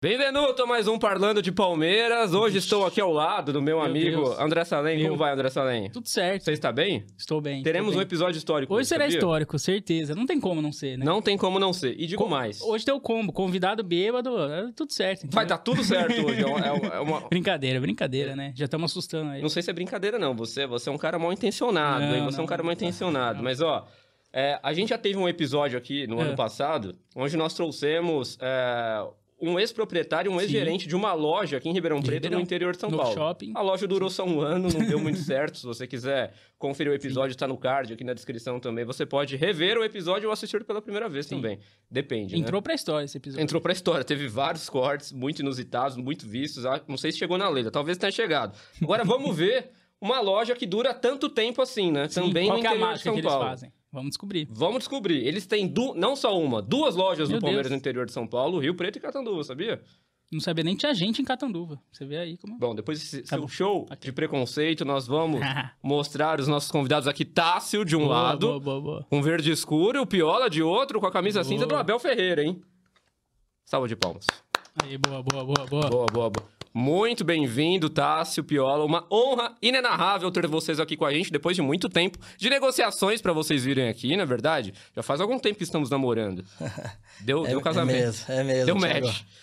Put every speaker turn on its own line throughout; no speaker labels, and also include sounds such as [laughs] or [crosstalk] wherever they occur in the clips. Benvenuto, a mais um Parlando de Palmeiras. Hoje estou aqui ao lado do meu,
Meu
amigo
Deus.
André Salem.
Meu.
Como vai, André Salem?
Tudo certo.
Você está bem?
Estou bem.
Teremos
estou
um
bem.
episódio histórico.
Hoje será
sabia?
histórico, certeza. Não tem como não ser, né?
Não tem como não ser. E digo
Com-
mais.
Hoje tem o combo, convidado bêbado, é tudo certo.
Vai
entendeu?
dar tudo certo hoje. É uma- é uma- é
[laughs]
uma-
Brincadeira, brincadeira, né? Já estamos assustando aí.
Não sei se é brincadeira, não. Você, você é um cara mal intencionado,
Não,
hein? Você é um
não,
cara
não.
mal intencionado.
Não.
Mas, ó, é, a gente já teve um episódio aqui no
É.
ano passado, onde nós trouxemos é, um ex-proprietário, um
Sim.
ex-gerente de uma loja aqui em Ribeirão
De
Preto,
Ribeirão.
no interior de São
no
Paulo.
shopping.
A loja durou só um ano, não deu
[laughs]
muito certo. Se você quiser conferir o episódio, tá no card aqui na descrição também. Você pode rever o episódio ou assistir pela primeira vez
Sim. Então,
também. Depende, né?
Entrou pra história esse episódio.
Entrou pra história, teve vários cortes, muito inusitados, muito vistos. Ah, Não sei se chegou na Leila, talvez tenha chegado. Agora vamos ver uma loja que dura tanto tempo assim, né?
Sim,
Também
qual
no
que é a
interior de
mágica
São
que eles
Paulo.
fazem? Vamos descobrir.
Vamos descobrir. Eles têm du... não só uma, duas lojas
Meu
do Palmeiras
Deus.
no interior de São Paulo, Rio Preto e Catanduva, sabia?
Não sabia nem que tinha gente em Catanduva. Você vê aí como...
Bom, depois desse
Tá
seu
bom.
show
Ok.
de preconceito, nós [laughs] vamos
[laughs]
mostrar os nossos convidados aqui. Tássio de um
Boa,
lado,
Boa, boa, boa.
um verde escuro, o Piola de outro, com a camisa
Boa.
cinza do Abel Ferreira, hein? Salva de palmas.
Aí, boa, boa, boa, boa.
Boa, boa, boa. Muito bem-vindo, Tássio Piola. Uma honra inenarrável ter vocês aqui com a gente depois de muito tempo de negociações pra vocês virem aqui, na verdade. Já faz algum tempo que estamos
[laughs]
namorando. Deu, deu um casamento.
É mesmo, é mesmo.
Deu
Thiago.
match. [laughs]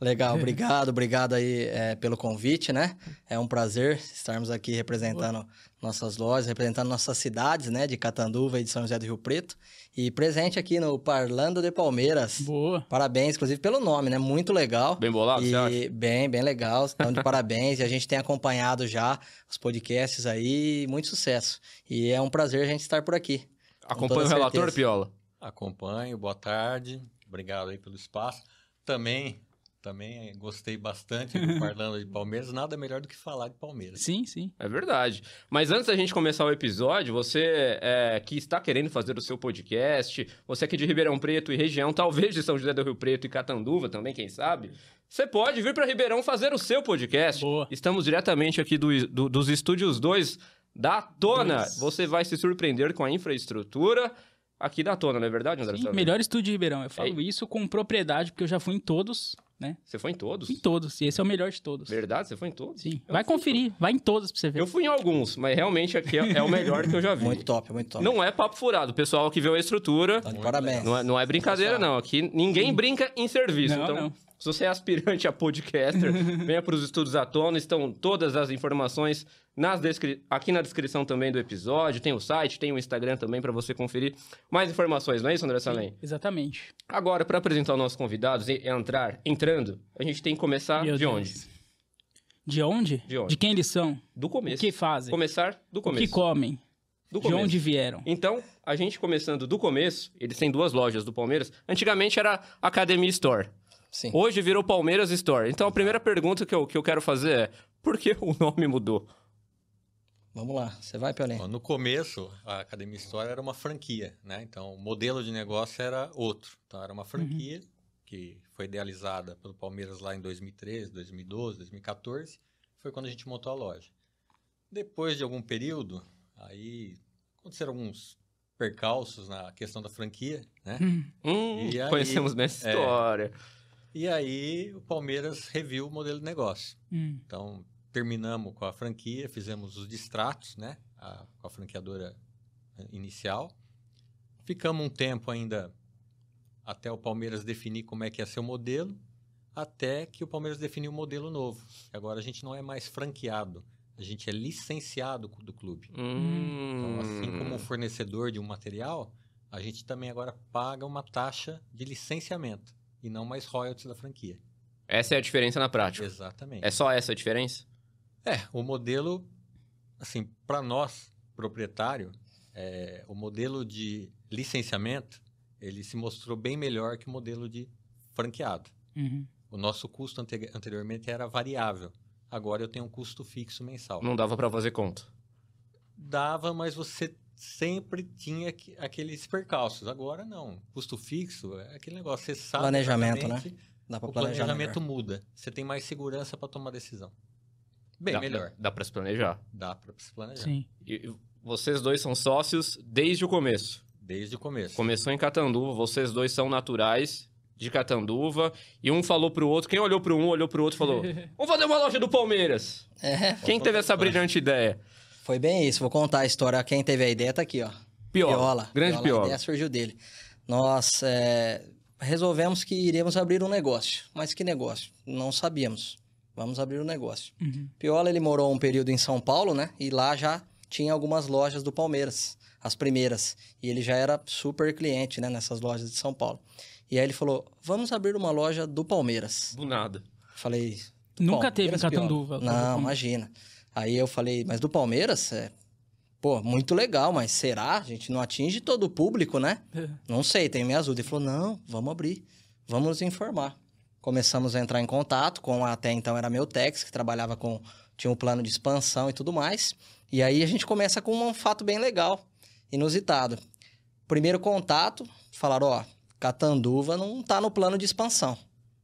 Legal, obrigado, obrigado aí é, pelo convite, né? É um prazer estarmos aqui representando nossas lojas, representando nossas cidades, né? De Catanduva e de São José do Rio Preto. E presente aqui no Parlando de Palmeiras.
Boa.
Parabéns, inclusive, pelo nome, né? Muito legal.
Bem bolado, você acha?
e bem, bem legal.
[laughs]
Então, de parabéns. E a gente tem acompanhado já os podcasts aí. Muito sucesso. E é um prazer a gente estar por aqui.
Acompanha o
toda
relator,
certeza.
Piola.
Acompanho, boa tarde, obrigado aí pelo espaço. Também, também gostei bastante do Parlando de Palmeiras, nada melhor do que falar de Palmeiras.
Sim, sim.
É verdade. Mas antes da gente começar o episódio, você é, que está querendo fazer o seu podcast, você aqui de Ribeirão Preto e região, talvez de São José do Rio Preto e Catanduva também, quem sabe, você pode vir para Ribeirão fazer o seu podcast.
Boa.
Estamos diretamente aqui do- do- dos estúdios 2 da Tona.
Dois.
Você vai se surpreender com a infraestrutura aqui da Tona, não é verdade, André?
Sim,
Salles?
melhor estúdio de Ribeirão. Eu falo isso com propriedade, porque eu já fui em todos, né?
Você foi em todos?
Fui em todos. E esse é o melhor de todos.
Verdade, você foi em todos?
Sim.
Eu
Vai
fui em
conferir, vai em todos pra você ver.
Eu fui em alguns, mas realmente aqui é, é o melhor que eu já vi.
Muito top, muito top.
Não é papo furado. O pessoal que vê a estrutura.
Então, de
Muito
parabéns.
Não é, não é brincadeira, não. Aqui ninguém brinca em serviço.
Não,
então,
não.
se você é aspirante a
[laughs]
podcaster, venha para os estudos à tona. Estão todas as informações nas descri- aqui na descrição também do episódio. Tem o site, tem o Instagram também para você conferir mais informações. Não é isso, André Salem?
Exatamente.
Agora, para apresentar os nossos convidados e entrar, entrando, a gente tem que começar
Meu
Ah, de
Deus.
onde?
De onde?
De onde?
quem eles são?
Do
O
começo.
que fazem?
Começar do
O que
começo.
comem?
do
De
começo.
onde vieram?
Então, a gente começando do começo, eles têm duas lojas do Palmeiras. Antigamente era Academia Store.
Sim.
Hoje virou Palmeiras Store. Então a primeira pergunta que eu, que eu quero fazer é: por que o nome mudou?
Vamos lá. Você vai, Piolinho?
Bom, no começo, a Academia História era uma franquia, né? Então, o modelo de negócio era outro. Então, era uma franquia que foi idealizada pelo Palmeiras lá em 2013, 2012, 2014. Foi quando a gente montou a loja. Depois de algum período, aí aconteceram alguns percalços na questão da franquia, né?
Hum,
E aí?
conhecemos nessa
É.
história.
E aí o Palmeiras reviu o modelo de negócio.
Hum.
Então, terminamos com a franquia, fizemos os distratos, né? A- com a franqueadora eh, inicial. Ficamos um tempo ainda até o Palmeiras definir como é que ia ser o modelo, até que o Palmeiras definiu um modelo novo. E Agora a gente não é mais franqueado, a gente é licenciado co- do clube. Então,
Hum.
assim como o fornecedor de um material, a gente também agora paga uma taxa de licenciamento e não mais royalties da franquia.
Essa é a diferença na prática.
Exatamente.
É só essa a diferença?
É, o modelo, assim, para nós, proprietário, é, o modelo de licenciamento, ele se mostrou bem melhor que o modelo de franqueado.
Uhum.
O nosso custo ante- anteriormente era variável. Agora eu tenho um custo fixo mensal.
Não dava pra fazer conta.
Dava, mas você sempre tinha que- aqueles percalços. Agora não. Custo fixo é aquele negócio, você sabe.
Planejamento,
exatamente,
Dá pra
O
planejar
planejamento
melhor.
muda. Você tem mais segurança para tomar decisão. Bem
dá,
melhor.
Dá pra se planejar.
Dá para se
É.
planejar.
Sim.
E- e vocês dois são sócios desde o começo.
Desde o começo.
Começou em Catanduva, vocês dois são naturais de Catanduva, e um falou pro outro, quem olhou pro um, olhou pro outro e
[laughs]
falou: Vamos fazer uma loja do Palmeiras.
É,
Quem teve essa
né?
brilhante ideia?
foi bem isso. Vou contar a história. Quem teve a ideia tá aqui, ó.
Piola. Grande
Piola. A
Piola.
ideia surgiu dele. Nós é, resolvemos que iríamos abrir um negócio. Mas que negócio? Não sabíamos. Vamos abrir um negócio. Piola, ele morou um período em São Paulo, né? E lá já tinha algumas lojas do Palmeiras, as primeiras. E ele já era super cliente, né? Nessas lojas de São Paulo. E aí ele falou, vamos abrir uma loja do Palmeiras.
Do nada.
Falei. do
Nunca teve em
Palmeiras, Piola?
Catanduva.
Não, imagina. Aí eu falei, mas do Palmeiras? É... Pô, muito legal, mas será? A gente não atinge todo o público, né?
é?
Não sei, tem minhas dúvidas. Ele falou, não, vamos abrir, vamos nos informar. Começamos a entrar em contato com, até então era meu Tex, que trabalhava com, tinha um plano de expansão e tudo mais. E aí a gente começa com um fato bem legal, inusitado. Primeiro contato, falaram, ó, Catanduva não tá no plano de expansão.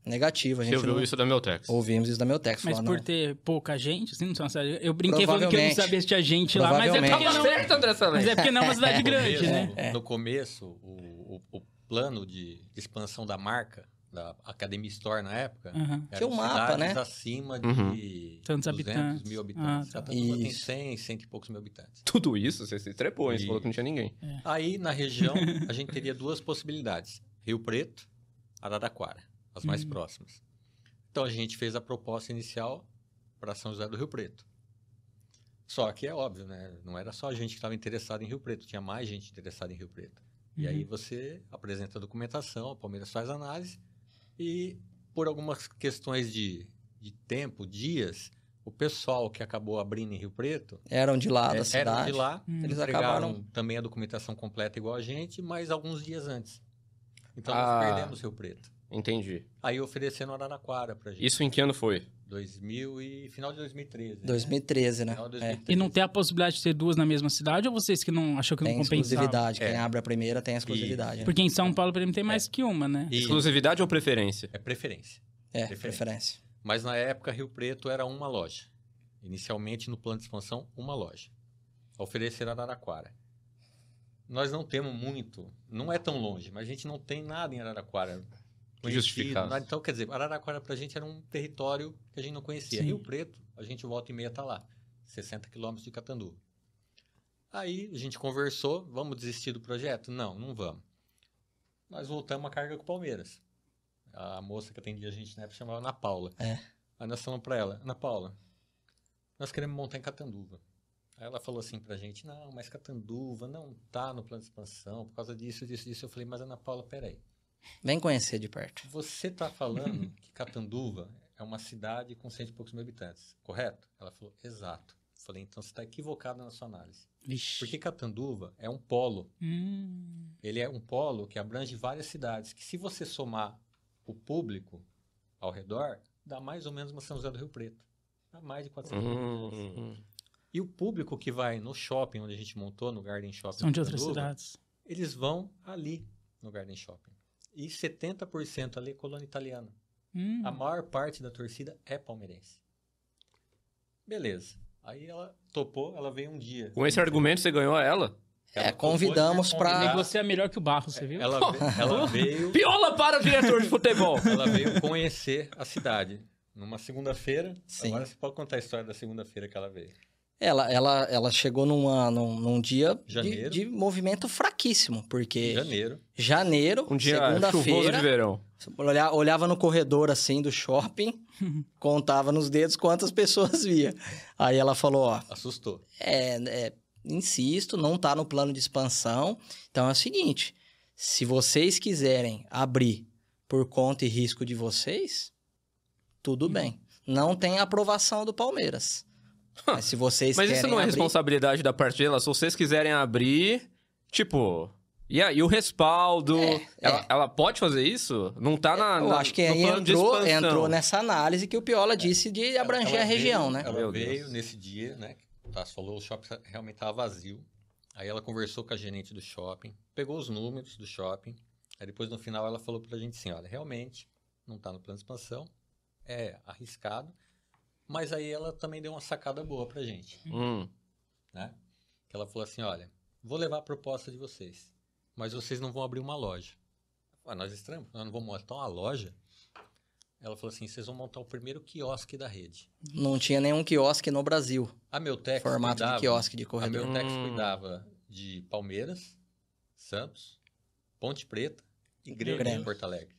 Negativo, a
Você
gente
ouviu
não...
isso da Meltex.
Ouvimos isso da meu Tex.
Mas
falaram,
por
não.
ter pouca gente, assim, não sei uma cidade- Eu brinquei falando que eu não
Provavelmente.
sabia se tinha gente lá, mas é porque
Tava
Provavelmente.
não,
certo, André
mas
Salles.
é porque não é
[laughs]
uma cidade grande,
começo,
né?
No começo, o, o- o plano de expansão da marca, da Academy Store na época,
Aham.
eram
Tinha um mapa,
cidades
né?
acima de
Uhum.
200
Tantos habitantes. Ah,
mil habitantes.
tá.
Catanduva tem
Isso.
100, 100 e poucos mil habitantes.
Tudo isso, você se trepou, hein? Você
E-
falou que não tinha ninguém.
Aí, na região, a gente teria duas possibilidades: Rio Preto, Araraquara, as mais
Hum.
próximas. Então, a gente fez a proposta inicial para São José do Rio Preto. Só que é óbvio, né? Não era só a gente que estava interessada em Rio Preto, tinha mais gente interessada em Rio Preto. E
Uhum.
aí você apresenta a documentação, o Palmeiras faz a análise e por algumas questões de, de tempo, dias, o pessoal que acabou abrindo em Rio Preto
Eram de lá
é,
da cidade.
Eram de lá,
Hum.
eles
Eles
entregaram
acabaram-
também a documentação completa igual a gente, mas alguns dias antes. Então
Ah.
nós perdemos Rio Preto.
Entendi.
Aí oferecendo Araraquara pra gente.
Isso em que ano foi?
2000 e final de 2013. né?
2013, né?
Final de
É.
2013.
E não ter a possibilidade de ter duas na mesma cidade, ou vocês que não achou que não
Tem
compensava?
exclusividade. Quem
É.
abre a primeira tem exclusividade. né?
Porque em São Paulo, por exemplo,
É.
tem mais que uma, né?
E
Exclusividade ou preferência?
é preferência.
É,
Preferência.
preferência.
Mas na época Rio Preto era uma loja. Inicialmente no plano de expansão, uma loja. Oferecer Araraquara. Nós não temos muito, não é tão longe, mas a gente não tem nada em Araraquara. conhecido,
justificasse.
nada. Então, quer dizer, Araraquara pra gente era um território que a gente não conhecia.
Sim.
Rio Preto, a gente volta e meia tá lá, 60 quilômetros de Catanduva. Aí a gente conversou, vamos desistir do projeto? Não, não vamos. Nós voltamos a carga com o Palmeiras. A moça que atendia a gente na época chamava Ana Paula.
É.
Aí nós falamos pra ela, Ana Paula, nós queremos montar em Catanduva. Aí ela falou assim pra gente, não, mas Catanduva não tá no plano de expansão, por causa disso, disso, disso. Eu falei, mas Ana Paula, peraí.
Vem conhecer de perto.
Você tá falando que Catanduva é uma cidade com cento e poucos mil habitantes, correto? Ela falou, exato. Eu falei, então você está equivocado na sua análise.
Vixe.
Porque Catanduva é um polo.
Hum.
Ele é um polo que abrange várias cidades, que se você somar o público ao redor, dá mais ou menos uma São José do Rio Preto. Dá mais de 400 mil habitantes.
Hum.
E o público que vai no shopping, onde a gente montou, no Garden Shopping,
São
em
de outras
Catanduva,
cidades.
eles vão ali no Garden Shopping. E 70% ali é colônia italiana.
Hum.
Ah,
A maior parte da torcida é palmeirense. Beleza. Aí ela topou, ela veio um dia.
Com esse argumento você ganhou ela?
Ela
É,
topou
convidamos
de
pra-
E
convidar-
você é melhor que o Barro, você viu?
Ela, ve- ela veio,
Piola para diretor de futebol!
ela veio conhecer a cidade. Numa segunda-feira.
Sim.
Agora você pode contar a história da segunda-feira que ela veio.
Ela, ela, ela chegou numa, num, num dia de,
Janeiro.
de movimento fraquíssimo,
Em
porque
janeiro.
janeiro,
Um dia chuvoso de
segunda-feira,
verão.
olha- olhava no corredor assim do
[laughs]
shopping, contava nos dedos quantas pessoas via. Aí ela falou, ó,
Assustou.
É, é, insisto, não está no plano de expansão. Então é o seguinte: se vocês quiserem abrir por conta e risco de vocês,
Uhum.
tudo bem. Não tem aprovação do Palmeiras. Mas se vocês
Mas
querem
isso não é
abrir,
responsabilidade da parte dela. Se vocês quiserem abrir, tipo. E aí, o respaldo?
É,
ela,
é.
ela pode fazer isso? Não tá na.
eu
na-
acho que
no
aí
plano de
entrou,
expansão. É,
entrou nessa análise que o Piola disse de abranger
Ela
a região,
veio-
né?
Ela
Meu
veio
Deus.
nesse dia, né? que O Tassi falou, o shopping tá, realmente estava vazio. Aí ela conversou com a gerente do shopping, pegou os números do shopping. Aí depois, no final, ela falou pra gente assim, olha, realmente não tá no plano de expansão, é arriscado. Mas aí ela também deu uma sacada boa pra gente,
Hum.
né? Que ela falou assim, olha, vou levar a proposta de vocês, mas vocês não vão abrir uma loja. Eu Ah, nós estranhamos, nós não vamos montar uma loja. Ela falou assim: vocês vão montar o primeiro quiosque da rede.
Não tinha nenhum quiosque no Brasil.
A Meltex
formato
cuidava,
de quiosque de
A
corredor.
Meltex
Hum.
cuidava de Palmeiras, Santos, Ponte Preta e Grêmio,
Grêmio.
em Porto Alegre.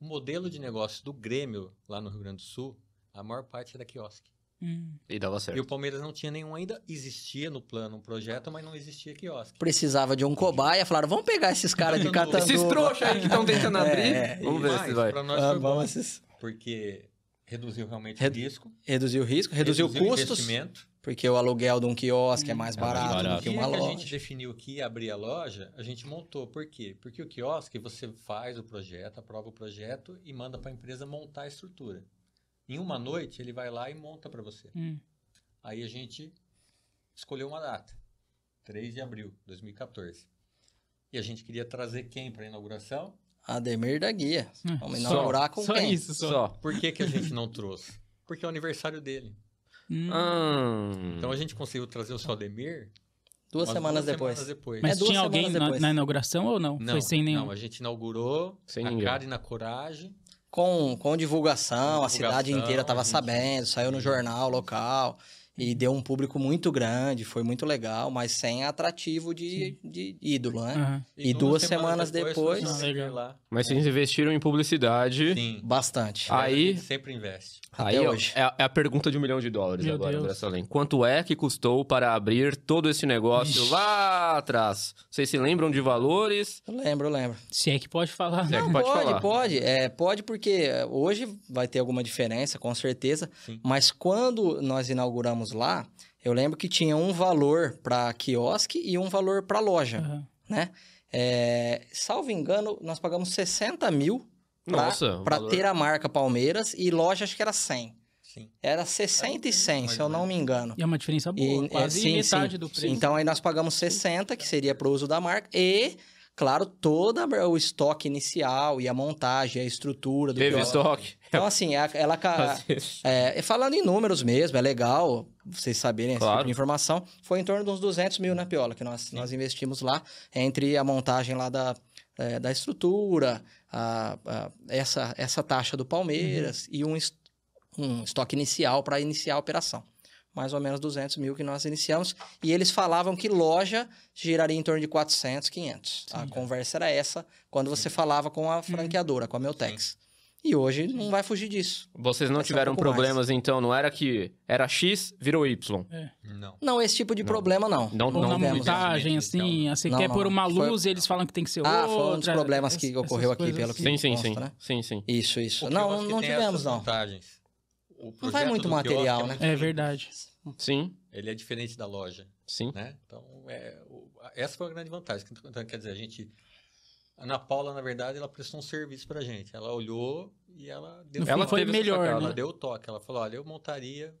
O modelo de negócio do Grêmio lá no Rio Grande do Sul, a maior parte era quiosque.
Hum.
E dava
E
certo.
o Palmeiras não tinha nenhum ainda. Existia no plano um projeto, mas não existia quiosque.
Precisava de um cobaia, falaram, vamos pegar esses caras de
Catanduva.
Catanduva.
Esses trouxas aí que estão tentando abrir.
[laughs] É,
vamos
E
ver
mais,
se vai.
Pra nós
Ah,
foi bom,
vamos esses-
porque reduziu realmente
Redu-
o risco,
Reduzir o risco, reduzir o
o
custos,
investimento.
porque o aluguel de um quiosque é mais
É mais
barato, do
barato.
que
dia
uma
que
loja.
a gente definiu que ia abrir a loja, a gente montou. Por quê? Porque o quiosque, você faz o projeto, aprova o projeto e manda para a empresa montar a estrutura. Em uma noite, ele vai lá e monta para você.
Hum.
Aí a gente escolheu uma data, 3 de abril de 2014. E a gente queria trazer quem para a inauguração?
Ademir da Guia. Vamos
Só-
inaugurar com
só
quem?
isso, só.
Só.
Por que, que a gente não trouxe? Porque é o aniversário dele.
Hum.
Hum.
Então a gente conseguiu trazer o Sodemir
Duas
umas
semanas depois.
semanas depois.
É
Mas
duas
tinha alguém
semanas
na,
depois.
na inauguração ou não?
Não,
Foi sem nenhum.
não, a gente inaugurou
Sem
a
ninguém.
cara e na coragem.
Com, com divulgação, a
Divulgação,
cidade inteira estava
a gente-
sabendo, saiu no jornal local e deu um público muito grande, foi muito legal, mas sem atrativo de, de ídolo, né?
Aham.
E duas semanas depois-
nós
Ah, legal.
fomos lá.
Mas vocês investiram em publicidade.
Sim.
Bastante.
Ah,
Mas a
Aí-
gente sempre investe.
até
Aí, ó,
hoje.
É, a- é a pergunta de um milhão de dólares
Meu
agora,
Deus.
André Solen. Quanto é que custou para abrir todo esse negócio
Ixi.
lá atrás? Vocês se lembram de valores?
Eu lembro, eu lembro.
Se é que pode falar.
Se é que
Não,
pode falar.
pode. É, pode porque é, hoje vai ter alguma diferença, com certeza.
Sim.
Mas quando nós inauguramos lá, eu lembro que tinha um valor para quiosque e um valor para loja,
Aham.
né? É, salvo engano, nós pagamos 60 mil Pra-
Nossa, é um
para
valor-
ter a marca Palmeiras e loja acho que era 100.
Sim.
Era 60 e 100, se eu não me engano.
E é uma diferença boa.
E,
quase
é, sim,
metade
sim.
do preço.
Então aí nós pagamos 60, que seria para o uso da marca, e, claro, todo o estoque inicial e a montagem, a estrutura do
teve
quiosque.
estoque.
Então, assim, a- ela. ca-
Às vezes.
É, e falando em números mesmo, é legal vocês saberem esse
Claro.
tipo de informação. Foi em torno de uns 200 mil, né, Piola? Que nós, nós investimos lá entre a montagem lá da, é, da estrutura, a- a- essa, essa taxa do Palmeiras
Uhum.
e um, es- um estoque inicial para iniciar a operação. Mais ou menos 200 mil que nós iniciamos. E eles falavam que loja giraria em torno de 400, 500. A conversa era essa quando você falava com a franqueadora, com a Meltex. E hoje não vai fugir disso.
Vocês não
Essa é um
tiveram
pouco
problemas, então? Não era que era X, virou Y.
Não.
Não, esse tipo de
Não.
problema não.
Não,
Ou
não
na
teve.
temos.
montagem,
Não,
assim, você
então. não,
quer
não.
pôr uma
Foi-
luz e eles falam que tem que ser
Ah,
outra.
foi um dos problemas que
essas
ocorreu aqui,
coisas
pelo
assim.
Sim, sim, sim.
Consta, né?
Sim, sim.
Isso,
O
isso. Não,
quiosque
não
tem
tivemos,
essas
não.
vantagens. O
vai
projeto
muito
do
material,
quiosque
né?
muito
É
simples.
verdade.
Sim,
Ele é diferente da loja,
sim.
né? Então, é, o- a- essa foi a grande vantagem. Então, quer dizer, a gente... A Ana Paula, na verdade, ela prestou um serviço pra gente. Ela olhou e ela deu,
No fim,
ela
foi
teve essa
melhor,
sacada,
né?
ela deu o toque. Ela falou, olha, eu montaria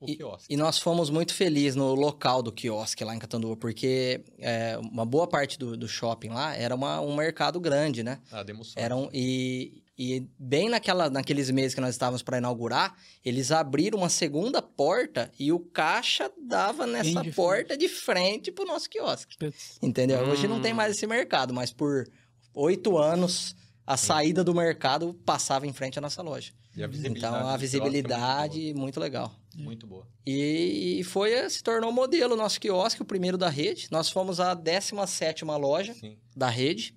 o quiosque.
E nós fomos muito felizes no local do quiosque lá em Catanduva, porque é, uma boa parte do, do shopping lá era uma- um mercado grande, né?
um A demoção.
Eram, e, e bem naquela, naqueles meses que nós estávamos para inaugurar, eles abriram uma segunda porta e o caixa dava nessa
de frente.
porta de frente pro nosso quiosque.
Putz.
Entendeu? Hoje
Hum.
não tem mais esse mercado, mas por oito anos a saída do mercado passava em frente à nossa loja.
E a visibilidade
Então a
do quiosque é muito boa.
visibilidade muito legal.
Muito boa.
E, e foi eh, se tornou o modelo nosso quiosque, o primeiro da rede. Nós fomos a 17 loja
Sim.
da rede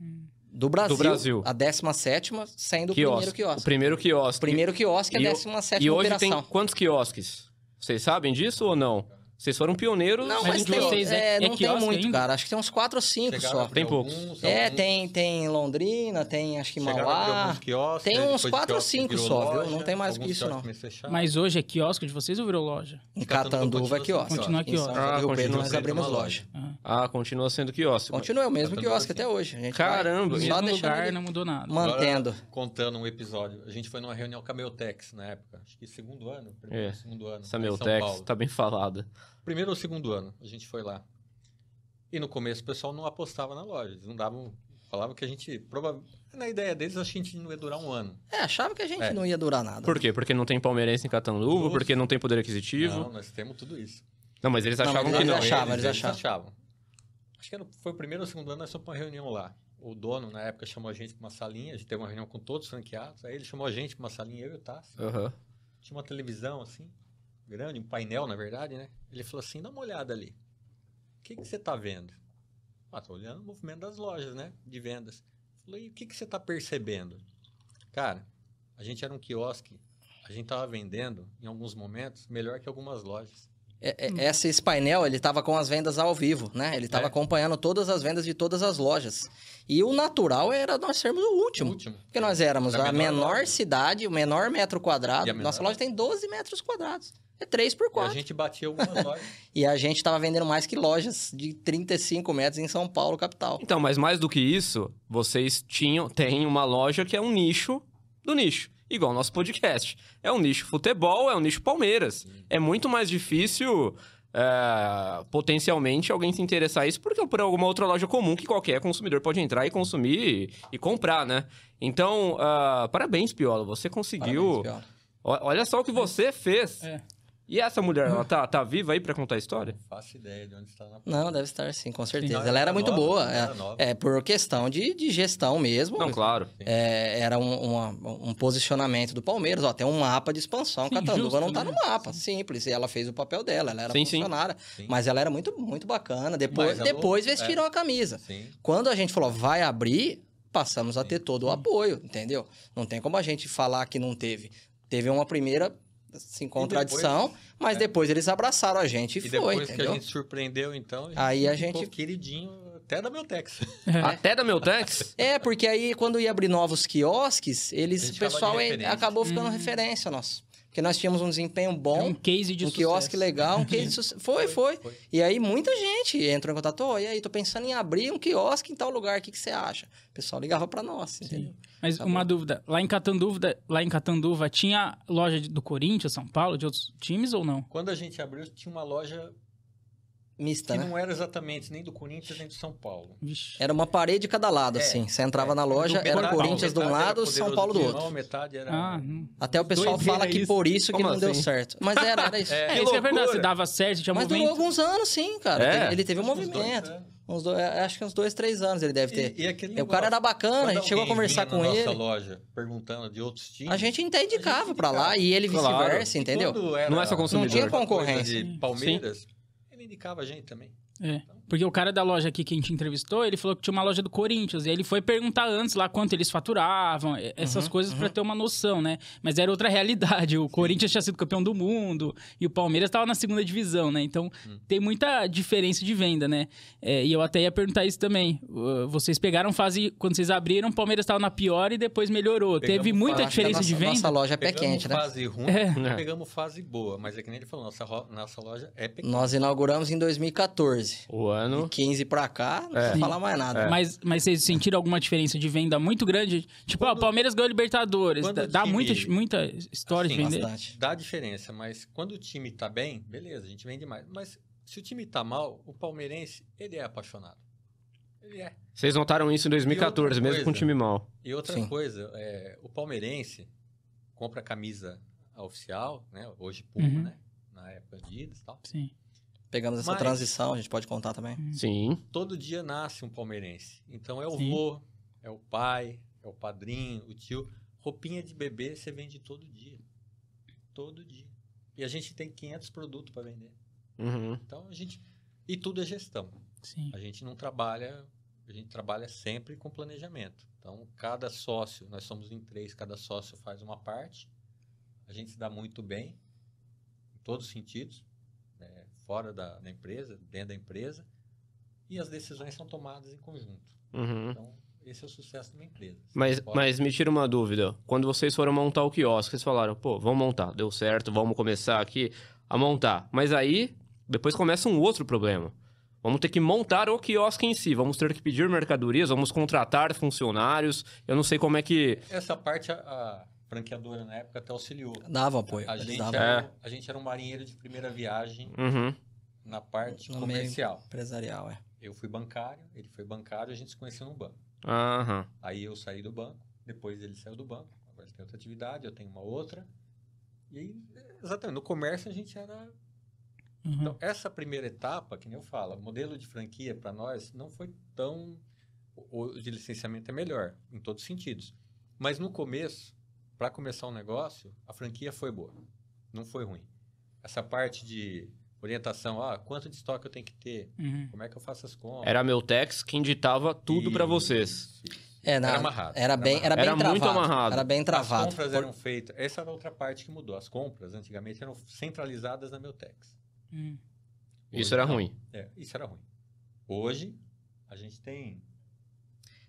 Hum.
do Brasil.
Brasil.
A 17 sendo o primeiro
Quiosque. O
quiosque.
primeiro
O
quiosque.
primeiro quiosque é
E o-
a 17
E hoje
operação.
tem quantos quiosques? Vocês sabem disso ou não? Vocês foram pioneiros.
Não,
Mas
mas,
um de
tem,
vocês é-
é,
é
não tem
quiosque
muito,
ainda?
cara. Acho que tem uns 4 ou 5
Chegaram a
só.
abrir
Tem poucos.
alguns,
É,
alguns-
tem, tem Londrina, tem acho que
Chegaram a abrir
Mauá.
alguns quiosques,
Tem
aí
uns
depois
quatro ou
quiosque
cinco
virou
só, viu? Não tem mais
alguns
que isso,
quiosques
não.
começaram a fechar.
Mas hoje é quiosque de vocês ou virou loja?
Em
tá
Catanduva é quiosque.
Continua
Em São
quiosque.
José do Rio
Ah,
Preto
continua
nós
sendo
abrimos
uma
loja.
Ah, continua sendo quiosque.
Continua é o mesmo
Catanduva
quiosque
assim.
até hoje. A gente
Caramba,
No
vai
Só
mesmo
deixando
lugar,
ele-
não mudou nada.
mantendo.
Contando um episódio. A gente foi numa reunião com a Meltex na época. Acho que segundo ano. Primeiro,
É.
segundo ano.
Essa
em São
Meltex
Paulo.
tá bem falada.
Primeiro ou segundo ano, a gente foi lá. E no começo o pessoal não apostava na loja. Eles não davam... Falavam que a gente... Prova... Na ideia deles, acho que a gente não ia durar um ano.
É, achava que a gente
É.
não ia durar nada.
Por quê? Porque não tem palmeirense em Catanduva,
Nossa.
porque não tem poder aquisitivo.
Não,
Não,
nós temos tudo isso.
mas eles
Não, mas
achavam
eles
que não.
achavam, eles achavam.
Acho que era- foi o primeiro ou segundo ano, nós fomos pra uma reunião lá. o dono, na época, chamou a gente para uma salinha. A gente teve uma reunião com todos os franqueados. Aí ele chamou a gente para uma salinha, eu e o Tassi.
Aham.
Tinha uma televisão, assim, grande, um painel, na verdade, né? Ele falou assim, dá uma olhada ali. O que, que você tá vendo? Ah, tô olhando o movimento das lojas, né? De vendas. Eu Falei, e o que, que você tá percebendo? Cara, a gente era um quiosque. A gente tava vendendo, em alguns momentos, melhor que algumas lojas.
É, é, esse, esse painel, ele tava com as vendas ao vivo, né? Ele tava
É.
acompanhando todas as vendas de todas as lojas. E o natural era nós sermos o último.
Último.
Porque nós éramos
Da
a menor,
menor loja.
cidade, o menor metro quadrado.
E a menor
Nossa loja tem 12 metros quadrados. É 3 por
E a
4.
gente batia algumas lojas.
E a gente tava vendendo mais que lojas de 35 metros em São Paulo, capital.
Então, mas mais do que isso, vocês tinham, tem uma loja que é um nicho do nicho, igual o nosso podcast. É um nicho futebol, é um nicho Palmeiras. É muito mais difícil é, potencialmente alguém se interessar isso porque por alguma outra loja comum que qualquer consumidor pode entrar e consumir e, e comprar, né? Então, ah, parabéns, Piola, você conseguiu.
Parabéns, Piola.
Ó- Olha só o que você fez.
É.
E essa mulher, ela tá, tá viva aí pra contar a história?
Faço ideia de onde está na
Não, deve estar sim, com certeza.
Não, tá
Ela era muito
nova, né?
boa.
Era
é.
nova.
É, por questão de, de gestão mesmo.
Não, claro.
É, era um, uma- um posicionamento do Palmeiras, ó, tem um mapa de expansão,
Sim,
Catanduva
justo,
não tá
né?
no mapa, simples, e ela fez o papel dela, ela era
Sim, sim.
funcionária,
Sim.
mas ela era muito, muito bacana, depois,
Mas é. a
depois
Globo-
vestiram a camisa.
Sim.
Quando a gente falou, vai abrir, passamos a ter todo o apoio, entendeu? Não tem como a gente falar que não teve. Teve uma primeira, assim, contradição, mas
é.
depois eles abraçaram a gente e, foi,
E depois que
entendeu?
a gente surpreendeu, então,
Aí a
ficou
gente-
queridinho até da Meltex.
Até da Meltex? [laughs]
É, porque aí quando ia abrir novos quiosques,
A
eles, o
gente acaba
pessoal
de
eh,
referência.
acabou ficando
Uhum.
referência nossa. Porque nós tínhamos um desempenho
É
bom,
um case de
um
sucesso.
quiosque
[laughs]
legal, um case de sucesso. [laughs] Foi, foi,
foi.
E aí muita gente entrou em contato, "Ô, e aí, tô pensando em abrir um quiosque em tal lugar, o que, que você acha? O pessoal ligava pra nós, entendeu?
Mas
Tá
uma
bom.
dúvida, lá em Catanduva, lá em Catanduva tinha loja de- do Corinthians, São Paulo, de outros times ou não?
Quando a gente abriu, tinha uma loja
Mista,
que
né?
não era exatamente nem do Corinthians nem do São Paulo.
Vixe.
Era uma parede de cada lado,
É,
assim. Você entrava na loja,
Do
era
Pedro
Corinthians de um
Metade era
lado, São
Poderoso
Paulo do
Timão,
outro.
Metade era...
Ah, não.
Até o pessoal
Doideira
fala que
isso.
por isso que
Como
não deu
assim?
certo. Mas
[laughs]
era, era isso.
É,
que
isso é verdade,
loucura.
se dava certo, se tinha
Mas durou
movimento.
alguns anos, sim, cara.
É.
Teve- Ele teve um
Acho que uns dois
movimento.
anos.
Uns dois, é, acho que uns dois, três anos ele deve ter. É,
E, e aquele
o cara
negócio,
era bacana, a
quando
gente chegou a
alguém
conversar
vinha
com
na
ele.
nossa loja perguntando de outros times...
A gente até
A
indicava
gente
pra lá
indicava.
e ele
Claro.
vice-versa, entendeu?
quando era
Não é só consumidor.
Não tinha
alguma coisa
concorrência.
De Palmeiras, ele indicava a gente também.
É, porque o cara da loja aqui que a gente entrevistou, ele falou que tinha uma loja do Corinthians. E aí ele foi perguntar antes lá quanto eles faturavam, e- essas
Uhum,
coisas pra ter uma noção, né? Mas era outra realidade. O Corinthians tinha sido campeão do mundo e o Palmeiras estava na segunda divisão, né? Então
Hum.
tem muita diferença de venda, né? É, e eu até ia perguntar isso também. Uh, Vocês pegaram fase, quando vocês abriram, o Palmeiras estava na pior e depois melhorou.
Pegamos
Teve muita
fase da
diferença
nossa,
de venda.
Nossa loja é pé quente, né?
fase ruim,
É.
pegamos fase boa. Mas é que nem ele falou, nossa, ro- nossa loja é pequena.
Nós inauguramos em 2014.
O
De
Hum?
ano.
15 pra cá,
É.
não precisa
Sim.
falar mais nada.
Mas, mas vocês sentiram alguma diferença de venda muito grande? Tipo, ó, o Palmeiras ganhou Libertadores.
quando
Dá,
o
dá
time-
muita, muita história
Assim,
de vender.
Bastante.
Dá diferença, mas quando o time tá bem, beleza, a gente vende mais. Mas se o time tá mal, o palmeirense, ele é apaixonado. Ele é.
Vocês notaram isso em 2014,
outra
mesmo com o
coisa.
time mal.
E outra
Sim.
coisa, é, o palmeirense compra a camisa oficial, né? Hoje Puma,
Uhum.
né? Na época Adidas e tal.
Sim.
Pegamos essa
Mas-
transição, a gente pode contar também.
Sim.
Todo dia nasce um palmeirense. Então é o
Sim.
vô, é o pai, é o padrinho, o tio. Roupinha de bebê você vende todo dia. Todo dia. E a gente tem 500 produtos para vender.
Uhum.
Então a gente. E tudo é gestão.
Sim.
A gente não trabalha, a gente trabalha sempre com planejamento. Então, cada sócio, nós somos em três, cada sócio faz uma parte. A gente se dá muito bem, em todos os sentidos, né, fora da, da empresa, dentro da empresa, e as decisões são tomadas em conjunto.
Uhum.
Então, esse é o sucesso de uma empresa. Você
Mas,
pode-
mas me tira uma dúvida. Quando vocês foram montar o quiosque, vocês falaram, pô, vamos montar, deu certo, vamos começar aqui a montar. Mas aí, depois começa um outro problema. Vamos ter que montar o quiosque em si, vamos ter que pedir mercadorias, vamos contratar funcionários. Eu não sei como é que.
Essa parte, a, a franqueadora na época até auxiliou.
Dava apoio.
A
eles
gente,
davam
É.
era, um- a gente era um marinheiro de primeira viagem
Uhum.
na parte
No meio.
comercial.
Empresarial, é.
Eu fui bancário, ele foi bancário, a gente se conheceu no banco.
Aham.
Aí eu saí do banco, depois ele saiu do banco, agora ele tem outra atividade, eu tenho uma outra. E aí, é, exatamente, no comércio a gente era.
Uhum.
Então, essa primeira etapa, que nem eu falo, modelo de franquia para nós não foi tão. hoje o licenciamento é melhor, em todos os sentidos. Mas no começo, para começar um negócio, a franquia foi boa, não foi ruim. Essa parte de orientação, ah, quanto de estoque eu tenho que ter,
Uhum.
como é que eu faço as compras.
Era a Meltex quem ditava tudo pra
Isso,
vocês.
isso.
É, na-
Era amarrado,
Era
era
bem, era bem
amarrado. Era
travado.
muito amarrado.
Era bem travado.
As compras
Por-
eram feitas. Essa era outra parte que mudou. As compras antigamente eram centralizadas na Meltex.
Uhum.
Isso era ruim.
É, isso era ruim. Hoje, a gente tem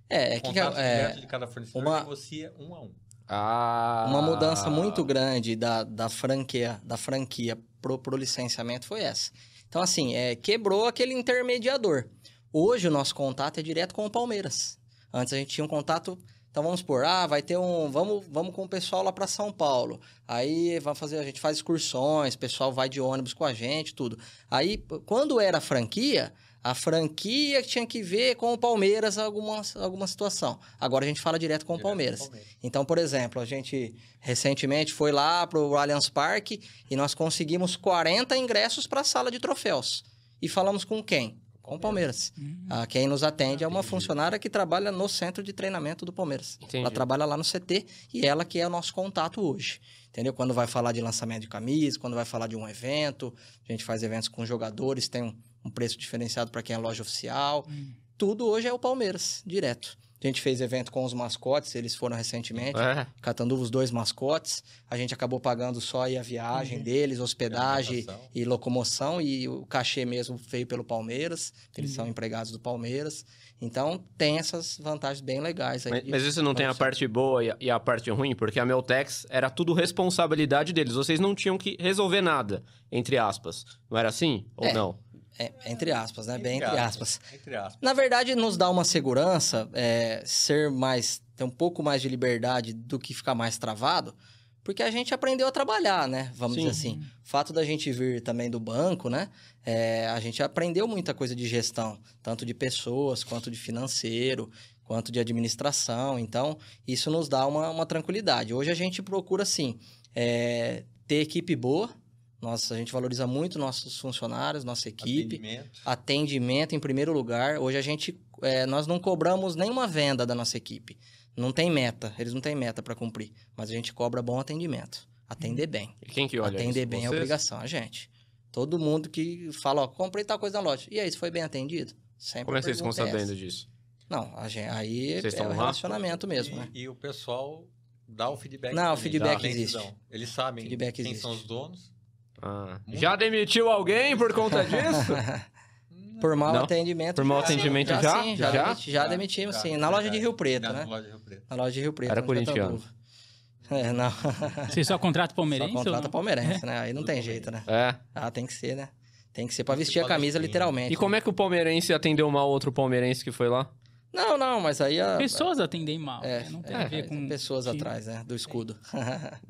É, é que,
contato
é,
direto de cada fornecedor
uma-
e negocia um a um.
Ah,
uma mudança muito grande da, da franquia da franquia pro, pro licenciamento foi essa. Então, assim, é, quebrou aquele intermediador. Hoje o nosso contato é direto com o Palmeiras. Antes a gente tinha um contato. Então vamos por, ah, vai ter um, vamos, vamos com o pessoal lá para São Paulo. Aí vamos fazer, a gente faz excursões, o pessoal vai de ônibus com a gente, tudo. Aí p- quando era franquia, a franquia tinha que ver com o Palmeiras alguma, alguma situação. Agora a gente fala direto com o
Direto
Palmeiras. Então, por exemplo, a gente recentemente foi lá para o Allianz Parque e nós conseguimos 40 ingressos para a sala de troféus. E falamos com quem? Com o Palmeiras.
Uhum.
Ah, quem nos atende é uma
Entendi.
funcionária que trabalha no centro de treinamento do Palmeiras.
Entendi.
Ela trabalha lá no CT e ela que é o nosso contato hoje. Entendeu? Quando vai falar de lançamento de camisa, quando vai falar de um evento, a gente faz eventos com jogadores, tem um, um preço diferenciado para quem é loja oficial.
Hum.
Tudo hoje é o Palmeiras, direto. A gente fez evento com os mascotes, eles foram recentemente.
É.
Catanduva, os dois mascotes. A gente acabou pagando só aí a viagem deles, hospedagem
Alimentação.
e locomoção. E o cachê mesmo veio pelo Palmeiras. porque Eles
Uhum.
são empregados do Palmeiras. Então, tem essas vantagens bem legais aí.
Mas,
de-
mas isso não tem a
produção.
parte boa e a, e a parte ruim, porque a Meltex era tudo responsabilidade deles. Vocês não tinham que resolver nada, entre aspas. Não era assim? Ou
É.
não?
É, entre aspas, né? Bem entre aspas.
Entre aspas.
Na verdade, nos dá uma segurança é, ser mais, ter um pouco mais de liberdade do que ficar mais travado, porque a gente aprendeu a trabalhar, né? Vamos
Sim.
dizer assim. O fato da gente vir também do banco, né? É, a gente aprendeu muita coisa de gestão, tanto de pessoas, quanto de financeiro, quanto de administração. Então, isso nos dá uma, uma tranquilidade. Hoje a gente procura, assim, é, ter equipe boa. Nossa, a gente valoriza muito nossos funcionários, nossa equipe
Atendimento.
atendimento em primeiro lugar. Hoje a gente, é, nós não cobramos nenhuma venda da nossa equipe. Não tem meta, eles não têm meta para cumprir, mas a gente cobra bom atendimento, atender bem.
E quem que olha
atender
isso?
bem é
Vocês?
obrigação, a gente. Todo mundo que fala, ó, comprei tal coisa na loja. E aí, isso foi bem atendido? Sempre
Como é que vocês ficam
pergunta é
sabendo
essa.
disso?
Não, a gente, aí
Vocês
é
estão
o
lá?
relacionamento mesmo,
E-
né?
E o pessoal dá o feedback.
Não, o
também.
feedback
Dá.
existe.
Eles dão. Eles sabem
Feedback
quem
existe.
são os donos.
Ah,
Muito.
já demitiu alguém por conta
[laughs]
disso?
Por mau
Não.
atendimento.
Por mau
sim,
atendimento já?
sim, já,
Já?
demiti- já
Já,
demitimos,
já,
sim. Na loja de
verdade.
Rio Preto,
Na
né?
loja de Rio Preto.
Na loja de Rio Preto.
Era
no
corintiano.
Catanduva. É, não.
Você só contrata palmeirense?
Só
ou
contrata
não?
palmeirense, né? Aí não
Tudo
tem
palmeirense.
jeito, né?
é.
Ah, tem que ser, né? Tem que ser pra
Tem que
vestir
ser
a camisa
palestrinha.
literalmente. né?
E como é que o palmeirense atendeu mal outro palmeirense que foi lá?
Não, não, mas aí a...
Pessoas atendem mal.
É,
né? Não tem
é,
a ver com.
pessoas
time.
atrás, né? Do escudo.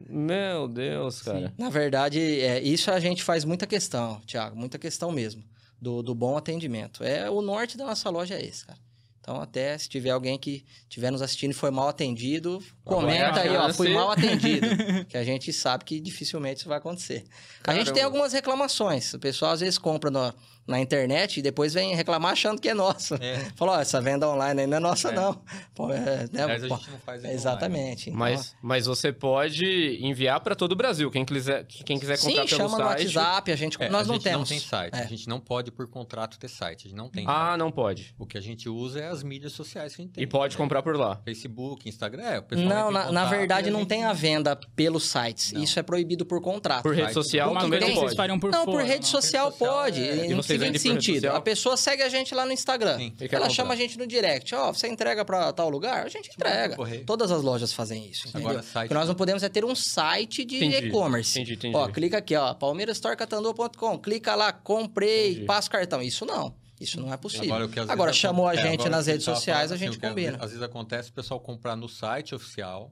Meu Deus, cara.
Na verdade, é, isso a gente faz muita questão, Thiago. Muita questão mesmo. Do, do bom atendimento. É O norte da nossa loja é esse, cara. Então, até se tiver alguém que estiver nos assistindo e foi mal atendido, comenta
Agora,
aí, ó,
agora
fui
você-
mal atendido. que a gente sabe que dificilmente isso vai acontecer. A gente
Caramba.
tem algumas reclamações. O pessoal às vezes compra no- na internet e depois vem reclamar achando que é nosso. [laughs]
É.
Falou, ó, essa venda online aí não é nossa,
É.
não. Pô, é, né,
Mas a
pô,
gente não faz isso
exatamente. Então,
Mas, mas você pode enviar pra todo o Brasil. Quem quiser, quem quiser comprar
Então, Sim,
pelo
chama no
site.
WhatsApp, a gente,
online. É,
nós
a
não
gente
temos.
não tem site.
É.
A gente não pode, por contrato, ter site. A gente não tem
ah, não pode.
site. O que a gente usa é as mídias sociais que a gente tem. É.
E pode comprar por lá.
Facebook, Instagram, é, o pessoal entra
Não,
em
na, na
contato
verdade
e a
não
gente-
tem a venda pelos sites.
Não.
Isso é proibido por contrato.
Por rede
Site.
social
Não,
Uma
também
coisa
não
que vocês
pode.
fariam por
não,
fora.
por rede
não.
social
Rede social,
pode.
é.
E
Em
vocês vendem
seguinte
por rede
sentido,
social?
a pessoa segue a gente lá no Instagram.
Sim.
Ele quer
Ela
comprar.
chama a gente no direct. Ó, você entrega pra tal lugar? A gente entrega.
correio.
Todas as lojas fazem isso, entendeu?
Agora, site-
O que nós não podemos é ter um site de
Entendi,
e-commerce.
Entendi, entendi.
Ó, clica aqui, ó, palmeirastorcatandu.com. Clica lá, comprei,
Entendi.
passa o cartão. Isso não. Isso não é possível.
Agora, o que às vezes acon-
chamou a
é,
gente
agora
nas
que
redes
tava
sociais,
falando,
a
assim,
gente
o que às
combina.
vezes- Às vezes acontece o pessoal comprar no site oficial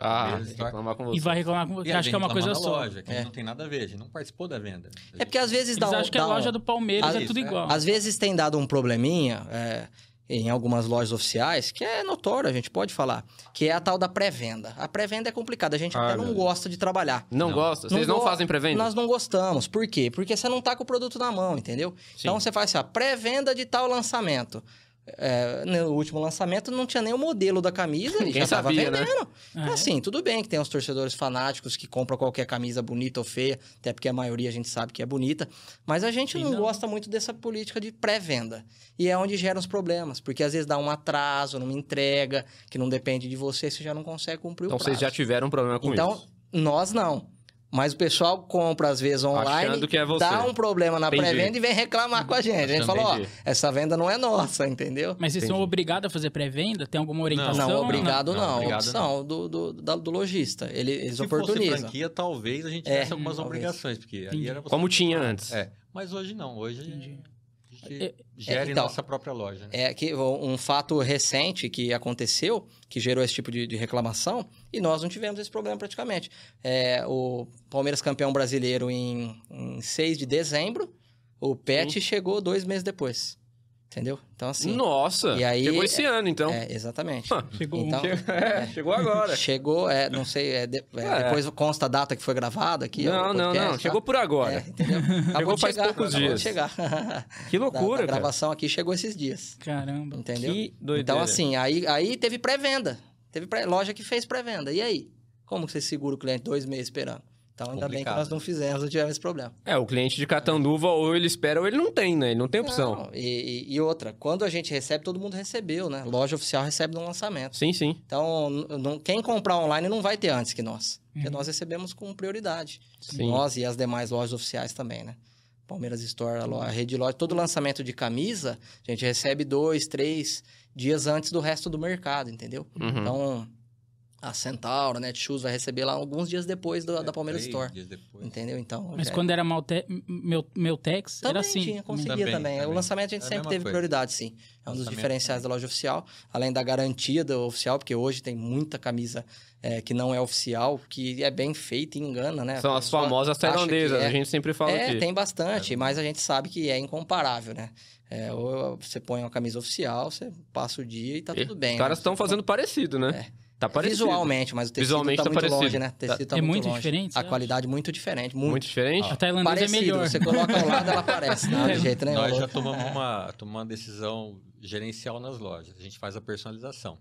Ah,
Beleza, então-
reclamar com
E
você.
vai reclamar com
e
você.
a
Acho
gente
que é uma
reclama
coisa
na
só.
loja, que a gente
É.
não tem nada a ver, a gente não participou da venda.
É porque às vezes
Eles
dá um...
acham que
dá
a
um-
loja do Palmeiras
Ah,
é tudo
isso, é.
igual.
Às vezes tem dado um probleminha é, em algumas lojas oficiais, que é notório, a gente pode falar, que é a tal da pré-venda. A pré-venda é complicada, a gente
Ah,
até
meu
não
Deus.
gosta de trabalhar.
Não,
Não.
gosta? Vocês não,
go-
fazem pré-venda?
Nós não gostamos. Por quê? Porque você não tá com o produto na mão, entendeu?
Sim.
Então você faz assim, ó, pré-venda de tal lançamento. é, no último lançamento não tinha nem o modelo da
[laughs]
camisa e
Ninguém
já tava
sabia, né?
vendendo.
Ah,
Então,
é?
assim, tudo bem que tem uns torcedores fanáticos que compram qualquer camisa bonita ou feia, até porque a maioria a gente sabe que é bonita, mas a gente
E
não,
não.
gosta muito dessa política de pré-venda. E é onde geram os problemas, porque às vezes dá um atraso numa entrega que não depende de você, você já não consegue cumprir
Então
o prazo.
vocês já tiveram um problema com
Então,
isso.
nós não. Mas o pessoal compra às vezes online,
Achando que é você.
dá um problema na
Entendi.
pré-venda e vem reclamar com a gente. A gente
Achando-
fala, ó,
Entendi.
essa venda não é nossa, entendeu?
Mas vocês são
Entendi.
obrigados a fazer pré-venda? Tem alguma orientação?
Não, obrigado
Não,
não. É
obrigado
opção do, do, da- do lojista. Ele, eles
Se fosse
oportunizam.
franquia, talvez a gente
É,
tivesse algumas
talvez.
obrigações, porque
Entendi.
aí era você...
Como tinha antes.
É, mas hoje não. Hoje
Entendi.
a gente
É,
gere
então,
nossa própria loja. né?
É que um fato recente que aconteceu, que gerou esse tipo de, de reclamação, e nós não tivemos esse problema praticamente. É, o Palmeiras campeão brasileiro em, em 6 de dezembro, o PET
Uhum.
chegou dois meses depois. Entendeu? Então, assim.
Nossa,
E aí-
chegou esse ano, então. [laughs]
É, exatamente.
Hã,
Chegou
Então-
um.
[laughs] che- é, chegou agora.
Chegou, é, não sei, é, de- é,
É.
depois consta a data que foi gravada aqui. é, o
não, não,
podcast,
não.
tá?
Chegou por agora.
É,
[laughs]
entendeu? Acabou de
faz
chegar,
poucos
acabou
dias.
De chegar.
Que
[laughs] É, da,
loucura,
da
cara.
gravação aqui chegou esses dias.
Caramba.
Entendeu?
Que doideira.
Então, assim, aí, aí teve pré-venda. Teve pré- loja que fez pré-venda. E aí? Como que você segura o cliente dois meses esperando? Então, ainda bem que
Complicado.
nós não fizemos, não tivemos esse problema.
É, o cliente de Catanduva ou ele espera ou ele não tem, né? Ele não tem opção.
Não, e, e- e outra, quando a gente recebe, todo mundo recebeu, né? Loja oficial recebe no lançamento.
Sim, sim.
Então, n- não- quem comprar online não vai ter antes que nós. Porque
Uhum.
nós recebemos com prioridade.
Sim.
Nós e as demais lojas oficiais também, né? Palmeiras Store, a, lo- a rede loja, todo lançamento de camisa, a gente recebe dois, três dias antes do resto do mercado, entendeu?
Uhum.
Então, a Centauro, Netshoes vai receber lá alguns dias depois do- da
É,
Palmeiras
três
Store,
dias depois.
entendeu? Então,
Mas
já-
quando era Malte... meu, meu Tex,
também
era assim.
tinha, conseguia também,
Também,
O
também.
lançamento a gente
É a
sempre
mesma
teve
coisa.
prioridade, sim. É um dos
Lançamento
diferenciais da loja oficial, além da garantia do oficial, porque hoje tem muita camisa é, que não é oficial, que é bem feita e engana, né?
São
A
as
pessoa
famosas
acha que
tailandesas,
é.
a gente sempre fala
É,
aqui.
tem bastante, mas a gente sabe que é incomparável, né? É, ou você põe uma camisa oficial, você passa o dia e tá
E
tudo bem.
Os caras
né? É.
estão fazendo parecido, né? Tá parecido.
Visualmente, mas o tecido
Visualmente
tá
tá
muito
parecido.
longe, né? O tecido tá
É
muito,
muito
longe.
diferente,
A
você
qualidade muito diferente, muito.
Muito
Ah.
diferente.
A tailandesa
parecido,
é melhor.
você coloca ao
[laughs]
lado, ela aparece. Não, de jeito nenhum.
Nós já tomamos
É.
uma, tomamos uma decisão gerencial nas lojas. A gente faz a personalização.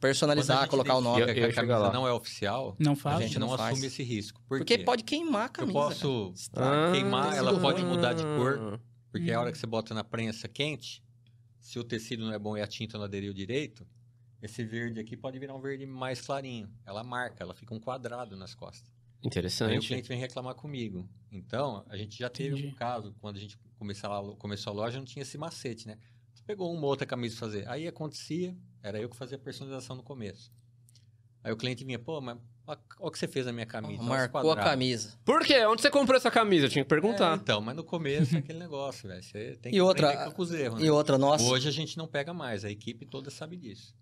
Personalizar,
Quando a gente
colocar o
identifica
nome.
Eu-
que
eu ia
a
chegar lá.
camisa não é oficial,
Não
a
fala.
gente
gente não,
não faz.
assume esse risco. Por
Porque
quê?
pode queimar a
Eu
camisa. cara.
posso
Ah,
queimar, ela
tecido
pode
ruim.
mudar de cor,
Ah.
Hum.
porque
Uhum.
a hora que você bota na prensa quente, se o tecido não é bom e a tinta não aderiu direito, esse verde aqui pode virar um verde mais clarinho. Ela marca, ela fica um quadrado nas costas. Aí o
Interessante.
cliente vem reclamar comigo. Então, a gente já teve
Entendi.
um caso, quando a gente começou a, começou a loja, não tinha esse macete, né? Você pegou uma outra camisa pra fazer. Aí acontecia, era eu que fazia a personalização no começo. Aí o cliente vinha, pô, mas olha o que você fez na minha
então
camisa. olha os
Marcou a
quadrados.
camisa.
Por quê? Onde você comprou essa camisa? Eu tinha que
É,
perguntar.
então, mas no começo é aquele negócio, velho. Você tem
E
que
outra-
aprender com os erros. né?
E outra, nossa.
Hoje a gente não pega mais, a equipe toda sabe disso.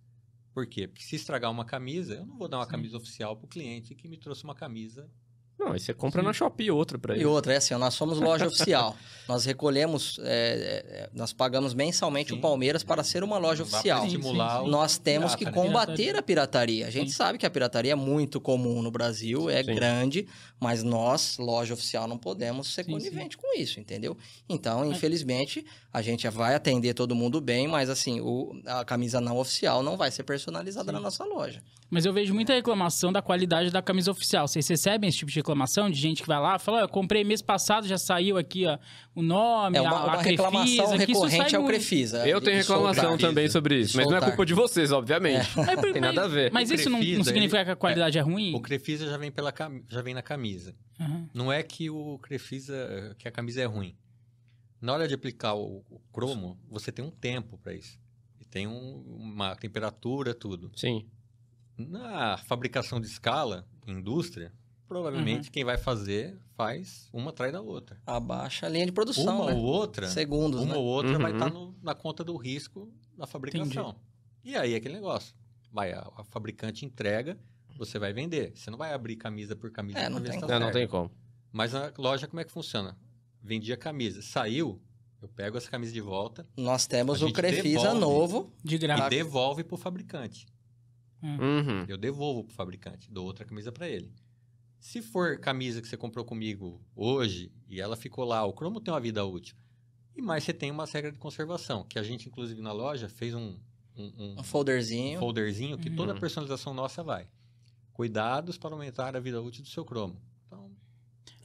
Por quê? Porque se estragar uma camisa, eu não vou dar uma
Sim.
camisa oficial pro cliente que me trouxe uma camisa.
Não, aí você compra na Shopee outra pra
E
ele.
outra, é assim, ó, nós somos loja
[laughs]
oficial. Nós recolhemos, é, é, é, nós pagamos mensalmente
Sim.
o Palmeiras para ser uma loja
Não dá pra
oficial.
sim,
estimular
sim.
o-
Nós temos que
pirata,
né?
combater a pirataria. A gente
Sim.
sabe que a pirataria é muito comum no Brasil, é
Sim.
grande, mas nós, loja oficial, não podemos ser
Sim,
conivente com isso, entendeu? Então, infelizmente, a gente vai atender todo mundo bem, mas assim, o- a camisa não oficial não vai ser personalizada
Sim.
na nossa loja.
Mas eu vejo muita reclamação da qualidade da camisa oficial. Vocês recebem esse tipo de reclamação de gente que vai lá e fala: "Ó, eu comprei mês passado, já saiu aqui ó, o nome,
É uma,
a,
uma
a
reclamação
Crefisa", que isso
recorrente
sai
ao
muito.
Crefisa.
Eu tenho
de soltar.
reclamação
Crefisa.
também sobre isso, mas não é
Soltar.
culpa de vocês, obviamente.
Aí,
Não tem
mas-
nada a ver.
Mas isso não, não
Crefisa,
significa que a qualidade é, ruim?
O Crefisa já vem, pela cam- já vem na camisa.
Aham.
Não é que o Crefisa, que a camisa é ruim. Na hora de aplicar o, o cromo, você tem um tempo para isso. E tem um- uma temperatura, tudo.
Sim.
Na fabricação de escala, indústria, provavelmente quem vai fazer faz uma atrás da outra.
Abaixa a linha de produção,
uma
né?
ou outra,
Segundos,
uma
né?
ou outra vai
Uhum.
estar na conta do risco da fabricação. E aí é aquele negócio. Vai, a, a fabricante entrega, você vai vender. Você não vai abrir camisa por camisa
É,
pra
não
ver
tem
se tá
Não, não
certo.
tem como.
Mas na loja, como é que funciona? Vendi a camisa. Saiu, eu pego essa camisa de volta
Nós temos
A
o
gente
Crefisa
devolve.
novo.
De
e
graça.
devolve pro fabricante.
Uhum.
Eu devolvo pro fabricante, dou outra camisa para ele. Se for camisa que você comprou comigo hoje e ela ficou lá, o cromo tem uma vida útil. E mais você tem uma regra de conservação, que a gente, inclusive, na loja, fez um, um, um
Um folderzinho.
folderzinho que toda a
Uhum.
personalização nossa vai. Cuidados para aumentar a vida útil do seu cromo. Então,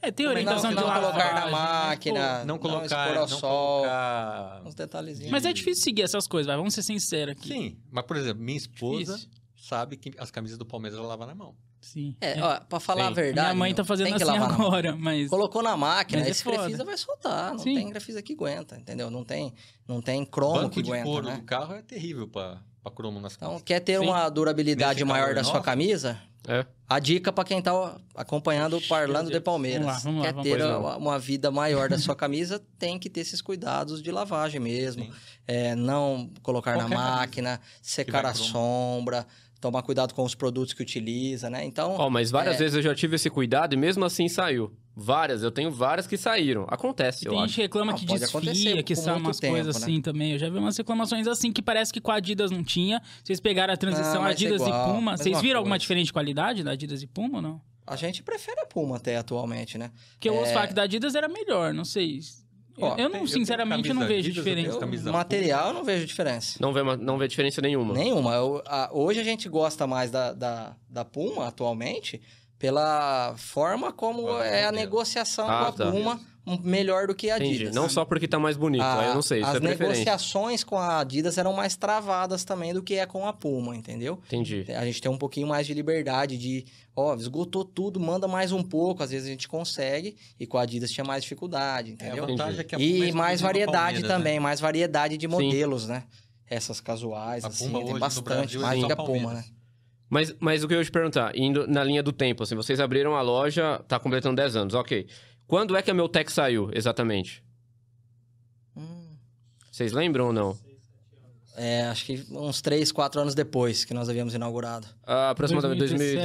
É, tem
Não,
orientação
Então, não,
de
não colocar na
lavagem, então,
máquina,
não colocar,
Ah, expor
não,
ao sol,
colocar...
uns detalhezinhos.
Mas é difícil seguir essas coisas, vai, vamos ser sinceros aqui.
Sim, mas, por exemplo, minha esposa
Difícil.
sabe que as camisas do Palmeiras ela lava na mão.
Sim.
É, ó, pra falar a
Sim.
verdade.
Minha mãe tá
meu,
fazendo
tem que
assim
lavar na mão.
agora, mas.
Colocou na máquina,
Mas é
esse
foda.
grafisa vai soltar. Não
Sim.
tem grafisa que aguenta, entendeu? Não tem, não tem cromo
Banco
que
de
aguenta,
couro
né?
do carro é terrível pra, pra cromo nas
Então,
costas.
quer ter
Sim.
uma durabilidade
Nesse
maior
calor
da sua
nosso?
camisa?
É.
A dica pra quem tá acompanhando o Parlando de Palmeiras.
Vamos lá, vamos lá,
quer
vamos
ter
lá.
uma, uma vida maior da sua camisa, tem que ter esses cuidados de lavagem mesmo.
Sim.
É, não colocar na
Qualquer camisa
máquina, secar
vai
a
pro-
sombra, tomar cuidado com os produtos que utiliza, né? Então,
Ó, mas várias
É.
vezes eu já tive esse cuidado e mesmo assim saiu. Várias, eu tenho várias que saíram. Acontece,
E
eu
tem gente
acho.
que reclama
Ah,
que
pode
desfia,
acontecer
que
por
são
muito
umas
tempo,
coisas
né?
assim também. Eu já vi umas reclamações assim que parece que com a Adidas não tinha. Vocês pegaram a transição
Não, mas é
Adidas e
igual,
Puma.
mesma
Vocês viram alguma
coisa.
diferente de qualidade da Adidas e Puma ou não?
a gente prefere a Puma até atualmente, né?
Porque o
É.
SPAC da Adidas era melhor, não sei. Eu-
Ó,
eu
tem-
não,
eu
sinceramente, eu
tenho
não
camisa
vejo
Adidas, eu tenho
diferença.
camisa-
O
Camisa é
material eu não vejo diferença.
Não vê, uma- não vê diferença nenhuma.
Nenhuma. Eu- a- hoje a gente gosta mais da, da, da Puma, atualmente, pela forma como
Ah,
é a
meu Deus.
negociação
Ah,
com a
tá.
Puma um- melhor do que a Adidas.
Entendi. Não só porque tá mais bonito,
A-
aí eu não sei, isso
as
é preferência.
negociações com a Adidas eram mais travadas também do que é com a Puma, entendeu?
Entendi.
A gente tem um pouquinho mais de liberdade de, ó, esgotou tudo, manda mais um pouco, às vezes a gente consegue, e com a Adidas tinha mais dificuldade,
É, a
entendeu?
vantagem é que a Puma
E
é
mais
exclusiva
variedade
Palmeiras,
também, mais variedade de
Sim.
modelos, né? Essas casuais,
A
assim,
Puma hoje
tem
no
bastante,
Brasil é
mais
só
que a Puma, né?
Palmeiras.
Mas, mas o que eu ia te perguntar, indo na linha do tempo, assim, vocês abriram a loja, tá completando 10 anos, ok. Quando é que a Meltec saiu, exatamente?
Hum,
Vocês lembram ou não?
É, acho que uns 3, 4 anos depois que nós havíamos inaugurado.
Ah, aproximadamente
2017,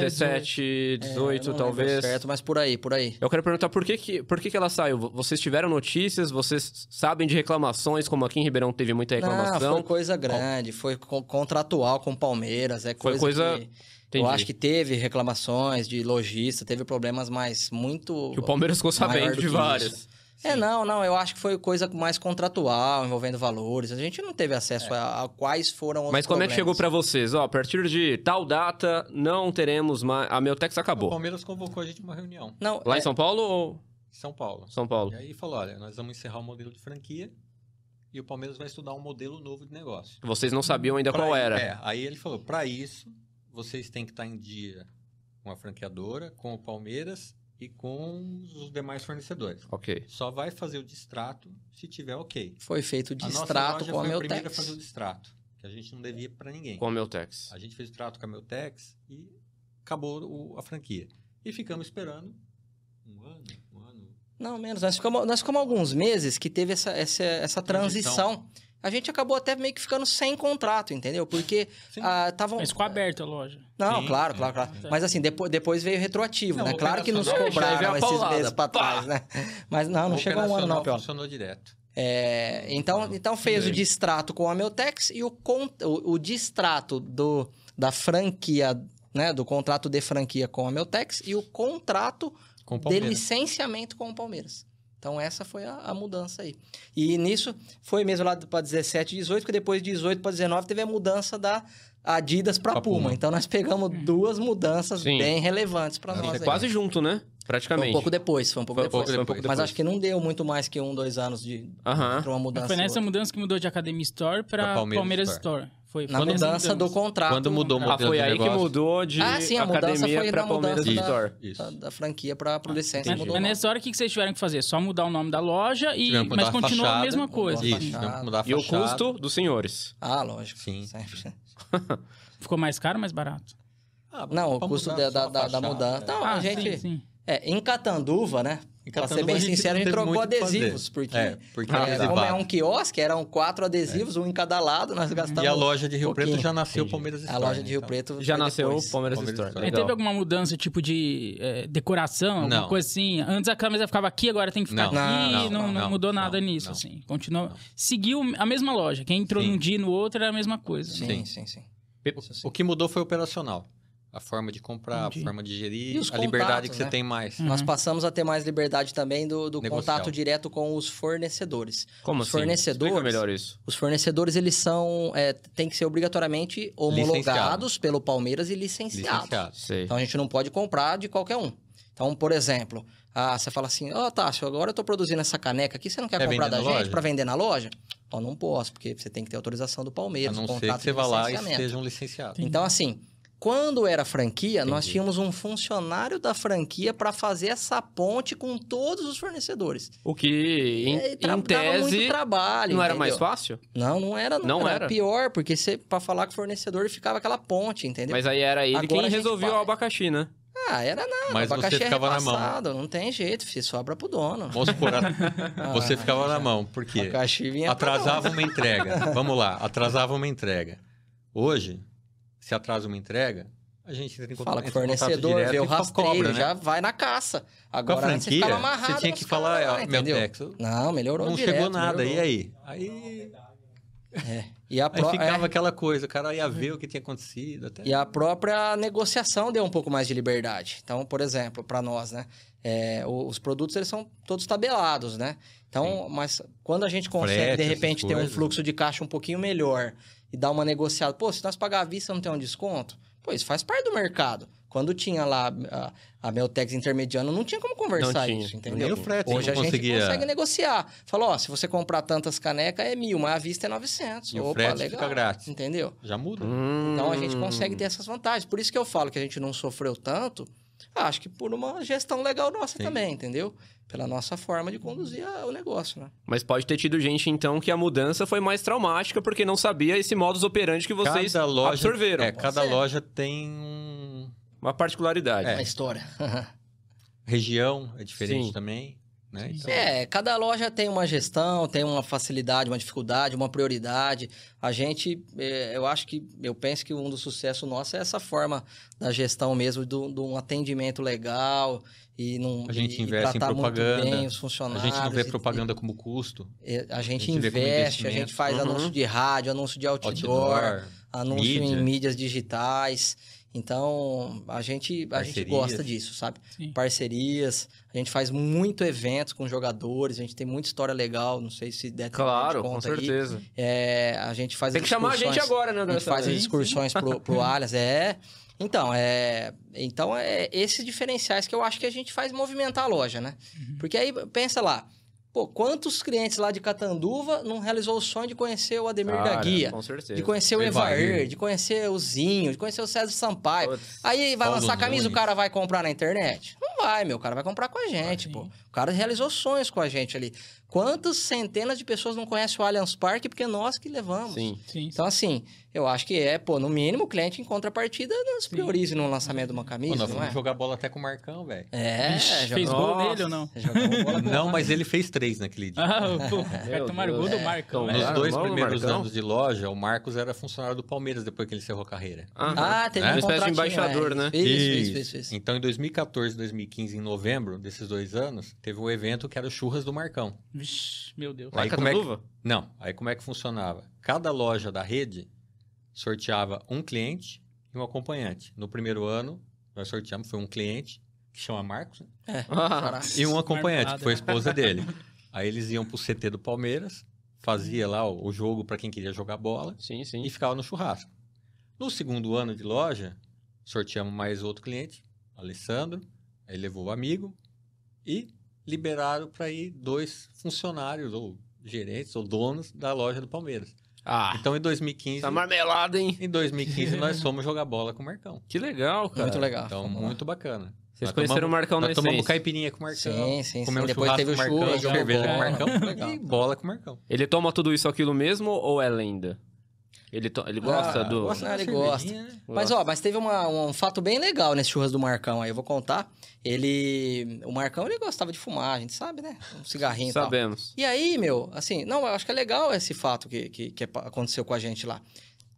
2017,
É, eu
2018,
não lembro
talvez.
Certo, mas por aí, por aí.
Eu quero perguntar por que, que, por que, que ela saiu? Vo- Vocês tiveram notícias? Vocês sabem de reclamações? Como aqui em Ribeirão teve muita
Não,
reclamação.
foi coisa grande, foi co- contratual com o Palmeiras, é
Foi
coisa,
coisa-
que...
Entendi.
Eu acho que teve reclamações de lojista, teve problemas, mas muito...
Que o Palmeiras ficou
Maior
sabendo
do
de
que
várias.
isso. É, não, não, eu acho que foi coisa mais contratual, envolvendo valores. A gente não teve acesso a, a quais foram os
É. Mas como é que chegou
problemas.
pra vocês? Ó, a partir de tal data, não teremos mais... A Meltex
O
acabou.
Palmeiras convocou a gente pra uma reunião
Não,
Lá
é,
em São Paulo ou
em São Paulo.
São Paulo?
E aí falou, olha, nós vamos encerrar o modelo de franquia e o Palmeiras vai estudar um modelo novo de negócio.
Vocês não sabiam ainda
Pra
qual
i-
era.
É, aí ele falou, pra isso, vocês têm que estar em dia com a franqueadora, com o Palmeiras e com os demais fornecedores.
Ok.
Só vai fazer o distrato se tiver ok.
foi feito o
A nossa
distrato
loja
com a
foi primeira a
Meltex.
fazer o distrato, que a gente não devia pra ninguém.
Com a Meltex.
A gente fez o trato com a Meltex e acabou o- a franquia. E ficamos esperando um ano, um ano.
Não, menos. Nós ficamos, nós ficamos alguns meses que teve essa, essa, essa transição. A gente acabou até meio que ficando sem contrato, entendeu? Porque
Sim.
ah, estavam.
Mas ficou aberta a loja.
Não,
Sim,
claro,
sim.
claro, claro.
Tá.
Mas assim, depois, depois veio retroativo,
Não,
né?
o
Claro que nos
operacional-
Já veio
cobraram
a
esses
paulada,
meses pra
pá!
trás, né? [laughs] Mas não, não
O
chegou a um ano, não,
operacional
Pior.
funcionou direto.
É, então, então fez
Sim.
o distrato com a Meltex e o, con- o, o distrato do, da franquia, né? Do contrato de franquia com a Meltex e o contrato
Com o
de
Palmeiras.
licenciamento com o Palmeiras. Então essa foi a, a mudança aí. E nisso foi mesmo lá para 17, 18, porque depois de 18 para 19 teve a mudança da Adidas para
Pra
Puma.
Puma.
Então nós pegamos
Uhum.
duas mudanças
Sim.
bem relevantes para
Sim,
nós. aí.
Quase junto, né?
foi um
Praticamente.
pouco depois, foi um pouco
Foi um
depois.
pouco depois.
Mas acho que não deu muito mais que um, dois anos de
Aham.
pra uma mudança.
Foi nessa
e outra.
mudança que mudou de Academy Store pra
Pra
Palmeiras,
Palmeiras
Store. Foi,
Na
foi nessa
mudança do contrato.
Quando mudou
Ah,
o
Ah,
modelo
foi
de
aí que
negócio.
mudou de
Ah, sim, a mudança foi
academia
na
pra Palmeiras
mudança da-
Store.
Isso. Ah,
Da, da franquia para o licença.
Mas,
Entendi.
mudou
mas nessa hora, o que que vocês tiveram que fazer? Só mudar o nome da loja e...
Tivemos que
Mas
mudar a
continua a
fachada,
mesma
mudou
coisa.
fachada.
Isso, tivemos que mudar a
E o
fachada.
custo dos senhores.
Ah, lógico.
Sim.
Sempre.
Ficou mais caro ou mais barato? Ah,
Ah,
Não, o
pra
custo da-
mudar
da-
só a
da
fachada,
mudança.
é.
Não, a gente-
sim, sim.
É, em Catanduva, né?
Em
Pra ser
Catanduva,
bem
a gente não
sincero, a gente
teve
trocou
muito o que fazer.
adesivos, porque,
É, porque
é,
adesivava.
como é um quiosque, eram quatro adesivos, um em cada lado, nós gastamos.
É. E a loja de Rio Preto
pouquinho.
já nasceu
Entendi.
Palmeiras
A
Store.
loja
né,
de Rio
então.
Preto.
Já
foi
nasceu
depois.
o Palmeiras,
Palmeiras
Store.
Store.
Mas
Tá Legal.
É, teve alguma mudança, tipo, de eh, decoração, alguma
Não.
coisa assim? Antes a camisa ficava aqui, agora tem que ficar
Não,
aqui. Não,
não,
não,
não, não,
mudou nada
não,
nisso,
não.
assim. Continua...
Não.
Seguiu a mesma loja. Quem entrou
Sim.
num dia e no outro era a mesma coisa. né?
Sim, sim, sim. Isso sim.
O que mudou foi operacional. a forma de comprar,
Entendi.
a forma de gerir,
E
a
os
liberdade
contatos,
que você
né?
tem mais.
Uhum.
Nós passamos a ter mais liberdade também do, do
Negocial.
contato direto com os fornecedores.
Como
Os
assim?
fornecedores-
Explica melhor isso.
Os fornecedores, eles são... É, tem que ser obrigatoriamente homologados pelo Palmeiras e licenciados.
Licenciado.
Sei.
Então, a gente não pode comprar de qualquer um. Então, por exemplo, ah, você fala assim, ó, Tássio, agora eu tô produzindo essa caneca aqui, você não quer
Quer
comprar
vender
da
na
gente
loja?
para vender na loja? Ó, não posso, porque você tem que ter autorização do
A
Palmeiras,
não ser
contrato
que você
de
vá lá e
licenciamento.
seja um licenciado.
Entendi.
Então, assim, quando era franquia, nós
Entendi.
tínhamos um funcionário da franquia para fazer essa ponte com todos os fornecedores.
O que, em,
É,
em
tra- dava muito
tese,
trabalho.
não era
entendeu?
mais fácil?
Não, não era. Não,
Não
era.
era?
pior, porque você, pra falar com o fornecedor, ficava aquela ponte, entendeu?
Mas aí era ele
Agora a
quem
gente
resolvia o
paga.
abacaxi, né?
Ah, era nada.
Mas
abacaxi
você ficava
é
na mão.
repassado, não tem jeito, filho, sobra pro dono.
Vamos supor, a-
[laughs] Ah,
você ficava na mão, por quê?
Abacaxi vinha pra
Atrasava
[laughs]
uma entrega. Vamos lá, atrasava uma entrega. Hoje, se atrasa uma entrega, a gente entra em
nós.
conta-
Fala com o
entra em contato
fornecedor,
direto
vê o
e co-
rastreio,
cobra, né?
já vai na caça.
Com a
Agora né, antes você
franquia,
ficava amarrado.
você tinha
nos
que
caras
falar,
lá,
"Ah, meu
entendeu?
texto,
Não, melhorou
não
direto,
chegou nada,
melhorou.
e aí? Aí,
É. E a,
aí
pró-
ficava
é.
aquela coisa, o cara ia ver o que tinha acontecido. Até...
E a própria negociação deu um pouco mais de liberdade. Então, por exemplo, para nós, né? é, o- os produtos eles são todos tabelados, né? Então, mas quando a gente consegue,
Frete,
de
essas
repente, ter um
coisas, né?
fluxo de caixa um pouquinho melhor e dar uma negociada, pô, se nós pagar à vista, não tem um desconto? Pô, isso faz parte do mercado. Quando tinha lá a, a Meltex intermediano, não tinha como conversar
tinha.
isso,
Nem
entendeu?
o frete
Hoje a
não
gente
conseguia.
consegue negociar. Falou, ó, se você comprar tantas canecas, é mil, mas à vista é 900.
E o
Opa,
frete
legal.
fica grátis.
Entendeu?
Já muda.
Então a
Hum.
gente consegue
Hum.
ter essas vantagens. Por isso que eu falo que a gente não sofreu tanto, acho que por uma gestão legal nossa
Sim.
também, entendeu? Pela nossa forma de conduzir a- o negócio, né?
Mas pode ter tido gente, então, que a mudança foi mais traumática porque não sabia esse modus operandi que vocês
cada loja,
absorveram.
É, cada
ser.
loja tem um...
Uma particularidade.
É.
Uma história.
Região é diferente
Sim.
também, né?
Sim.
Então,
é, cada loja tem uma gestão, tem uma facilidade, uma dificuldade, uma prioridade. A gente, é, eu acho que, eu penso que um dos sucessos nossos é essa forma da gestão mesmo, do- de um atendimento legal e não
A gente
e- e
investe em
tratar muito
propaganda.
bem os
a
funcionários.
gente não vê
e- e-
propaganda como custo,
É, A gente,
A gente vê como
investe, a gente
investimento.
faz
Uhum.
anúncio de rádio, anúncio de outdoor,
outdoor,
anúncio
mídia.
em mídias digitais. Então, a gente, a gente
Parcerias.
gosta disso, sabe?
Sim.
Parcerias, a gente faz muito eventos com jogadores, a gente tem muita história legal, não sei se der tempo de
Claro, com
conta aí.
certeza.
É, a gente faz
Tem que
as
chamar a gente
excursões-
agora, né,
a gente
Anderson?
faz as
Sim,
excursões pro, pro Allianz, é. Então, é. Então, é esses diferenciais que eu acho que a gente faz movimentar a loja, né? Porque aí, pensa lá. Pô, quantos clientes lá de Catanduva não realizou o sonho de conhecer o Ademir
Cara,
da Guia?
Com certeza.
De conhecer o
Evair.
Evair, de conhecer o Zinho, de conhecer o César Sampaio.
Putz.
Aí vai
Paulo
lançar a camisa, o
Nunes.
cara vai comprar na internet? Não vai, meu. O cara vai comprar com a gente, pô. O cara realizou sonhos com a gente ali. Quantas centenas de pessoas não conhecem o Allianz Parque porque nós que levamos?
Sim.
Sim,
Então, assim, eu acho que é, pô, no mínimo o cliente em contrapartida nos
Sim.
priorize no lançamento de uma
Pô,
camisa,
nós
não
vamos
é?
jogar bola até com o Marcão, velho.
É,
Ixi,
jogar-
fez gol
Nossa.
nele ou não?
jogar uma
um- [laughs]
bola com
Não, mas ele fez três naquele dia.
Ah, pô, vai
Meu
tomar o
Deus.
gol do
É.
Marcão.
Então,
né?
Nos
claro,
dois
vamos,
primeiros
Marcão.
anos de loja, o Marcos era funcionário do Palmeiras depois que ele encerrou a carreira.
Ah, teve
Né?
um
Uma espécie de
contratinho,
embaixador,
é.
né?
Isso, isso, isso, isso.
Então, em 2014, 2015, em novembro desses dois anos, teve um evento que era o Churras do Marcão.
Vixe, meu Deus.
Lá em
Aí como é que-
Catanduva?
Não, aí como é que funcionava? Cada loja da rede sorteava um cliente e um acompanhante. No primeiro ano, nós sorteamos, foi um cliente, que chama Marcos, né?
é?
Ah,
Caraca.
e um acompanhante,
Marcado.
que foi a esposa dele. Aí eles iam pro CT do Palmeiras, fazia lá o o jogo para quem queria jogar bola.
sim, sim.
e ficava no churrasco. No segundo ano de loja, sorteamos mais outro cliente, Alessandro, aí levou o amigo e liberaram para ir dois funcionários ou gerentes ou donos da loja do Palmeiras.
Ah,
Então em 2015,
tá marmelada, hein?
em 2015 nós fomos jogar bola com o Marcão.
Que legal, cara.
Muito legal.
Então
Tá, Vamos lá.
muito bacana.
Vocês
Nós
conheceram
tomamos-
o Marcão na
Nós tomamos
essência.
caipirinha com o Marcão.
Sim, sim, sim.
Comemos
Depois
churrasco
teve o
com o Marcão,
churras, jogou
cerveja com o
bola.
Marcão
Legal.
e bola com o Marcão.
Ele toma tudo isso, aquilo mesmo ou é lenda? Ele, to- ele gosta
Ah,
do...
gosta.
da
Ele gosta.
cervejinha, né?
Mas, ó, mas teve uma- um fato bem legal nesse churras do Marcão aí, eu vou contar. Ele... O Marcão, ele gostava de fumar, a gente sabe, né? Um cigarrinho e tal.
Sabemos.
E aí, meu, assim, não, eu acho que é legal esse fato que, que, que aconteceu com a gente lá.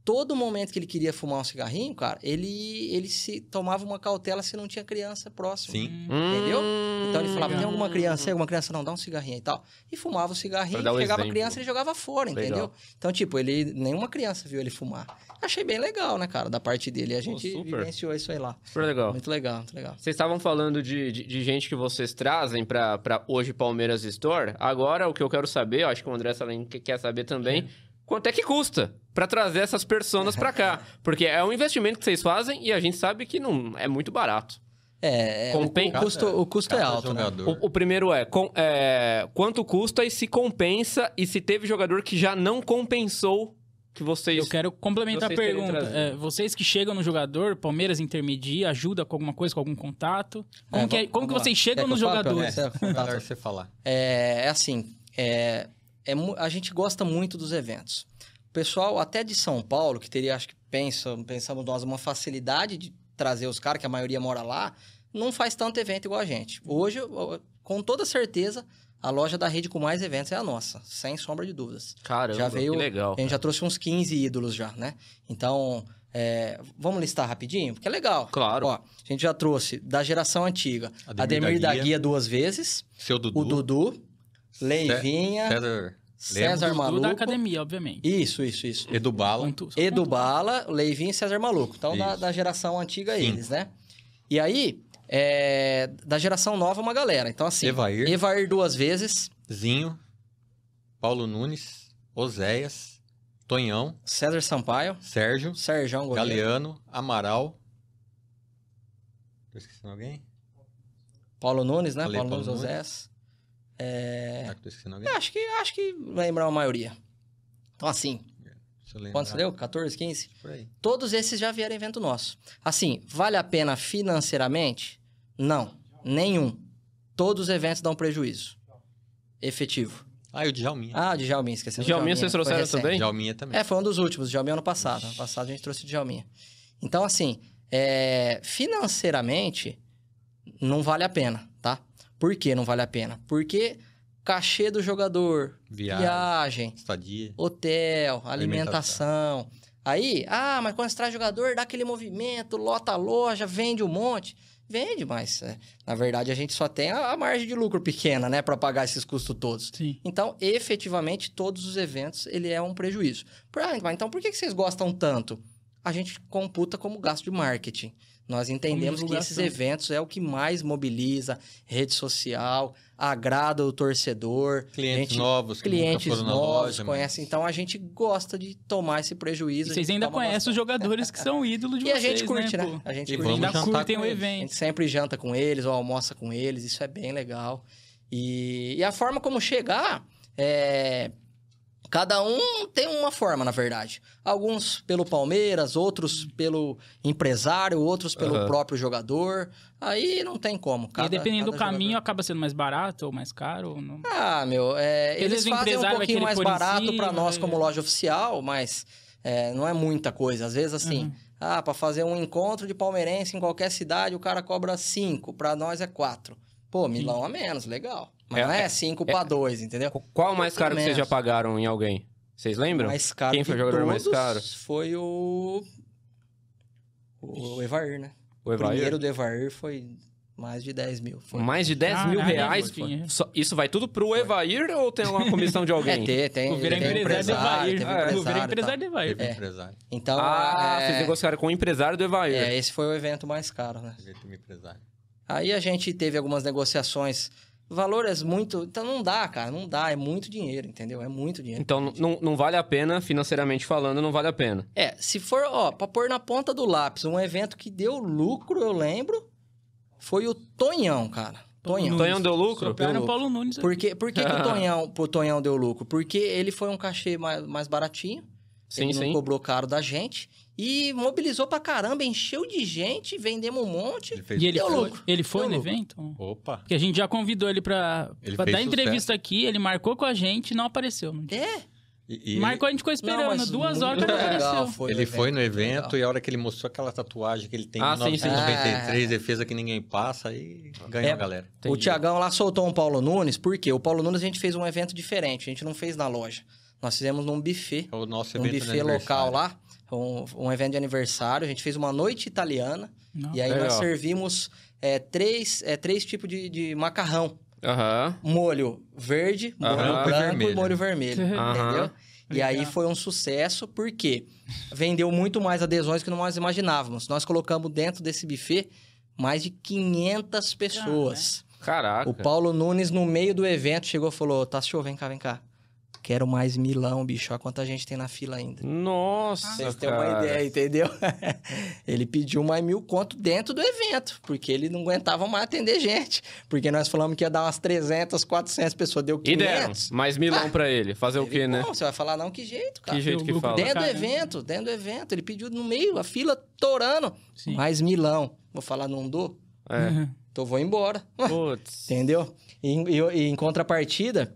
todo momento que ele queria fumar um cigarrinho, cara, ele, ele se tomava uma cautela se não tinha criança próxima.
Sim.
Hum,
Entendeu? Então ele falava,
Legal.
tem
Hum.
alguma criança aí? Alguma criança? Não, dá um cigarrinho e tal. E fumava o cigarrinho,
Pra dar um
chegava a
exemplo.
criança e ele jogava fora,
Legal.
entendeu? Então, tipo, ele nenhuma criança viu ele fumar. Achei bem legal, né, cara, da parte dele. A gente
super.
vivenciou isso aí lá.
Super legal.
Muito legal, muito legal.
Vocês estavam falando de, de, de gente que vocês trazem pra pra hoje Palmeiras Store. Agora, o que eu quero saber, eu acho que o André Salem que- quer saber também, quanto é que custa pra trazer essas personas pra cá?
[laughs]
Porque é um investimento que vocês fazem e a gente sabe que não é muito barato.
É, é,
Compen-
o custo, o custo é
Cada
alto, né?
jogador.
O, o primeiro é, com- é, quanto custa e se compensa e se teve jogador que já não compensou que vocês...
Eu quero complementar
Vocês
a
terem
pergunta.
trazido.
É, vocês que chegam no jogador, Palmeiras intermedia, ajuda com alguma coisa, com algum contato? Como,
É,
que, é-
vamos-
como que
vamos lá.
vocês
Quer
chegam
que
nos
eu fale, Pelé?
jogadores?
Você contato?
É, Melhor você falar.
É, é assim, é, é mu- a gente gosta muito dos eventos. O pessoal até de São Paulo, que teria, acho que pensa, pensamos nós, uma facilidade de trazer os caras, que a maioria mora lá, não faz tanto evento igual a gente. Hoje, eu- eu- com toda certeza, a loja da rede com mais eventos é a nossa, sem sombra de dúvidas.
Caramba,
Já veio-
que legal.
A gente já trouxe uns 15 ídolos já, né? Então, é, vamos listar rapidinho, porque é legal.
Claro.
Ó, a gente já trouxe da geração antiga,
Ademir
Ademir
da
da
Guia.
Guia duas vezes,
Seu Dudu.
o Dudu, Leivinha,
César.
César
Tudo
Maluco.
da academia, obviamente.
Isso, isso, isso.
Edu Bala.
Contu- só
Edu
contu-
Bala, Leivinho e César Maluco. Então, da,
Isso.
da geração antiga,
Sim.
eles, né? E aí, é, da geração nova, uma galera. Então, assim,
Evair.
Evair duas vezes,
Zinho. Paulo Nunes. Oséias. Tonhão.
César Sampaio,
Sérgio.
Sérgio Goleiro,
Galeano. Amaral. Tô esquecendo alguém?
Paulo Nunes, né?
Falei
Paulo,
Paulo
Nunes,
Nunes.
Osés. É...
Será que tô esquecendo
eu
alguém?
Acho que, acho que lembrar a maioria. Então, assim,
Deixa eu lembrar.
quantos deu? 14, 15?
Por aí.
Todos esses já vieram evento nosso. Assim, vale a pena financeiramente? Não, nenhum. Todos os eventos dão prejuízo. Efetivo.
Ah, e o Djalminha.
Ah, de Jalminha, esqueci.
Djalminha, vocês trouxeram também?
Djalminha também.
É, foi um dos últimos, Djalminha ano passado. Ano passado a gente trouxe Djalminha. Então, assim, é, financeiramente, não vale a pena, tá? Por que não vale a pena? Porque cachê do jogador,
Viagem.
viagem
Estadia.
hotel, alimentação. Aí, ah, mas quando você traz jogador, dá aquele movimento, lota a loja, vende um monte. Vende, mas é, na verdade a gente só tem a, a margem de lucro pequena, né, para pagar esses custos todos.
Sim.
Então, efetivamente, todos os eventos ele é um prejuízo. Por- ah, mas então por que que vocês gostam tanto? A gente computa como gasto de marketing. Nós entendemos que esses
divulgação.
eventos é o que mais mobiliza rede social, agrada o torcedor.
Clientes
gente
novos que
clientes
nunca foram
novos
na loja. mas-
conhecem. Então a gente gosta de tomar esse
E
prejuízo. a
vocês
gente
ainda
toma
conhecem
[laughs]
os
bastante.
jogadores que são ídolos de
um E a
vocês,
gente curte, né?
pô?
A gente
E
curte.
vamos
ainda
jantar
curtem
com
o
eles.
A gente
evento.
sempre janta com eles ou almoça com eles, isso é bem legal. E, e a forma como chegar é. Cada um tem uma forma, na verdade. Alguns pelo Palmeiras, outros pelo empresário, outros pelo
Aham.
próprio jogador. Aí não tem como. Cada,
e dependendo do
cada
caminho,
jogador- é
acaba sendo mais barato ou mais caro. ou não.
Ah, meu, é,
Porque às
eles
vezes o
fazem um
empresário vai
pouquinho
querer
mais
pôr em
barato
cima,
pra nós
é.
como loja oficial, mas é, não é muita coisa. Às vezes, assim,
Uhum.
ah, pra fazer um encontro de palmeirense em qualquer cidade, o cara cobra cinco, pra nós é quatro. Pô, Milão a menos, legal. Mas
É,
não
é,
é cinco pra dois, entendeu?
Qu- Qual o mais
Pelo
caro que vocês já
menos.
pagaram em alguém? Vocês lembram?
Mais caro
Quem foi o
de
jogador mais
todos
caro?
Foi o. O Evair, né?
O
O
Evair?
primeiro do Evair foi mais de 10 mil. Foi.
Mais de 10 mil
Caralho,
reais?
Rafinha.
Só- isso vai tudo pro Evair ou tem uma comissão
[laughs]
de
É,
alguém?
tem, tem,
O Vira
teve
empresário do
empresário,
Evair. Ah,
teve
É,
O Vira
empresário e
empresário do Evair.
Teve
É.
empresário.
tal. Então,
Ah,
é...
vocês negociaram com o empresário do Evair.
É, esse foi o evento mais caro, né?
Teve empresário.
Aí a gente teve algumas negociações. Valores muito. Então não dá, cara. Não dá. É muito dinheiro, entendeu? É muito dinheiro.
Então, não, não vale a pena, financeiramente falando, não vale a pena.
É, se for, ó, pra pôr na ponta do lápis, um evento que deu lucro, eu lembro, foi o Tonhão, cara. Tonhão.
Tonhão deu lucro?
Sopraram o
Deu lucro.
Paulo Nunes.
Por que, por que, que o Tonhão, pro Tonhão deu lucro? Porque ele foi um cachê mais, mais baratinho.
Sim,
ele não
sim.
cobrou caro da gente. E mobilizou pra caramba, encheu de gente, vendemos um monte.
Ele fez...
E ele
Deu
foi,
lucro.
ele foi
Deu
no
lucro.
evento?
Opa!
Porque a gente já convidou ele pra,
Ele
pra
fez
dar
sucesso.
entrevista aqui, ele marcou com a gente e não apareceu. Não tinha.
É,
E- e
Marcou, a gente ficou
não,
esperando
mas
duas
muito
horas que não
legal
apareceu.
foi o
ele
evento,
foi no
muito
evento
legal.
e a hora que ele mostrou aquela tatuagem que ele tem em
Ah, sim, sim.
1993, ele fez a que ninguém passa e ganhou
É.
a galera.
Entendi.
O Tiagão lá soltou um Paulo Nunes, por quê? O Paulo Nunes a gente fez um evento diferente, a gente não fez na loja. Nós fizemos num buffet,
É o nosso
num
evento de
buffet local
aniversário.
lá, um, um evento de aniversário. A gente fez uma noite italiana
Não.
e aí nós
Legal.
servimos é, três, é, três tipos de, de macarrão.
Aham.
Molho verde, molho
Aham.
branco e
Vermelho.
molho vermelho.
Aham.
Entendeu? E
Legal.
aí foi um sucesso porque vendeu muito mais adesões que nós imaginávamos. Nós colocamos dentro desse buffet mais de 500 pessoas.
Caraca.
O Paulo Nunes, no meio do evento, chegou e falou: Tassio, vem cá, vem cá. Quero mais milão, bicho. Olha quanta gente tem na fila ainda.
Nossa,
Pra Vocês têm
cara.
uma ideia, entendeu? [laughs] ele pediu mais mil conto dentro do evento, porque ele não aguentava mais atender gente. Porque nós falamos que ia dar umas 300, 400 pessoas, deu
E
500.
deram mais milão pra ele. Fazer o
Ele,
quê, né?
Não, você vai falar não, que jeito, cara.
Que jeito
o
que
grupo
fala.
dele-
Dentro do
Caramba.
evento, dentro do evento. Ele pediu no meio, a fila torando.
Sim.
Mais milão. Vou falar, não dou?
É.
Uhum.
Então vou embora. [laughs]
Putz.
Entendeu? E, e- e em contrapartida,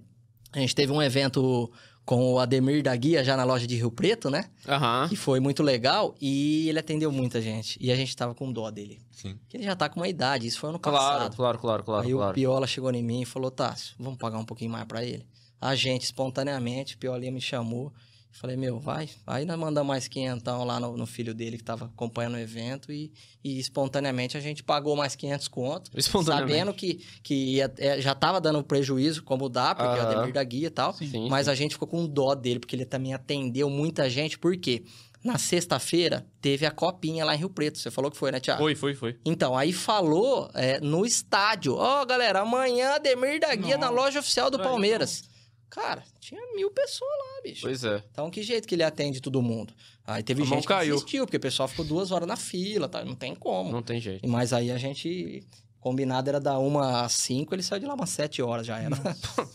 a gente teve um evento com o Ademir da Guia já na loja de Rio Preto, né?
Aham.
Que foi muito legal e ele atendeu muita gente. E a gente tava com dó dele.
Sim.
Porque ele já tá com uma idade, isso foi ano
Claro,
passado.
claro, claro, claro,
Aí o
claro.
Piola chegou em mim e falou, Tássio, vamos pagar um pouquinho mais pra ele. A gente, espontaneamente, o Piolinha me chamou. Falei, meu, vai. Aí nós mandamos mais quinhentão lá no, no filho dele que tava acompanhando o evento e, e espontaneamente a gente pagou mais 500 conto.
Espontaneamente.
Sabendo que, que ia- é, já tava dando prejuízo, como dá, porque é o
Aham.
Ademir da Guia e tal.
Sim,
Mas a gente ficou com dó dele, porque ele também atendeu muita gente. Por quê? Na sexta-feira teve a copinha lá em Rio Preto. Você falou que foi, né, Tiago?
Foi, foi, foi.
Então, aí falou é, no estádio. Ó, galera, amanhã Ademir da Guia na
Nossa.
loja oficial do
Vai,
Palmeiras. Cara, tinha mil pessoas lá, bicho.
Pois é.
Então, que jeito que ele atende todo mundo? Aí teve
A mão
gente
caiu.
que assistiu, porque o pessoal ficou duas horas na fila, tá? não tem como.
Não tem jeito.
Mas aí a gente... Combinado era da uma às cinco, ele saiu de lá umas sete horas já era. [laughs]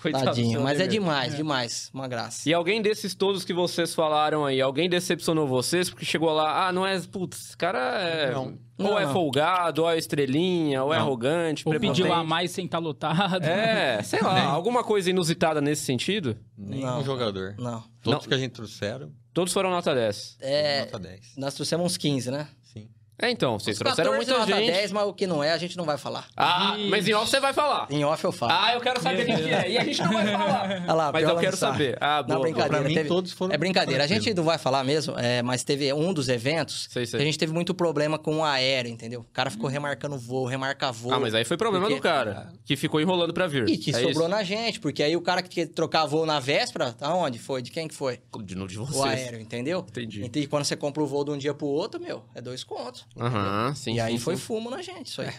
Coitado do
Tadinho,
seu
mas é
Ademir.
demais,
É.
demais. Uma graça.
E alguém desses todos que vocês falaram aí, alguém decepcionou vocês porque chegou lá, ah, não é, putz, esse cara é...
Não.
Ou
Não,
é
não.
folgado, ou é estrelinha, ou é
Não.
arrogante,
Ou pediu a
prepotente.
mais sem estar lotado. [laughs]
É, sei
[laughs]
lá, alguma coisa inusitada nesse sentido?
Nenhum
Não.
jogador.
Não.
Todos que a gente trouxeram,
Todos foram nota 10.
é... nota 10.
Nós trouxemos uns 15, né?
Sim.
É, então, vocês
Os
trouxeram
14
muita
nota
gente.
10, mas o que não é, a gente não vai falar.
Ah,
Ixi.
mas em off você vai falar.
Em off eu falo.
Ah, eu quero saber o que que é. E a gente
[laughs]
não vai falar.
Olha lá,
Mas
Piola
eu quero
não sabe.
saber. Ah, boa.
Não, brincadeira.
Pra mim,
teve-
todos foram
É brincadeira. A
tranquilos.
gente não vai falar mesmo, é, mas teve um dos eventos
Sei,
que
sei.
a gente teve muito problema com o aéreo, entendeu? O cara ficou remarcando voo, remarca voo.
Ah, mas aí foi problema
Porque-
do cara, que ficou enrolando pra vir.
E que
É
sobrou
isso?
na gente, porque aí o cara que quer trocar voo na véspera, tá onde foi? De quem que foi?
De novo de
O
vocês.
aéreo, entendeu?
Entendi.
Então, E quando você compra o voo de um dia pro outro, meu, é dois contos.
Aham, sim,
e aí
sim,
foi
sim.
fumo na gente, isso aí.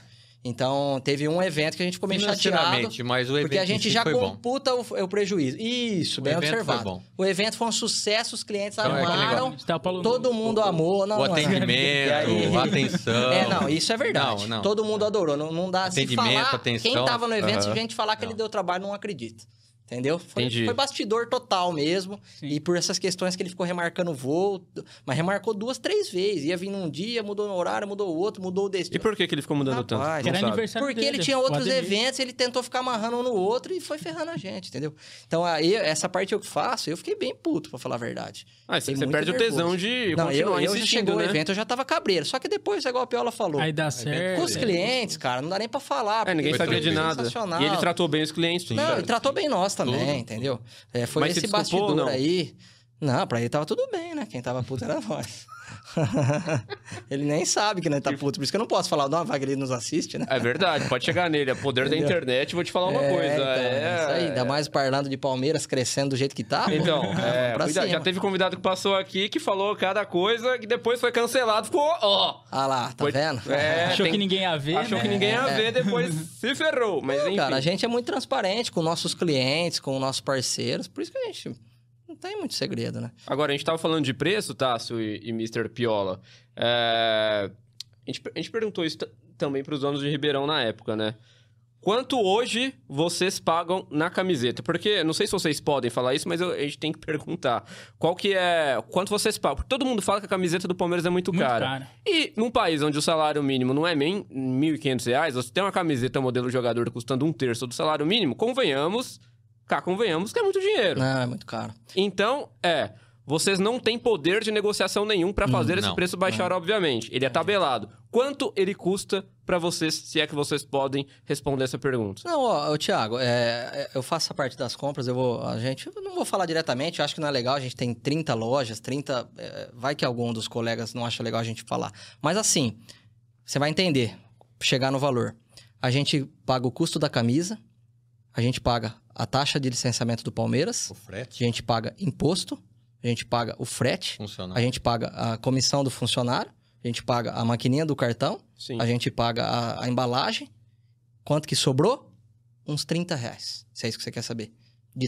Então, teve um evento que a gente ficou meio chateado.
É. Financeiramente, mas o evento
Porque a
em
gente
si
já
foi bom.
computa o, o prejuízo. Isso,
O
bem
evento foi
observado.
bom.
O evento foi um sucesso, os clientes
Então, é que
amaram,
legal.
Tá, o Paulo
todo mundo amou. Não,
o
não é.
atendimento,
E aí-
a atenção.
É, não, isso é verdade.
Não, não.
Todo mundo adorou. Não, não dá se
Atendimento,
falar.
atenção.
Quem tava no evento, se a
Aham.
gente falar que ele deu trabalho, não acredita. Entendeu? Foi,
Entendi.
foi bastidor total mesmo.
Sim.
E por essas questões que ele ficou remarcando o voo. Mas remarcou duas, três vezes. Ia vir num dia, mudou o horário, mudou o outro, mudou o destino.
E por que que ele ficou mudando
Rapaz,
tanto?
Era
Não sabe.
aniversário
Porque
dele,
ele tinha
o
outros
Ademir.
eventos, ele tentou ficar amarrando um no outro e foi ferrando a gente, entendeu? Então, aí, essa parte eu que faço, eu fiquei bem puto, pra falar a verdade.
Ah, você
Fiquei
você
muito
perde o
nervoso.
tesão de
Não, eu,
continuar
eu já
insistindo,
chegou o
né?
evento, eu já tava cabreiro. Só que depois, é igual a Piola falou,
Aí dá
com
certo.
os clientes, cara, não dá nem pra falar.
É, ninguém
porque
Foi
sabia de
foi
tranquilo.
nada.
sensacional.
E ele tratou bem os clientes.
Não,
cara.
ele tratou bem nós também,
Tudo.
entendeu? É, foi
Mas se
esse
desculpou ou
bastidor
não?
aí. Não, pra ele tava tudo bem, né? Quem tava puto era nós. [laughs] ele nem sabe que nós tá puto, por isso que eu não posso falar o nome, vai que ele nos assiste, né?
É verdade, pode chegar nele. É poder da internet, vou te falar uma
É,
coisa.
então,
é...
isso aí, ainda mais parlando de Palmeiras crescendo do jeito que tá. pô. [laughs]
Então, é,
pra
cuidado,
cima.
já teve convidado que passou aqui que falou cada coisa que depois foi cancelado, ficou, ó.
Ah lá, tá
Foi-
vendo? [laughs]
É,
Achou
tem-
que ninguém ia ver,
achou
né?
que ninguém ia
É.
ver,
[laughs]
depois se ferrou. Mas enfim.
Cara, a gente é muito transparente com nossos clientes, com nossos parceiros, por isso que a gente não tem muito segredo, né?
Agora, a gente tava falando de preço, Tássio e, e Mr. Piola. É, A, gente, a gente perguntou isso t- também pros donos de Ribeirão na época, né? Quanto hoje vocês pagam na camiseta? Porque, não sei se vocês podem falar isso, mas eu- a gente tem que perguntar. Qual que é... Quanto vocês pagam? Porque todo mundo fala que a camiseta do Palmeiras é muito,
Muito
cara.
cara.
E num país onde o salário mínimo não é nem R$ 1.500, você tem uma camiseta modelo jogador custando um terço do salário mínimo, convenhamos, cá convenhamos, que é muito dinheiro.
Não, é muito caro.
Então, é, vocês não têm poder de negociação nenhum pra fazer esse
não,
preço baixar, obviamente. Ele é tabelado. Quanto ele custa para vocês, se é que vocês podem responder essa pergunta?
Não, ó, ô, Thiago, é, eu faço a parte das compras, eu vou. A gente eu não vou falar diretamente, eu acho que não é legal, a gente tem 30 lojas, 30. é, vai que algum dos colegas não acha legal a gente falar. Mas assim, você vai entender, chegar no valor. A gente paga o custo da camisa, a gente paga a taxa de licenciamento do Palmeiras,
O frete
a gente paga imposto, a gente paga o frete,
funcional.
a gente paga a comissão do funcionário, a gente paga a maquininha do cartão.
Sim.
A gente paga a, a embalagem. Quanto que sobrou? Uns 30 reais. Se é isso que você quer saber. De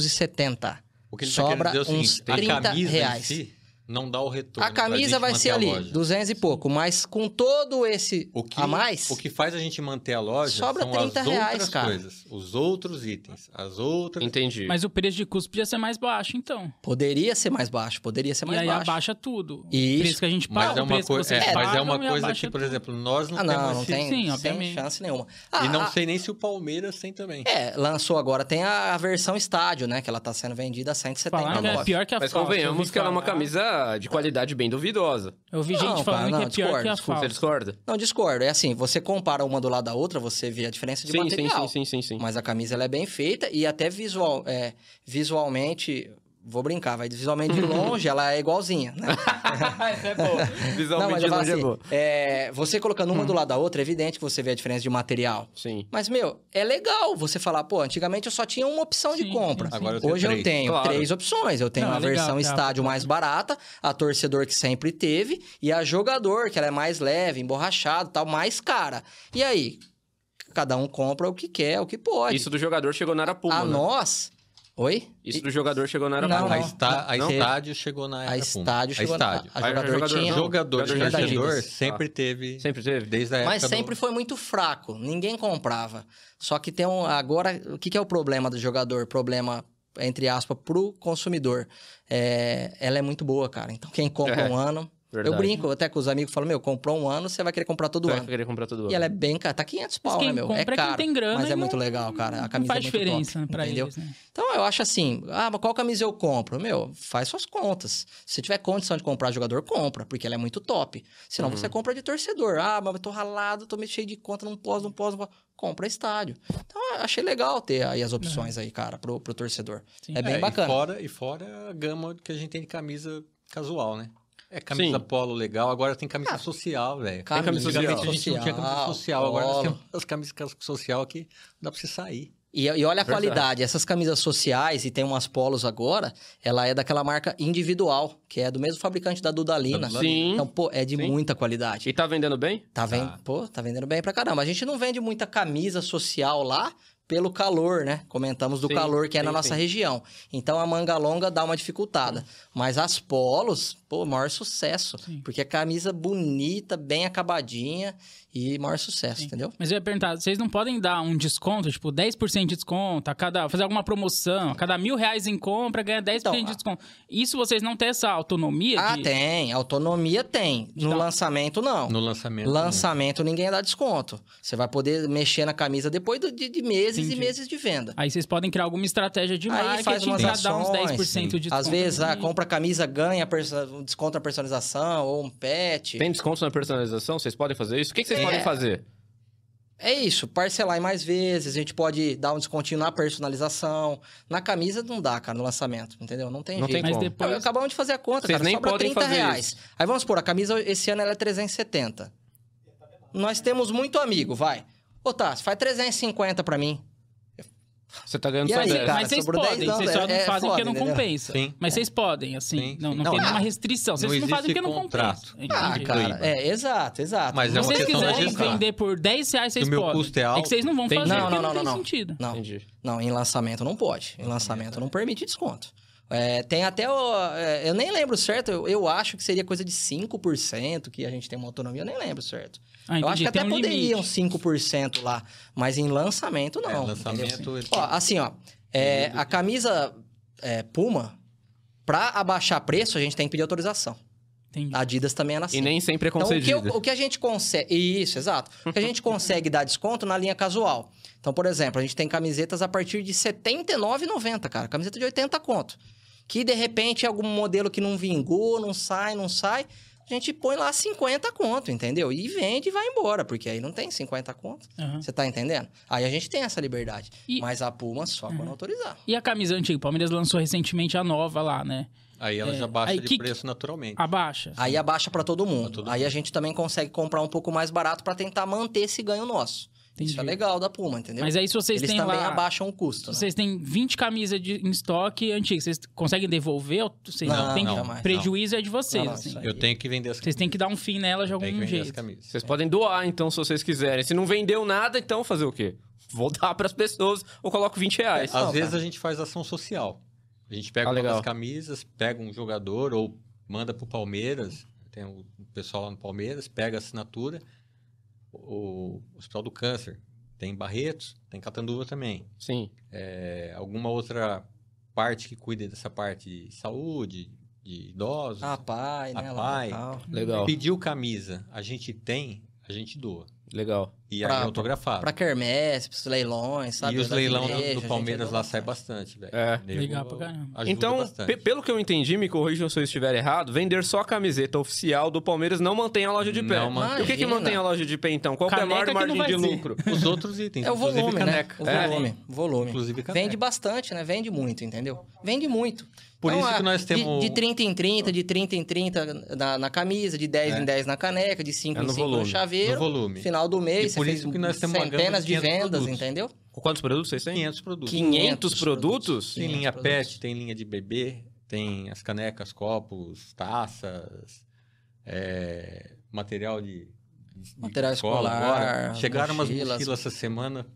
370.
O que ele
sobra
tá querendo dizer é o seguinte,
uns 30
a camisa
reais.
em si não dá o retorno.
A
pra
camisa
gente
vai
manter
ser
a
ali,
loja.
200 e pouco. Mas com todo esse
O que,
a mais,
o que faz a gente manter a loja
Sobra
são
30
as
reais,
outras
cara.
coisas, os outros itens, as
tá-
outras...
Então,
Entendi.
Mas o preço de custo podia ser mais baixo, então.
poderia ser mais baixo. Poderia ser
e
mais
aí
baixo.
abaixa tudo.
Isso.
O preço que a gente paga,
Mas é
o
uma,
preço
coi-
que vocês
é, mas é
pagam
uma
e
coisa
abaixa
que, por
tudo.
exemplo, nós não
Ah,
temos
não, não
esse-
tem,
Sim,
sem
obviamente.
chance nenhuma.
E
Ah,
não
ah,
sei nem se o Palmeiras tem também.
É, lançou agora. Tem a, a versão estádio, né? Que ela tá sendo vendida a
Falaram que é
179.
pior que a
Mas
falsa. eu
convenhamos
vi
que ela é uma
falar.
camisa de qualidade bem duvidosa.
Eu vi gente
Não,
falando
cara,
que é
não,
pior que a
discordo,
Você
falsa.
discorda?
Não, discordo. É assim, você compara uma do lado da outra, você vê a diferença de
Sim, sim,
material.
sim, sim, sim, sim.
Mas a camisa ela é bem feita e até visual, é, visualmente, vou brincar, vai visualmente de longe, ela é igualzinha, né?
Essa é boa.
Não, mas
[laughs] Visualmente
eu
não,
falo
é
assim,
boa.
é, você colocando uma do lado da outra, é evidente que você vê a diferença de material.
Sim.
Mas, meu, é legal você falar, pô, antigamente eu só tinha uma opção de
Sim,
compra.
sim, sim.
Agora eu tenho
Hoje eu
três.
tenho
Claro.
três opções. Eu tenho
Não,
a
é legal,
versão
tá,
estádio
tá.
mais barata, a torcedor que sempre teve, e a jogador, que ela é mais leve, emborrachada e tal, mais cara. E aí? Cada um compra o que quer, o que pode.
Isso do jogador chegou na Arapuma.
a
né?
nós. Oi?
Isso do jogador chegou na
Não,
Arapuma.
a
não.
está- a
Não?
estádio chegou na era
A
Puma.
estádio chegou Ah,
a estádio.
A,
Aí,
a jogador,
jogador
tinha.
não.
Jogador de
Jogador
de
torcedor
Ah.
Adidas.
sempre teve,
Ah, Sempre teve?
desde a época
Mas
do-
sempre foi muito fraco, ninguém comprava. Só que tem um. Agora, o que, que é o problema do jogador? Problema, entre aspas, pro consumidor. É, ela é muito boa, cara. Então, quem compra
É,
um ano.
verdade.
Eu brinco até com os amigos, falo: Meu, comprou um ano, você vai querer comprar todo
Você vai
ano.
querer comprar todo
E
ano.
ela é bem cara. Tá 500 pau,
quem
né, meu?
compra
É
é quem
caro.
tem grana
mas é
e
muito
não-
legal, cara. A
Não
camisa
faz
é muito
diferença
top,
pra
entendeu?
eles, né?
Então, eu acho assim, ah, mas qual camisa eu compro? Meu, faz suas contas. Se tiver condição de comprar jogador, compra, porque ela é muito top. Senão você compra de torcedor. Ah, mas eu tô ralado, tô meio cheio de conta, não posso, não posso. não posso. Compra estádio. Então, eu achei legal ter aí as opções aí, cara, pro, pro torcedor.
Sim.
É bem
É,
bacana.
E fora, e fora a gama que a gente tem de camisa casual, né? É camisa
Sim.
polo legal, agora tem camisa
Ah,
social, velho.
Camisa
camisa
Antigamente
social.
a gente não tinha camisa social, agora nós
polo.
temos as camisas cas- social que dá pra você sair.
E, e olha
Verdade.
a qualidade, essas camisas sociais e tem umas polos agora, ela é daquela marca individual, que é do mesmo fabricante da Dudalina.
Da
Sim.
Então, pô, é de
Sim.
muita qualidade.
E tá vendendo bem?
Tá vendo?
Tá.
Pô, tá vendendo bem pra caramba. A gente não vende muita camisa social lá pelo calor, né? Comentamos do
Sim,
calor que é na
sim,
nossa
sim.
região. Então a manga longa dá uma dificultada. Mas as polos, pô, maior sucesso.
Sim.
Porque é camisa bonita, bem acabadinha e maior sucesso,
Sim.
entendeu?
Mas eu ia perguntar, vocês não podem dar um desconto, tipo, 10% de desconto, a cada, fazer alguma promoção, a cada mil reais em compra, ganha 10%
Então,
de
a-
desconto. Isso vocês não têm essa autonomia
Ah,
de...
tem. Autonomia tem. No
Então-
lançamento, não.
No lançamento.
Lançamento ninguém dá desconto. Você vai poder mexer na camisa depois do- de, de meses e
Entendi.
meses de venda.
Aí vocês podem criar alguma estratégia de
Aí
marketing
faz umas
pra dar uns
ações,
10%
sim.
de desconto.
Às vezes, ah,
ali.
compra camisa, ganha perso- um desconto na personalização ou um pet.
Tem desconto na personalização? Vocês podem fazer isso? O que, que vocês
É.
podem fazer?
É isso, parcelar em mais vezes, a gente pode dar um descontinho na personalização. Na camisa não dá, cara, no lançamento, entendeu? Não tem
Não
jeito.
tem
Mas
como.
Ah,
depois...
Acabamos de fazer a conta,
Vocês
cara,
nem
sobra
podem
30
fazer
reais. Aí vamos supor, a camisa esse ano ela é 370. Nós temos muito amigo, vai. Ô, Tassi, faz 350 pra mim.
Você tá ganhando
E
só
aí,
10.
cara?
Mas vocês
sobrou dez,
podem,
não,
vocês só
é-
não
é
fazem porque
foda,
não
entendeu?
compensa.
Sim.
Mas vocês podem, assim,
Sim,
não,
sim.
não
Não,
tem
é.
nenhuma restrição. Vocês
Não
não, fazem
existe
porque não
contrato.
compensa.
Ah,
Entendi.
cara, é, exato, exato.
Mas é
Se
uma
vocês
questão da
quiserem
gestão.
vender por 10 reais, vocês
Se o meu
podem.
custo é alto,
que vocês não vão
tem-
fazer
Não,
porque
não,
não,
não,
tem
não, não.
sentido.
Não,
Entendi.
Não, em lançamento não pode. Em lançamento não permite desconto. É, tem até. o- é, eu nem lembro certo, eu, eu acho que seria coisa de 5% que a gente tem uma autonomia, eu nem lembro certo.
Ah,
eu
entendi,
acho que até
tem um
poderiam
limite.
5% lá, mas em lançamento não.
É,
entendeu?
lançamento. ele
Ó,
tem- um
assim, ó. é, a camisa é, Puma, pra abaixar preço, a gente tem que pedir autorização.
Entendi.
A Adidas também é assim.
E nem sempre é
Então, o que,
concedido.
eu- o que a gente consegue. Isso, exato. O que a gente consegue dar desconto na linha casual. Então, por exemplo, a gente tem camisetas a partir de R$ 79,90, cara. Camiseta de 80 conto. Que de repente é algum modelo que não vingou, não sai, não sai. a gente põe lá 50 conto, entendeu? E vende e vai embora, porque aí não tem 50 conto.
Aham.
Você tá entendendo? Aí a gente tem essa liberdade.
E- Uhum.
Mas a Puma só quando autorizar.
E a camisa antiga? O Palmeiras lançou recentemente a nova lá, né?
Aí ela
É,
já baixa
aí
de
que-
preço naturalmente.
A baixa.
Aí abaixa pra todo mundo.
Pra todo
aí a gente também consegue comprar um pouco mais barato pra tentar manter esse ganho nosso. Isso é
Entendi.
legal da Puma, entendeu?
Mas aí se vocês
Eles
têm
também
lá...
abaixam o custo. né?
Vocês têm 20 camisas de, em estoque antigas. Vocês conseguem devolver? Ou vocês
Não,
têm que-
não, jamais,
prejuízo é de vocês.
Não, não,
assim.
isso aí.
Eu tenho que vender as
Vocês têm que dar um fim nela de
tem que
algum
vender
jeito.
as camisas.
Vocês podem doar, então, se vocês quiserem. Se não vendeu nada, então fazer o quê? Vou dar pras pessoas ou coloco 20 reais.
Ah,
Às
Não,
vezes
cara.
a gente faz ação social. A gente pega
Ah,
uma
legal.
das camisas, pega um jogador ou manda pro Palmeiras. Tem o pessoal lá no Palmeiras, pega a assinatura. O Hospital do Câncer tem em Barretos, tem em Catanduva também.
Sim.
É, alguma outra parte que cuide dessa parte de saúde, de idosos.
A pai, né?
A
lá,
pai.
tal.
Legal.
Pediu camisa, a gente tem, a gente doa.
Legal.
E
Pra-
aí é autografado.
Pra quermesse, pros leilões, sabe?
e os
das
leilão
igrejas,
do
a gente
Palmeiras
adora.
lá sai bastante, velho.
É.
Nego
Legal pra caramba.
ajuda
Então,
bastante.
pe- pelo que eu entendi, me corrijam se eu estiver errado, vender só a camiseta oficial do Palmeiras não mantém a loja de pé.
Não
E o que, que
Imagina.
mantém a loja de pé, então? Qual que é a maior
Caneca que não
margem de
vai ter.
lucro?
Os outros itens.
É o
inclusive
volume, né?
caneca.
O
É.
volume, volume.
Inclusive caneca.
Vende bastante, né? Vende muito, entendeu? Vende muito.
Por isso
ah,
que nós
de-
temos-
De, 30 em 30, de 30 em 30 na, na camisa, de 10
É.
em 10 na caneca, de 5
É
em
no
5
volume,
no
No
chaveiro.
volume.
Final do mês,
E por
você
isso
fez
que nós temos uma gama
centenas
de
de
500
vendas,
produtos.
entendeu?
Quantos produtos vocês têm?
500 produtos.
500 produtos?
Tem
500
linha
produtos.
pet, tem linha de bebê, tem as canecas, copos, taças, é, material de... de
Material
escola
escolar,
Chegaram umas
mochilas.
mochilas essa semana,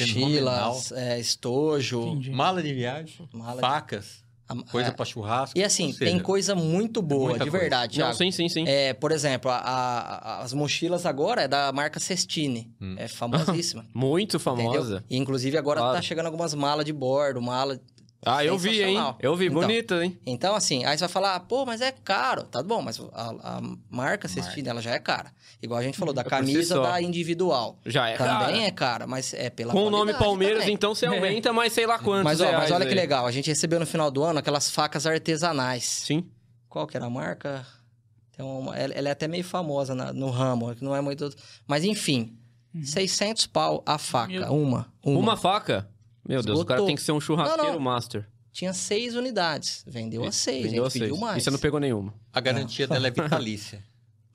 Mochilas, é, estojo,
Entendi.
mala de viagem,
mala. de-
facas,
a-
coisa
é.
pra churrasco.
E assim,
ou seja,
tem coisa muito boa,
muita
de
coisa.
verdade,
é Não, sim,
Thiago.
sim, sim.
É, por exemplo, a- a- as mochilas agora é da marca Cestini.
Hum.
É famosíssima.
Muito [laughs] famosa.
entendeu? E inclusive agora
Claro.
tá chegando algumas malas de bordo, mala.
Ah, eu vi, hein?
Sensacional.
Eu vi.
Então.
Bonita, hein?
Então, assim, aí você vai falar, pô, mas é caro. Tá bom, mas a, a marca Cestini, ela já é cara. Igual a gente falou, da
É por si
camisa
só.
da individual.
Já é.
também
cara.
é cara, mas é pela
Com o nome
qualidade
Palmeiras,
também.
então você
É.
aumenta, mas sei lá quantos.
Mas, ó, mas
reais
olha que
aí.
legal, a gente recebeu no final do ano aquelas facas artesanais.
Sim.
Qual que era a marca? Tem uma- ela, ela é até meio famosa na- no ramo, que não é muito... Mas enfim, 600 pau a faca,
Uhum. Meu-
uma, uma.
Uma, faca? Meu Deus, o cara
Esgotou.
tem que ser um churrasqueiro
Não, não.
master.
Tinha seis unidades, vendeu a seis,
Vendeu
a
a
gente pediu
seis.
mais.
E você não pegou nenhuma.
A garantia dela é vitalícia.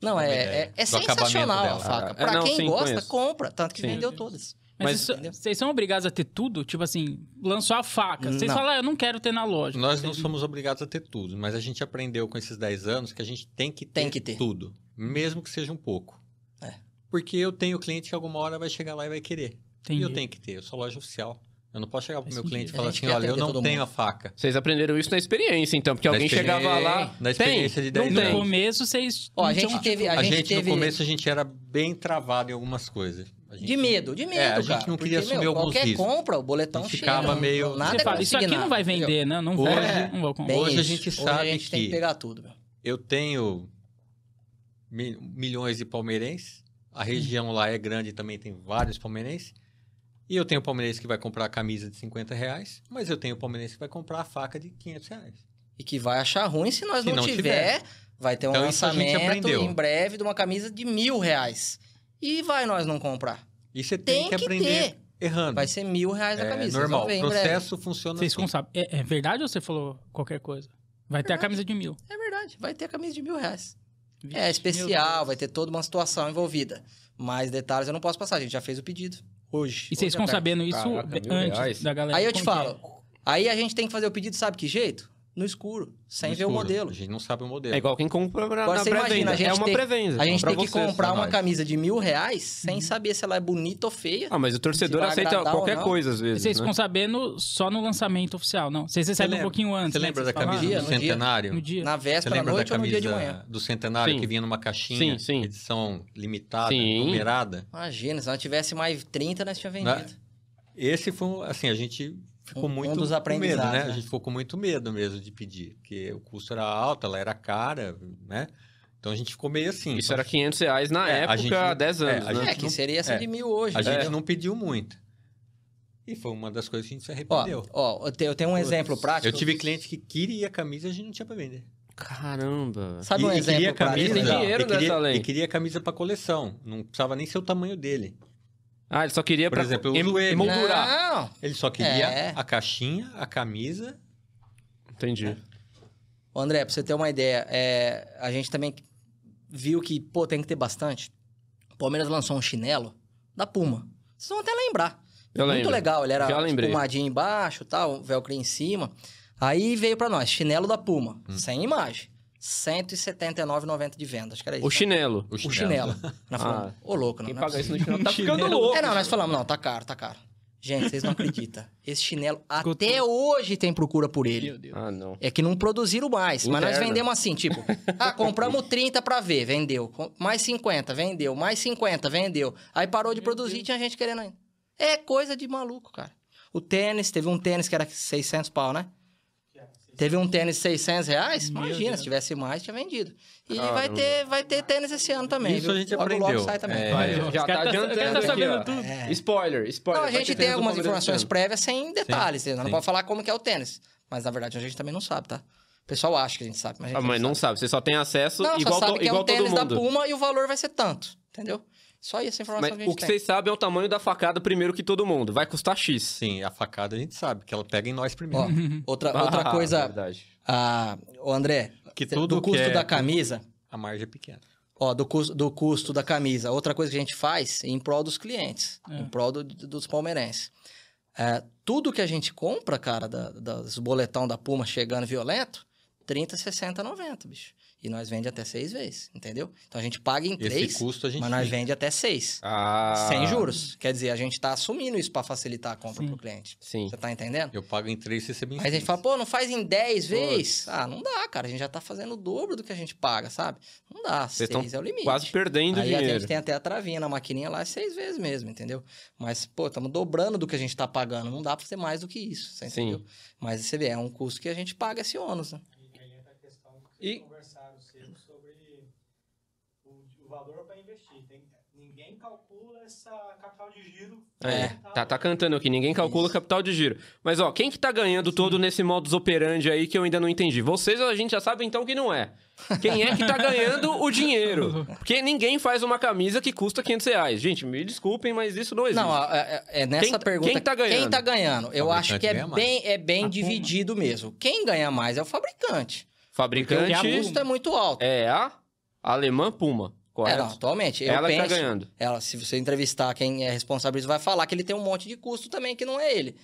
Não, é,
Uma ideia
é, é
do acabamento
sensacional a
dela. É,
faca.
Ah,
pra
não,
quem
sim,
gosta,
conheço.
compra. Tanto que
Sim.
vendeu todas.
Mas-
Mas isso- vocês são obrigados a ter tudo? Tipo assim, lançou a faca. Vocês
Não.
falam, ah, eu não quero ter na loja.
Nós não somos obrigados a ter tudo, mas a gente aprendeu com esses 10 anos que a gente tem que ter,
Tem que ter.
tudo, mesmo que seja um pouco.
É.
Porque eu tenho cliente que alguma hora vai chegar lá e vai querer.
Entendi.
E eu tenho que ter, eu sou loja oficial. Eu não posso chegar pro
Faz
meu
sentido.
cliente e
A
falar
gente
assim,
quer
olha, eu
atender
não
todo
tenho
mundo.
a faca.
Vocês aprenderam isso na experiência, então, porque
Na
alguém
experiência-
chegava lá.
na experiência de
tem,
10
não
No
tem.
anos.
começo, vocês...
Ó, a
não
gente
tinham-
teve-
A,
A gente
gente,
teve-
no começo, a gente era bem travado em algumas coisas. A gente-
De medo, de medo,
É, a gente
cara.
não queria
Porque, meu,
assumir alguns
Qualquer
riscos.
compra, o boletão
E
chega.
ficava
não-
meio-
nada
Você
é
fala, isso aqui não
consignado,
vai
entendeu? é.
vender, né? Não vou,
Hoje-
não vou comprar.
Bem
Hoje a
isso.
gente
Hoje a
sabe
gente tem que
que-
pegar tudo. meu.
Eu tenho mi- milhões de palmeirenses.
Hum.
A região lá é grande também, tem vários palmeirenses. E eu tenho palmeirense que vai comprar a camisa de 50 reais, mas eu tenho palmeirense que vai comprar a faca de 500 reais.
E que vai achar ruim se nós
Se
não,
não
tiver,
tiver.
Vai ter um
Então, isso a gente
lançamento
aprendeu.
em breve de uma camisa de mil reais. E vai nós não comprar.
E você
Tem,
tem,
que,
aprender
ter.
errando.
Vai ser mil reais a
é
camisa. vocês
normal.
vão ver
O
em
processo funciona
Vocês
assim.
não sabem. É, é verdade ou você falou qualquer coisa? Vai ter a camisa de mil.
breve. É verdade, vai ter a camisa de mil reais.
Vixe,
É
meu
especial,
Deus.
vai ter toda uma situação envolvida. Mais detalhes eu não posso passar, a gente já fez o pedido. Hoje.
E vocês
Hoje
ficam
à tarde.
sabendo isso
Caraca,
be-
mil
antes
reais.
da galera?
Aí eu te
Como que é?
falo. Aí a gente tem que fazer o pedido, sabe que jeito? No escuro, sem
No
ver o
escuro.
modelo.
A gente não sabe o modelo.
É igual quem compra na,
Agora
na
você imagina,
pré-venda.
a gente
É uma
tem-
pré-venda.
A gente
pra
tem que
vocês,
comprar
pra
uma
nós.
camisa de mil reais sem
Uhum.
saber se ela é bonita ou feia.
Ah, mas o torcedor
Se vai
aceita
agradar ou
qualquer
um, não.
coisa às vezes.
Vocês
né?
ficam sabendo só no lançamento oficial, não? Vocês recebem um
lembra-
pouquinho antes,
Você
né,
lembra
que
da
vocês
camisa
falaram?
falaram? No
do
dia,
centenário?
No dia.
Na
Você
véspera, à
lembra da
noite ou no dia de manhã.
camisa do centenário
Sim.
que vinha numa caixinha,
Sim, sim.
edição limitada,
Sim.
numerada?
Imagina, se nós tivesse mais 30, nós tínhamos
Né?
vendido.
Esse foi, um- assim, a gente ficou
Um- um
muito
dos
com medo,
aprendizados,
né?
né?
A gente ficou com muito medo mesmo de pedir, porque o custo era alto, ela era cara, né? Então a gente ficou meio assim.
Isso
Então,
era 500 reais na
É, a
época,
gente-
há 10
é,
anos,
a
né?
É,
gente
que
não-
seria essa
é.
de mil hoje. né?
A gente
entendeu?
não pediu muito. E foi uma das coisas que a gente se
Ó,
arrependeu.
ó, eu te- eu tenho um exemplo prático.
eu tive cliente que queria a camisa e a gente não tinha pra vender.
Caramba.
Sabe um
e queria
exemplo pra
camisa,
isso?
Tem
não,
dinheiro
e queria-
nessa lei.
E queria camisa pra coleção. Não precisava nem ser o tamanho dele.
Ah, ele só queria
Por
pra
exemplo, eu
em-
uso ele.
emoldurar.
Não,
Ele só queria
É.
a caixinha, a camisa.
Entendi.
Ô, André, pra você ter uma ideia, é, a gente também viu que, pô, tem que ter bastante. O Palmeiras lançou um chinelo da Puma. Vocês vão até lembrar.
Eu
Muito
lembro.
legal, ele era
Já lembrei.
espumadinho embaixo, tal, velcro em cima. Aí veio pra nós, chinelo da Puma,
Hum.
sem imagem. R$ 179,90 de venda, acho que era isso.
O chinelo.
O
O chinelo. Nós falamos,
[laughs] Ah.
ô louco, não,
Quem
não é
paga isso no chinelo tá
Chinelo.
ficando louco.
é, não, nós falamos, não, tá caro, tá caro. Gente, vocês não acreditam.
[laughs]
Esse chinelo,
Escutou.
até hoje tem procura por ele.
Meu Deus.
Ah, não.
É que não produziram mais, mas nós
Interna.
vendemos assim,
[laughs]
tipo, ah, compramos 30 pra ver, vendeu. Com- Mais 50, vendeu. Mais 50, vendeu. Aí parou de produzir e tinha gente querendo ainda. É coisa de maluco, cara. O tênis, teve um tênis que era 600 pau, né? Teve um tênis 600 reais?
Meu
Imagina,
Deus.
se tivesse mais, tinha vendido. E
Caramba.
vai ter, vai ter tênis esse ano também.
Isso
viu?
a gente
Logo,
aprendeu.
Logo sai também.
É.
Vai,
Os
já tá
caras tá-
adiantando
os caras tá
aqui,
sabendo
ó.
tudo.
É.
Spoiler, spoiler.
Não, a
Vai
gente
ter
tem
tênis do
algumas
Palmeiras
informações
esse ano.
prévias sem detalhes, entendeu? não
sim.
pode falar como que é o tênis. Mas na verdade a gente também não sabe, tá? O pessoal acha que a gente sabe, mas a gente
Ah, mas não sabe. Você só tem acesso
Não,
igual,
só sabe
to-
que é
igual
um tênis da
todo mundo.
Puma e o valor vai ser tanto, entendeu? Só essa informação
Mas
que a
o
gente
que
tem.
vocês sabem é o tamanho da facada primeiro que todo mundo. Vai custar X.
Sim, a facada a gente sabe, que ela pega em nós
Ó,
primeiro. [laughs]
outra,
Ah,
outra coisa,
Verdade.
ah, o André,
Que
cê-
tudo
do custo
que é-
da camisa,
A margem é pequena.
ó, do custo, do custo da camisa, outra coisa que a gente faz é em prol dos clientes,
É.
em prol do- dos palmeirenses. É, tudo que a gente compra, cara, da, dos boletão da Puma chegando violento, 30, 60, 90, bicho. E nós vende até seis vezes, entendeu? Então a gente paga em
Esse
três,
custo a gente.
mas nós
fica.
vende até seis.
Ah,
Sem juros. Quer dizer, a gente está assumindo isso para facilitar a compra
Sim.
para o cliente.
Sim.
Você tá entendendo?
Eu pago em três e recebo em
Mas a gente
cinco.
fala, pô, não faz em 10 vezes? Ah, não dá, cara. A gente já tá fazendo o dobro do que a gente paga, sabe? Não dá.
Vocês tão
6 é o limite.
Quase perdendo
Aí a
dinheiro.
gente tem até a travinha na maquininha lá, é seis vezes mesmo, entendeu? Mas, pô, estamos dobrando do que a gente tá pagando. Não dá pra fazer mais do que isso, você
Sim.
entendeu? Mas você vê, é um custo que a gente paga esse ônus, né?
Aí entra a questão que
E-
vocês conversaram cedo sobre o, o valor para investir. Tem- ninguém calcula essa capital de giro.
É.
fundamental.
Tá, tá cantando aqui, ninguém calcula
Isso.
o capital de giro. Mas ó, quem que tá ganhando todo nesse modus operandi aí que eu ainda não entendi? Vocês a gente já sabe então que não é. Quem é que tá ganhando o dinheiro? Porque ninguém faz uma camisa que custa 500 reais. Gente, me desculpem, mas isso não existe.
Não, a- a- a- é nessa
Quem-
pergunta.
quem tá ganhando? Tá
Quem tá ganhando? Eu
Fabricante
acho que é
ganha mais.
bem, é bem
Puma.
dividido mesmo. Quem ganha mais é o fabricante.
Fabricante
Porque
O custo é muito alto.
é a alemã Puma,
É,
correto?
não, atualmente. Eu
Ela que
penso,
tá ganhando.
Ela, se você entrevistar quem é responsável, disso, vai falar que ele tem um monte de custo também, que não é ele.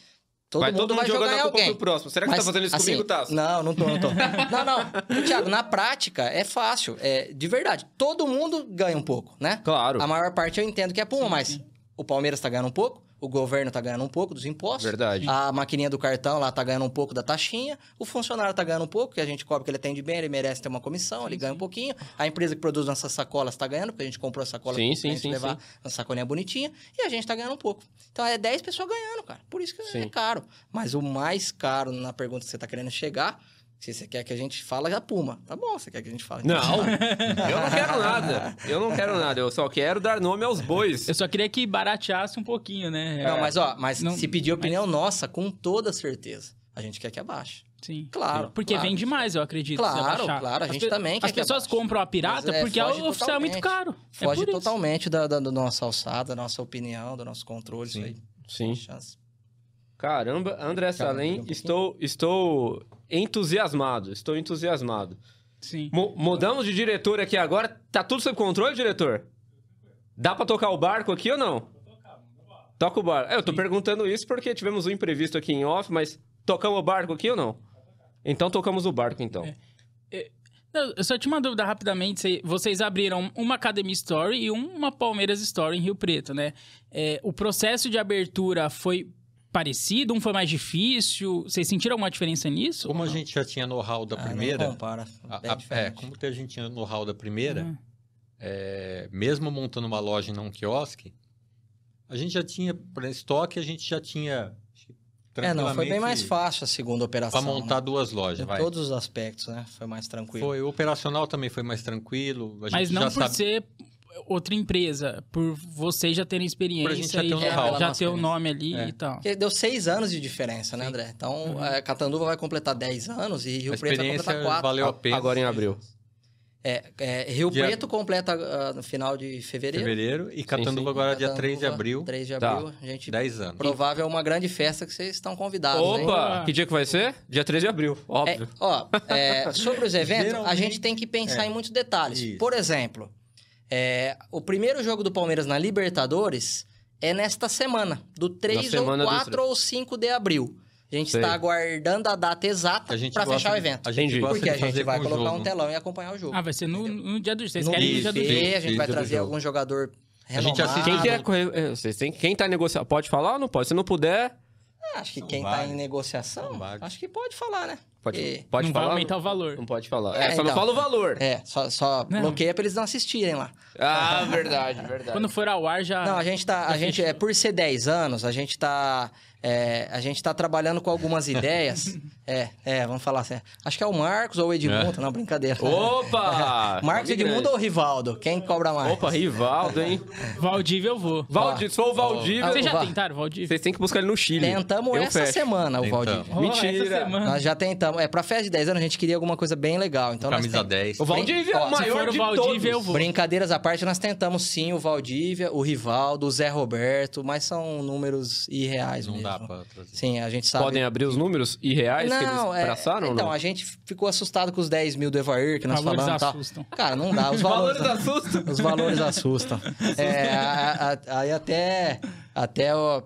Todo
vai
mundo
todo
vai
mundo
jogar
jogando
em
a culpa
alguém.
pro próximo. Será que
Mas,
tá fazendo isso
assim,
comigo, Tasso?
Não, não tô,
[laughs]
não tô. não, não. Tiago, na prática, é fácil. É, de verdade, todo mundo ganha um pouco, né?
Claro,
A maior parte eu entendo que é Puma, mas o Palmeiras tá ganhando um pouco, o governo tá ganhando um pouco dos impostos.
verdade.
A maquininha do cartão lá tá ganhando um pouco da taxinha, o funcionário tá ganhando um pouco, que a gente cobra que ele atende bem, ele merece ter uma comissão, ele ganha um pouquinho. A empresa que produz nossas sacolas tá ganhando, porque a gente comprou a sacola
Sim,
pra
sim,
gente
sim,
levar uma sacolinha bonitinha, e a gente tá ganhando um pouco. Então é 10 pessoas ganhando, cara. Por isso que é
Sim.
caro. Mas o mais caro na pergunta que você tá querendo chegar, se você quer que a gente fale da Puma, tá bom, você quer que a gente fale. então
Não,
fala.
[laughs]
eu não quero nada. Eu não quero nada, eu só quero dar nome aos bois.
Eu só queria que barateasse um pouquinho, né?
Não, mas ó, mas
Não,
se pedir opinião nossa, com toda certeza, a gente quer que abaixe.
Sim.
Claro.
Porque
claro.
vende mais, eu acredito.
Claro,
se abaixar.
claro, a
As
gente também quer
As
que
pessoas
abaixe.
compram a pirata
Mas, é,
porque
foge
o oficial é muito
totalmente.
caro.
Foge
é por isso.
totalmente da, da, da nossa alçada, da nossa opinião, do nosso controle,
Sim.
isso aí.
Sim.
Sem chance.
Caramba, André
um
Salem,
pouquinho.
estou, estou entusiasmado, estou entusiasmado.
Sim.
Mu- mudamos de diretor aqui agora, tá tudo sob controle, diretor? Dá pra tocar o barco aqui ou não? Toca o barco. É, eu tô perguntando isso porque tivemos um imprevisto aqui em off, mas tocamos o barco aqui ou não? Então tocamos o barco, então.
Não, Eu só tinha uma dúvida rapidamente. se- Vocês abriram uma Academy Story e uma Palmeiras Story em Rio Preto, né? É, o processo de abertura foi parecido? Um foi mais difícil? Vocês sentiram alguma diferença nisso?
Como a gente já tinha know-how da
Ah,
primeira.
Não compara.
a-
bem
a- é,
diferente.
como que a gente tinha know-how da primeira,
Hum.
é, mesmo montando uma loja e não um quiosque, a gente já tinha para estoque, a gente já tinha. acho que,
É, não, foi bem
tranquilamente,
mais fácil a segunda
Pra
operação.
montar
né?
duas lojas,
Em
vai.
todos os aspectos, né? Foi mais tranquilo.
Foi, o operacional também foi mais tranquilo. A gente
Mas
já
não por
sabe-
ser outra empresa, por vocês já terem
Pra gente
experiência
já ter
e
um
já,
know-how.
já
Nossa,
ter o
né?
nome ali
É.
e tal.
Porque deu seis anos de diferença, né, André? Então,
Uhum.
é, Catanduva vai completar 10 anos e Rio
a
Preto vai
experiência
completar 4.
valeu a pena.
Agora em abril.
É, é, Rio
Dia-
Preto completa ah, no final de fevereiro.
Fevereiro. E Catanduva
sim.
agora dia 3 de abril,
3 de
Tá.
abril. A gente
10 anos.
provável é uma grande festa que vocês estão convidados, hein?
Opa!
hein?
Que dia que vai ser? Dia 13 de abril,
É,
óbvio.
ó, é, sobre os eventos, a
Geralmente- é.
gente tem que pensar em muitos detalhes.
Isso.
Por exemplo, é, o primeiro jogo do Palmeiras na Libertadores é nesta semana, do 3
semana
ou
do
4 ou 5 de abril. A gente
Sei.
está aguardando a data exata
A gente
para
gosta
fechar o
de-
evento.
A gente
Entendi.
gosta
Porque
de
a gente
fazer
vai
com o
colocar
jogo.
um telão e acompanhar o jogo.
Ah, vai ser no, no dia dos Vocês
no
querem ir no dia
isso,
do
isso.
dia.
buffet, a gente
Isso,
vai
do
trazer
jogo.
algum jogador
A gente
renomado.
assiste-
Quem, quer, correr- é, vocês têm, quem tá negociando, pode falar ou não pode? Se não puder,
Ah, Acho que
São
quem tá
vários.
em negociação,
São vários.
acho que pode falar, né?
pode,
Porque-
pode
não
falar.
vai aumentar o valor.
Não pode falar. É,
É,
só não
então.
fala o valor.
É, só, só
Não.
bloqueia pra eles não assistirem lá.
Ah, verdade, verdade.
Quando for ao ar, já...
Não, a gente tá. A gente, é, por ser 10 anos, a gente tá. é, a gente tá trabalhando com algumas ideias. é, é, vamos falar assim. Acho que é o Marcos ou o Edmundo, não, brincadeira.
Opa!
[laughs] Marcos,
Time
Edmundo
grande.
ou Rivaldo? Quem cobra mais?
Opa, Rivaldo, hein?
Valdívia, eu vou.
Valdir, sou o Valdívio.
Ah,
Vocês já
Vá.
tentaram, Valdívia?
Vocês têm que buscar ele no Chile.
Tentamos
Eu
essa
fecho.
semana o
Tentamos.
Valdir.
Oh,
Mentira.
Essa semana.
Nós já tentamos. É, pra festa de 10 anos a gente queria alguma coisa bem legal. Então nós
Camisa
tem-
10.
O Valdívio é
Ó,
o
se
Se for
maior
o
de
Valdívia, eu
todos.
vou.
Brincadeiras à parte, nós tentamos sim o Valdívia, o Rivaldo, o Zé Roberto, mas são números irreais
Não
mesmo.
dá pra trazer.
Sim, a gente sabe.
Podem abrir os números e reais que eles
é,
traçaram? ou
Então,
não?
a gente ficou assustado com os 10 mil do Evair que nós tá?
Valores
falamos e tal.
assustam.
Cara, não dá. Os valores,
assustam.
os valores assustam. É, a- a- aí até, até o,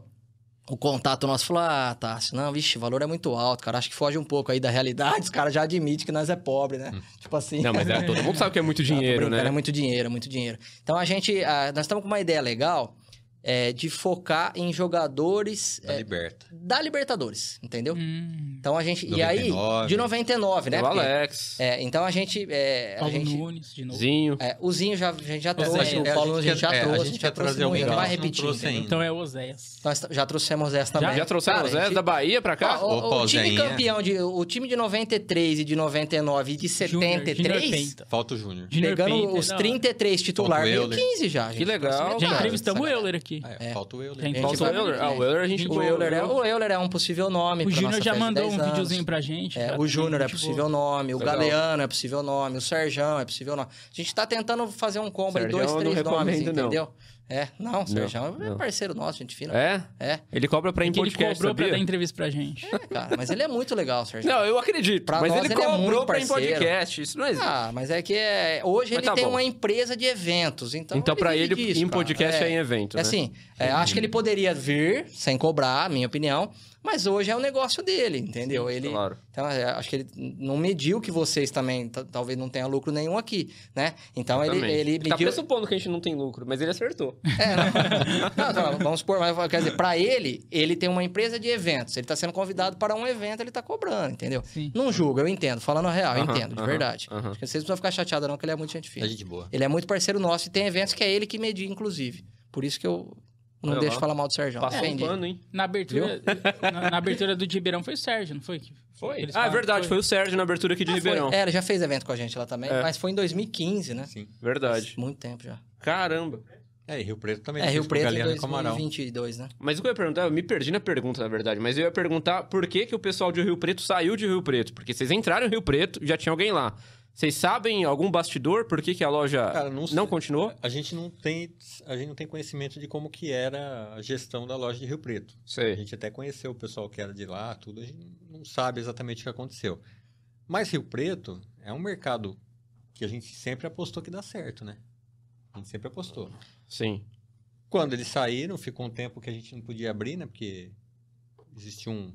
o contato nosso falou: ah, Tássio, não, vixe, o valor é muito alto, cara. Acho que foge um pouco aí da realidade. Os caras já admitem que nós é pobre, né? Tipo assim.
Hum. Não, mas é, todo mundo sabe que é muito
[laughs] Tá, tô
dinheiro,
brincando, É
né?
muito dinheiro, é muito dinheiro. Então a gente. ah, nós estamos com uma ideia legal é, de focar em jogadores
Da
é,
Liberta.
da Libertadores, entendeu?
Hum,
Então a gente. E aí,
99.
de 99, né?
O
Porque-
Alex,
é, então a gente. É, a
Paulo
gente
Nunes, de novo.
Zinho.
é, o Zinho já, a gente já trouxe,
Zé,
o
é,
Paulo a gente já
quer- é,
trouxe.
a gente quer trazer
muito,
alguém
não
que
vai
não
repetir.
trouxe
entendeu?
ainda.
Então é Oséias.
Nós t- já trouxemos essa também.
Já trouxeram o
Cara,
Zé
a gente-
da Bahia pra cá?
Ó, ó,
Opa,
o
o
time
Zéinha.
campeão, de, o time de 93 e de 99 e de
Júnior, Júnior
73,
Penta.
Falta o Júnior.
Júnior
pegando
Penta é
os
da hora.
33 titular,
Falta o
veio
Euler.
15 já. gente.
Que legal,
Trouxe
Já
cara.
entrevistamos o Euler aqui.
Ah, é, Falta o Euler.
Tem-
Falta o
vai-
Euler? Ah, o Euler a gente...
O Euler, é, o Euler é um possível nome.
O
pra
Júnior
nossa
já
festa de
mandou
10
um
anos.
videozinho pra gente.
É,
cara,
o Júnior é
gente
possível nome, o
Legal.
Galeano é possível nome, o Serjão é possível nome. A gente tá tentando fazer um combo de
Serjão
dois,
eu não
três nomes,
recomendo, não.
entendeu? É, não, o Serjão é
não.
parceiro nosso, gente fina.
É?
É.
Ele cobra pra
boa.
ir em
Que ele
podcast,
cobrou pra
sabia?
dar entrevista pra gente.
É, cara, mas ele é muito legal, o Serjão.
Não, eu acredito.
Pra
mas
nós,
ele
ele é
cobrou
muito
pra ir em
parceiro.
podcast. Isso não existe.
Ah, mas é que é- hoje
Mas
ele
tá
tem
bom.
uma empresa de eventos, então
então, pra ele,
vive disso,
ir em
cara.
podcast é,
é
em evento,
É
né?
assim, é, acho que ele poderia vir sem cobrar, minha opinião, mas hoje é o negócio dele, entendeu? Ele,
Claro.
Então, é, acho que ele não mediu que vocês também, t- talvez não tenha lucro nenhum aqui, né? Então, ele,
Exatamente.
ele
Tá
mediu...
pressupondo que a gente não tem lucro, mas ele acertou.
É, não. Não, não, vamos supor, mas, quer dizer, para ele, ele tem uma empresa de eventos, ele está sendo convidado para um evento, ele está cobrando, entendeu?
Sim.
Não julgo, eu entendo, falando a real, eu
Aham,
entendo, de
aham,
verdade.
aham.
Acho que vocês não precisam ficar chateados não, que ele é muito gente
É
fina.
gente boa.
Ele é muito parceiro nosso e tem eventos que é ele que media, inclusive. Por isso que eu não
Olha lá.
deixo falar mal do Sérgio.
Passou um
Entendi.
pano, hein?
Na abertura, na, na abertura do de Ribeirão foi o Sérgio, não foi? Que eles
Ah, é
falaram,
verdade. Foi o Sérgio na abertura aqui de
Ah, foi-
Ribeirão.
é, ele já fez evento com a gente lá também,
É.
mas foi em 2015, né?
Sim.
Verdade.
Muito tempo já.
Caramba.
É, e Rio Preto também.
É,
fez
Rio
com
Preto em
Galeano e Camarão.
2022, né?
Mas o que eu ia perguntar, eu me perdi na pergunta, na verdade, mas eu ia perguntar por que, que o pessoal de Rio Preto saiu de Rio Preto. Porque vocês entraram em Rio Preto, já tinha alguém lá. Vocês sabem algum bastidor por que, que a loja
Cara, não sei.
não continuou?
A gente não tem, a gente não tem conhecimento de como que era a gestão da loja de Rio Preto. A
Sei.
gente até conheceu o pessoal que era de lá, tudo, a gente não sabe exatamente o que aconteceu. Mas Rio Preto é um mercado que a gente sempre apostou que dá certo, né? A gente sempre apostou.
Sim.
Quando eles saíram, ficou um tempo que a gente não podia abrir, né? Porque existia um,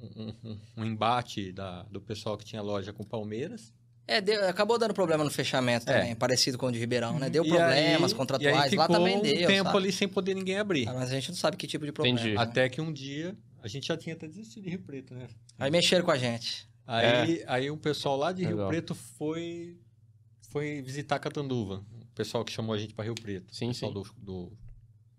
um, um- um embate da, do pessoal que tinha loja com o Palmeiras.
É, deu- acabou dando problema no fechamento
É. Uhum.
também, parecido com o de Ribeirão, né? Deu
E
problemas
aí- e aí
contratuais,
ficou
lá também
um
deu,
tempo
sabe?
ali sem poder ninguém abrir.
Ah, Mas a gente não sabe que tipo de problema.
Entendi.
né?
Até que um dia, a gente já tinha até desistido de Rio Preto, né?
Aí mexeram com a gente.
Aí, aí o pessoal lá de Rio
É. Legal.
Preto foi foi visitar Catanduva. O pessoal que chamou a gente para Rio Preto.
Sim,
o pessoal
sim.
Do,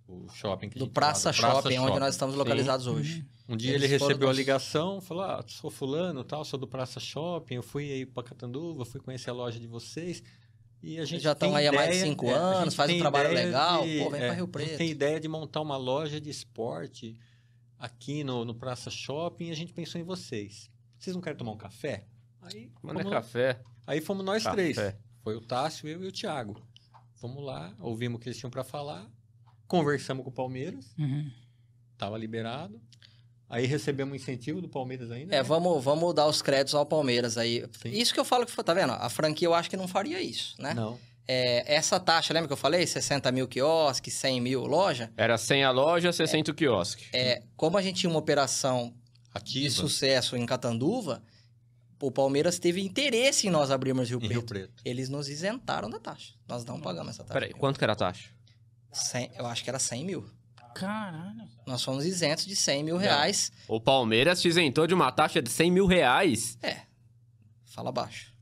do, do shopping. Que a
Do
gente
Praça,
tava, do
Shopping, onde nós estamos
Sim.
localizados hoje.
Um dia
Eles
ele
foram
recebeu a
nós.
ligação, falou: Ah, sou fulano, tal, sou do Praça Shopping, eu fui aí para Catanduva, fui conhecer a loja de vocês. E a gente
já
tem
estão aí há mais de
ideia-
cinco
é, [laughs] a
anos,
gente
faz um
tem
trabalho
ideia
legal,
de- é,
pô, vem pra Rio
a gente
Preto.
Tem ideia de montar uma loja de esporte aqui no, no Praça Shopping e a gente pensou em vocês. Vocês não querem tomar um café? Aí,
Mano, é
Uhum.
fomos-
café.
aí fomos nós
Café.
três. Foi o Tássio, eu e o Thiago. Fomos lá, ouvimos o que eles tinham para falar, conversamos com o Palmeiras,
Uhum.
tava liberado. Aí recebemos um incentivo do Palmeiras ainda.
É,
né?
vamos, vamos dar os créditos ao Palmeiras aí.
Sim.
Isso que eu falo que foi, tá vendo? A franquia eu acho que não faria isso, né?
Não.
É, essa taxa, lembra que eu falei? 60 mil quiosques, 100 mil loja.
Era 100 a loja, 60 o quiosque.
É, como a gente tinha uma operação de
Ativa
sucesso em Catanduva, o Palmeiras teve interesse em nós abrirmos Rio
em
Preto.
Rio Preto.
Eles nos isentaram da taxa. Nós não pagamos essa taxa.
Peraí, quanto que era a taxa?
100 eu acho que era 100 mil.
Caralho. [laughs]
Nós fomos isentos de 100
É.
mil reais.
O Palmeiras se isentou de uma taxa de 100 mil reais.
Fala baixo.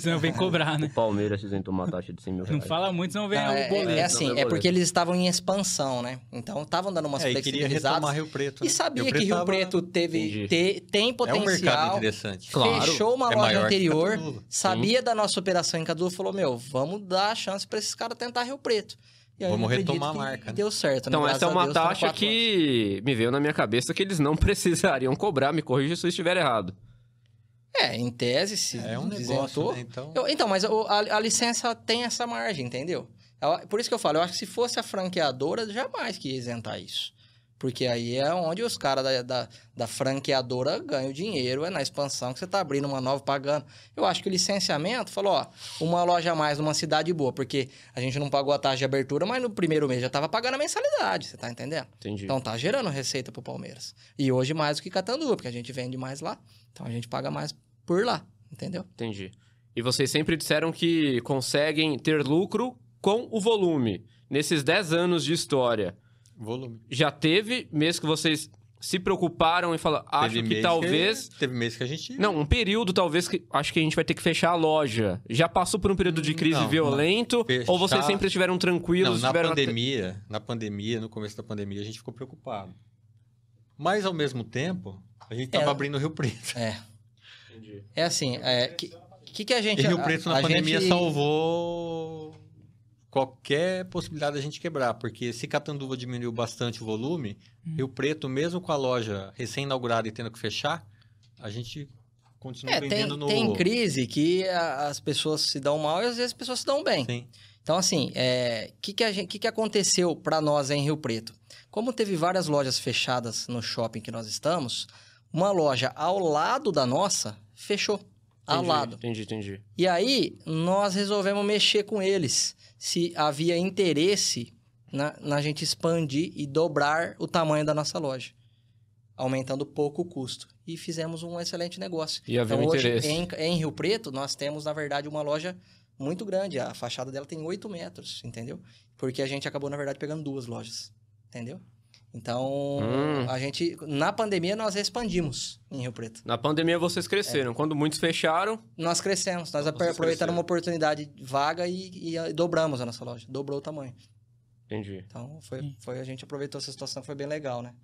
senão vem cobrar, né?
O Palmeiras se isentou de uma taxa de 100 mil
Não
reais.
fala muito, senão vem
Não,
o
é,
boleto. né?
é, é
Não
assim,
vem
é
boleto.
porque eles estavam em expansão, né? Então estavam dando umas
É, e queria retomar
flexibilizadas.
Rio Preto.
E
né?
sabia
Rio
que Rio
tava-
Preto
Entendi.
teve, te- tem
É um mercado
potencial.
interessante.
Claro,
fechou uma
é
loja
maior que
anterior,
Catanduva.
sabia da nossa operação em Cadu, falou: Meu, vamos dar a chance pra esses caras tentar Rio Preto. E aí eu
Vamos
acredito
retomar a
que
marca, né?
Deu certo, né?
Então,
Graças
essa é
a
uma
Deus, tá no
taxa
quatro anos.
que me veio na minha cabeça que eles não [laughs] precisariam cobrar. Me corrija se eu estiver errado.
É, em tese, se
É um
isentou,
negócio, né? Então,
Eu- então, mas o- a, a licença tem essa margem, entendeu? Eu- por isso que eu falo, eu acho que se fosse a franqueadora, jamais que ia isentar isso. Porque aí é onde os caras da, da, da franqueadora ganham dinheiro, é na expansão que você tá abrindo uma nova, pagando. Eu acho que o licenciamento, falou, ó, uma loja a mais numa cidade boa, porque a gente não pagou a taxa de abertura, mas no primeiro mês já tava pagando a mensalidade, você tá entendendo?
Entendi.
Então tá gerando receita pro Palmeiras. E hoje mais do que Catanduva, porque a gente vende mais lá, então a gente paga mais por lá, entendeu?
Entendi. E vocês sempre disseram que conseguem ter lucro com o volume. Nesses 10 anos de história,
volume.
já teve mês que vocês se preocuparam e falaram, acho
Teve mês
que talvez...
Teve mês que a gente.
Não, um período talvez que... Acho que a gente vai ter que fechar a loja. Já passou por um período de crise
Não, não.
violento? Ou vocês
Fechar-
sempre estiveram tranquilos?
Não, na
tiveram até-
pandemia, na pandemia, no começo da pandemia, a gente ficou preocupado. Mas ao mesmo tempo, a gente tava
Era-
abrindo Rio Preto.
É.
Entendi.
É assim, é, que, que que a
E
gente...
Rio
a-
Preto na
a
pandemia
gente-
salvou qualquer possibilidade da gente quebrar, porque se Catanduva diminuiu bastante o volume,
Hum.
Rio Preto, mesmo com a loja recém-inaugurada e tendo que fechar, a gente continua
É, tem,
vendendo no.
tem crise que a- as pessoas se dão mal e às vezes as pessoas se dão bem.
Sim.
Então, assim, é, que que a gente- que, que aconteceu para nós em Rio Preto? Como teve várias lojas fechadas no shopping que nós estamos, uma loja ao lado da nossa fechou. Ao
Entendi,
lado.
Entendi, entendi.
E aí, nós resolvemos mexer com eles. Se havia interesse na, na gente expandir e dobrar o tamanho da nossa loja. Aumentando pouco o custo. E fizemos um excelente negócio.
E havia
então,
um
hoje,
interesse.
em, em Rio Preto, nós temos, na verdade, uma loja muito grande. A fachada dela tem 8 metros, entendeu? Porque a gente acabou, na verdade, pegando duas lojas. Entendeu? Então,
Hum.
a gente... Na pandemia, nós expandimos em Rio Preto.
Na pandemia vocês cresceram.
É.
Quando muitos fecharam,
Nós crescemos, nós
Vocês
aproveitamos
cresceram.
uma oportunidade vaga e, e, ah, dobramos a nossa loja, dobrou o tamanho.
entendi,
Então, foi,
Sim.
foi a gente aproveitou essa situação, foi bem legal, né?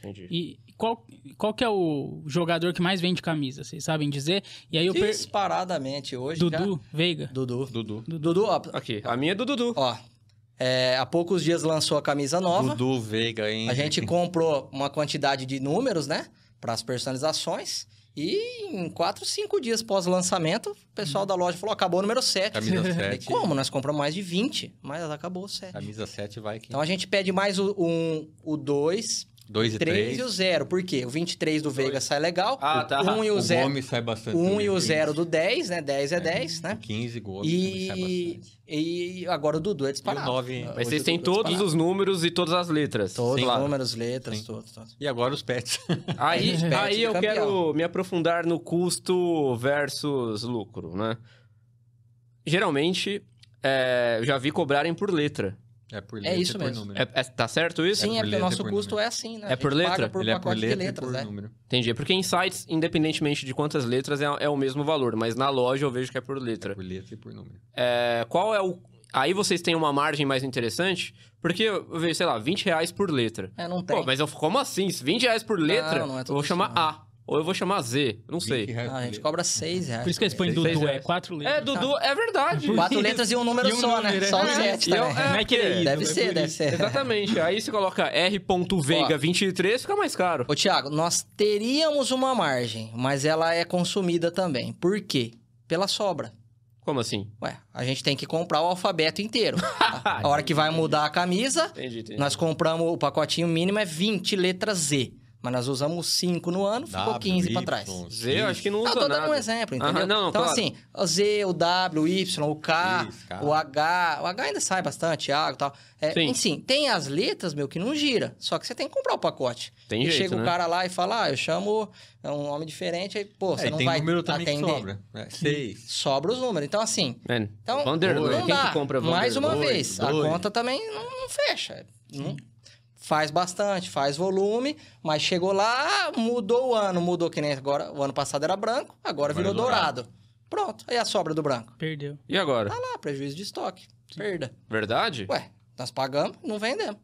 entendi.
E qual, qual que é o jogador que mais vende camisa? Vocês sabem dizer? E aí eu per...
Disparadamente hoje
Dudu Veiga.
já... Dudu.
Dudu.
Dudu, ó,
Aqui, a minha é do Dudu.
ó é, há poucos dias lançou a camisa nova,
Dudu Veiga, hein?
a gente comprou uma quantidade de números, né, para as personalizações... E em 4, 5 dias pós-lançamento, o pessoal da loja falou: acabou o número 7.
Camisa
[laughs] Falei,
7.
Como? Nós compramos mais de 20, mas acabou o 7.
Camisa 7 vai aqui.
Então a gente pede mais o 1, o 2,
2 e
3
3.
e o 0. Por quê? O 23 do Veiga sai legal.
Ah, tá.
Um e o
O
0
Gomes sai bastante.
um
também,
e o
Gomes.
zero do 10, né? 10 é,
É.
10, né?
O 15 gols. também sai
E,
bastante.
e agora o Dudu é
E o
disparado.
9.
Ah,
Mas
hoje
vocês
o
têm
Dudu é
todos
disparado.
os números e todas as letras.
Todos,
claro.
números, letras,
Sim.
todos, todos.
E agora os pets. [laughs]
Aí,
Eles perdem
aí
de
eu
campeão.
quero me aprofundar no custo versus lucro, né? Geralmente, é, eu já vi cobrarem por letra.
É por
É
letra
isso
e por
mesmo.
número.
É, é- tá certo isso?
Sim, é,
por
porque o
letra,
nosso
é por
custo
número.
é assim, né?
É por
A gente
letra?
Paga por
Ele é por
pacote
letra
de letras,
e por
né?
número.
Entendi. É porque em sites, independentemente de quantas letras, é, é o mesmo valor. Mas na loja eu vejo que é por letra.
Por letra e por número.
É, qual é o... Aí vocês têm uma margem mais interessante? Porque, eu vejo, sei lá, 20 reais por letra.
É, não tem.
Pô, mas eu, como assim? 20 reais por letra?
não é
eu
tudo
vou chamar
assim, não.
A. Ou eu vou chamar Z, não sei.
é
Ah, a gente cobra 6 reais.
Por isso que eles põem
Seis
Dudu, é
reais.
quatro letras.
É, Dudu, é verdade.
tá. Quatro letras e um número
E um
só,
número,
né?
é.
Só o
É,
7
um-
e eu- [laughs]
também.
é,
Não é que é isso,
deve
é
ser,
por
deve
isso.
ser.
Exatamente. Aí você coloca
Ó.
R.Veiga23, fica mais caro.
Ô, Thiago, nós teríamos uma margem, mas ela é consumida também. Por quê? Pela sobra.
Como assim?
Ué, a gente tem que comprar o alfabeto inteiro. a hora que vai mudar a camisa,
Entendi, entendi.
nós compramos o pacotinho mínimo é 20 letras Z. Mas nós usamos 5 no ano, ficou 15 para trás.
Z, eu acho que não
Não,
usa
eu tô dando
nada.
um exemplo, entendeu?
Aham, não,
então,
claro.
assim, o Z, o W, o Y, o K,
Isso, cara.
o H. O H ainda sai bastante, Thiago e tal. É,
Sim.
Enfim, tem as letras, meu, que não gira. Só que você tem que comprar o pacote.
Tem
e
jeito,
chega
né?
o cara lá e fala, ah, eu chamo é um nome diferente, aí, pô, você
É, e
não
tem
vai
número também
atender.
que sobra.
[laughs]
né? Seis.
Sobra os números. Então, assim,
Man,
então,
Vanderlei,
não
quem
dá.
que compra
Mais uma
Vanderlei?
vez,
dois.
a conta também não, não fecha. Não- Faz bastante, faz volume, mas chegou lá, mudou o ano, mudou que nem agora. O ano passado era branco, agora,
Agora
virou
é
dourado.
dourado.
Pronto, aí a sobra do branco.
Perdeu.
E agora?
Tá lá, prejuízo de estoque, perda.
Verdade?
Ué, nós pagamos, não vendemos.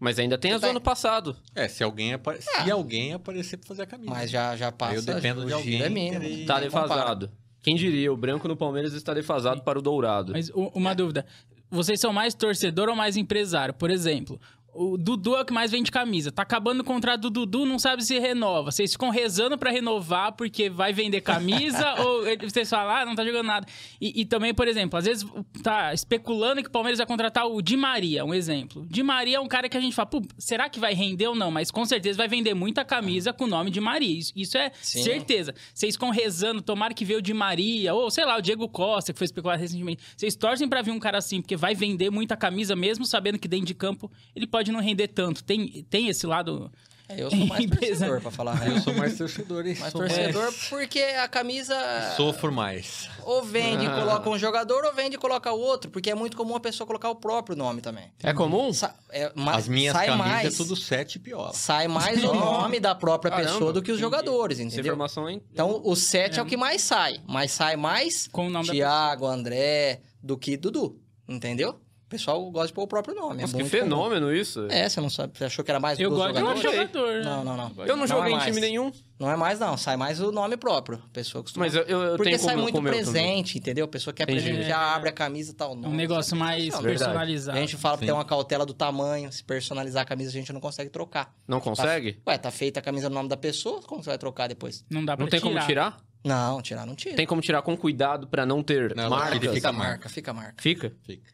Mas ainda tem as do
Tá.
ano passado.
É, se alguém, apa- se alguém aparecer pra fazer a camisa.
Mas já, já passa.
eu dependo
o
de
giro
alguém
É mínimo.
querer-
não
Tá
tem como parar.
defasado. Quem diria, o branco no Palmeiras está defasado para o dourado.
Mas u-
É.
uma dúvida. Vocês são mais torcedor ou mais empresário? Por exemplo, o Dudu é o que mais vende camisa. Tá acabando o contrato do Dudu, não sabe se renova. Vocês ficam rezando pra renovar porque vai vender
[laughs]
camisa ou ele- vocês falam, ah, não tá jogando nada. E, e também, por exemplo, às vezes tá especulando que o Palmeiras vai contratar o Di Maria, um exemplo. Di Maria é um cara que a gente fala, pô, será que vai render ou não? Mas com certeza vai vender muita camisa com o nome de Maria. Isso, isso é
Sim.
certeza certeza. Vocês ficam rezando, tomara que veio o Di Maria, ou sei lá, o Diego Costa, que foi especulado recentemente. Vocês torcem pra vir um cara assim, porque vai vender muita camisa, mesmo sabendo que dentro de campo ele pode não render tanto. Tem, tem esse lado.
É, Eu sou mais
Empresa.
torcedor, pra falar. a real.
Eu sou mais torcedor, hein?
Mais
Sou
torcedor porque a camisa...
Sofro mais.
Ou
[laughs]
vende e coloca um jogador, ou vende e coloca o outro, porque é muito comum a pessoa colocar o próprio nome também.
É comum?
Sa- é, ma-
As minhas
sai
camisas
mais,
é tudo sete piola.
Sai mais
[laughs]
o nome da própria
Caramba,
pessoa do que os
entendi.
jogadores,
Essa
entendeu?
informação, hein?
Então, o 7 é. o que mais sai, mas sai mais
Com o
é
nome da
Tiago, André, do que Dudu, entendeu? O pessoal gosta de pôr o próprio nome. é
Nossa, que
muito
fenômeno isso.
comum. É, você não sabe, você achou que era mais
Eu
dos
gosto de um
jogadores?
achei.
jogador.
Não, não, não.
Eu não, joguei
é
em time
mais.
nenhum,
Não é mais, não. Sai mais o nome próprio. A pessoa costuma
mas eu, eu, eu
Porque
tenho
sai
como
muito
como eu também.
presente, entendeu? A pessoa quer
Entendi.
presente, já abre a camisa e tal.
É um negócio mais
Verdade.
A
personalizado.
gente fala que
Sim.
tem uma cautela do tamanho. Se personalizar a camisa, a gente não consegue trocar.
Não consegue?
Ué, tá feita a camisa no nome da pessoa, como você vai trocar depois?
Não dá pra
Não tem como tirar?
Não, tirar não tira.
Tem como tirar com cuidado pra não ter
Não,
marcas?
ele
Fica
fica
a marca, fica a marca.
Fica?
Fica.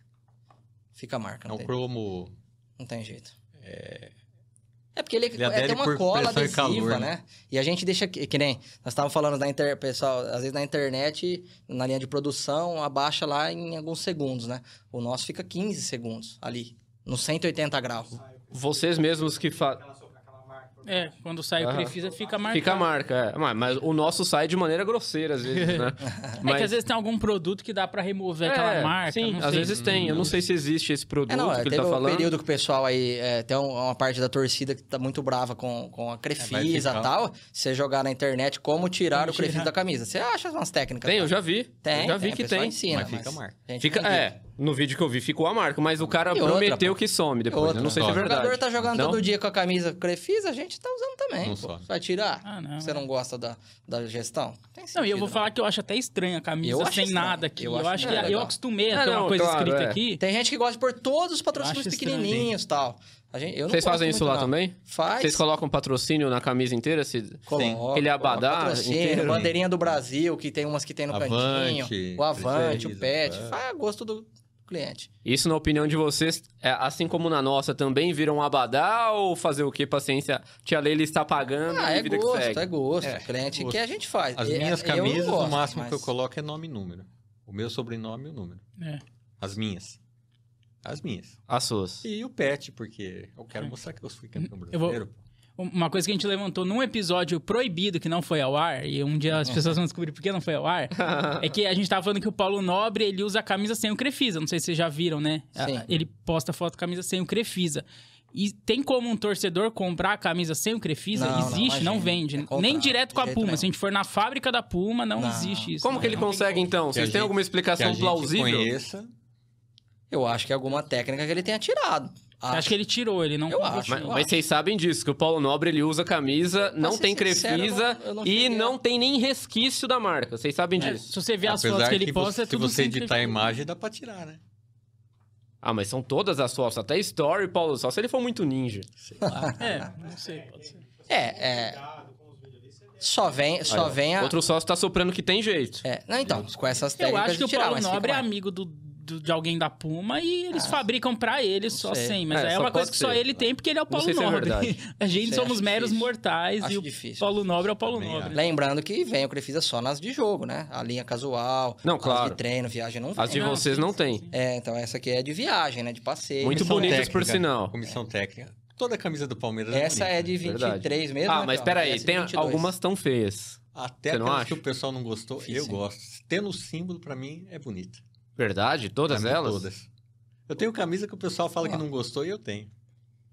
Fica a marca,
É
não,
um
tem,
cromo.
não tem jeito. É... porque ele,
Ele
é,
adere
tem uma
por
cola
pressão e
adesiva,
calor,
né? E a gente deixa... Que, que nem... Nós estávamos falando da inter... Pessoal, às vezes na internet, na linha de produção, abaixa lá em alguns segundos, né? O nosso fica 15 segundos ali, nos 180 graus.
Sai,
Vocês mesmos que fa...
aquela, so- aquela marca. por
É,
baixo.
quando sai o
Aham.
Crefisa fica marcado.
Fica a marca, é. Mas- Mas o nosso sai de maneira grosseira, às vezes,
[laughs]
né?
É que às vezes tem algum produto que dá pra remover aquela
É,
marca.
Sim,
não
às
sei.
vezes tem. Eu não sei se existe esse produto
É, não, é,
que
teve
ele tá
um
falando.
período que o pessoal aí... é, tem um- uma parte da torcida que tá muito brava com,
É,
com a Crefisa e
ficar.
tal. Você jogar na internet como tirar
Como
o Crefisa
tirar.
da camisa. Você acha umas técnicas.
Tem,
tá?
eu já vi.
Tem,
eu já vi
tem, o
que
pessoal
tem.
Ensina,
Mas fica a marca.
a gente
Fica,
tem que-
é, no vídeo que eu vi ficou a marca, mas o cara
E outra,
prometeu
pô.
que some depois.
Outra.
Eu não sei se é
Não.
verdade. Então?
O jogador tá jogando
Não?
todo dia com a camisa Crefisa, a gente tá usando também.
Não
pô.
some.
Vai tirar?
Ah, não.
Você não gosta da, da gestão? Tem
Não, e eu
sentido,
vou
né?
falar que eu acho até estranha a camisa
Eu acho
sem
estranho.
nada aqui.
Eu
Eu,
acho
acho que
estranho,
eu
legal.
acostumei a
Ah,
ter uma
não,
coisa
claro,
escrita
é.
aqui.
Tem gente que gosta de pôr todos os patrocínios
Acho estranho,
pequenininhos e tal. A gente, eu não
Vocês
gosto
fazem
muito,
isso lá
não.
também?
Faz.
Vocês colocam patrocínio na camisa inteira? Se...
Coloca,
Aquele abadá
coloca patrocínio,
inteiro.
bandeirinha do Brasil, que tem umas que tem no
Avante,
cantinho. O Avante, o
Crefisa,
Pet.
é.
Faz a gosto do cliente.
Isso, na opinião de vocês, é, assim como na nossa, também viram um abadá ou fazer o que? Paciência, tia Leila está pagando
Ah,
e
é
vida
gosto,
que segue.
é gosto.
É,
cliente
gosto.
que a gente faz.
As
E-
minhas
é, eu não
camisas,
gosto,
o máximo que eu
mas-
coloco é nome e número. O meu sobrenome e o número.
É.
As minhas. As minhas.
As suas.
E o pet, porque eu quero mostrar que eu fui campeão
É. Eu vou-
brasileiro. pô.
Uma coisa que a gente levantou num episódio proibido que não foi ao ar, e um dia as pessoas vão descobrir por que não foi ao ar, é que a gente tava falando que o Paulo Nobre, ele usa a camisa sem o Crefisa. Não sei se vocês já viram, né? A-
Sim.
Ele posta foto com a camisa sem o Crefisa. E tem como um torcedor comprar a camisa sem o Crefisa?
Não, não,
existe, não,
imagina. É
vende.
comprar,
Nem direto com a
de jeito
Puma.
nenhum.
Se a gente for na fábrica da Puma, não,
Não.
existe
[laughs]
isso.
Como que ele
Não.
consegue, então? Vocês
Que a
têm
gente-
um
alguma
Que a
explicação
gente
plausível?
conheça.
Eu acho que é alguma técnica que ele tenha tirado.
Acho. Acho que ele tirou, ele não
Eu
comprou
acho,
time.
Mas,
eu
mas vocês sabem disso, que o Paulo Nobre ele usa camisa, não
ser
tem
sincero,
crefisa
eu não- eu não
e
cheguei a-
não tem nem resquício da marca. Vocês sabem
É,
disso.
se você ver as fotos
Apesar
que ele
que
posta,
você,
é tudo
se você
sempre-
editar a imagem, dá pra tirar, né?
Ah, mas são todas as fotos, até story, Paulo, só se ele for muito ninja.
É, não sei, pode ser.
É, é.
Cuidado com os vídeos ali, você deve-
Só vem, só
Aí, ó,
vem a.
Outro sócio tá soprando que tem jeito.
É, não, então, com essas
Eu
técnicas.
acho que
de
o
tirar,
Paulo
mas fica
Nobre é
lá.
amigo do- do- de alguém da Puma e eles fabricam pra ele só
sei.
100. Mas
É,
aí é
só
uma coisa
pode
que só
ser.
ele tem porque ele é o Paulo
sei se é
Nobre.
verdade.
a gente
Sei,
somos
acho
meros
difícil.
mortais
Acho
e o
difícil.
Paulo Nobre é o Paulo
Também
Nobre.
Lembrando que vem o Crefisa só nas de jogo, né? A linha casual,
Não,
as
claro.
de treino, viagem não vem.
As de
Não,
vocês
sim,
não
sim,
tem.
sim.
É, então essa aqui é de viagem, né? De passeio.
Muito
Comissão
bonitas, por
técnica,
sinal.
Comissão técnica. Toda a camisa do Palmeiras
Essa
bonita.
é de 23
Verdade.
mesmo.
ah,
né,
mas
então?
peraí,
Essa é
tem
22.
algumas tão feias.
Até
Você não
aquelas
acha?
que o pessoal não gostou,
Difícil,
eu
hein?
gosto. Tendo o símbolo, pra mim, é bonita.
Verdade? Todas
Pra mim,
elas?
Todas. Eu tenho camisa que o pessoal fala
Ó.
que não gostou e eu tenho.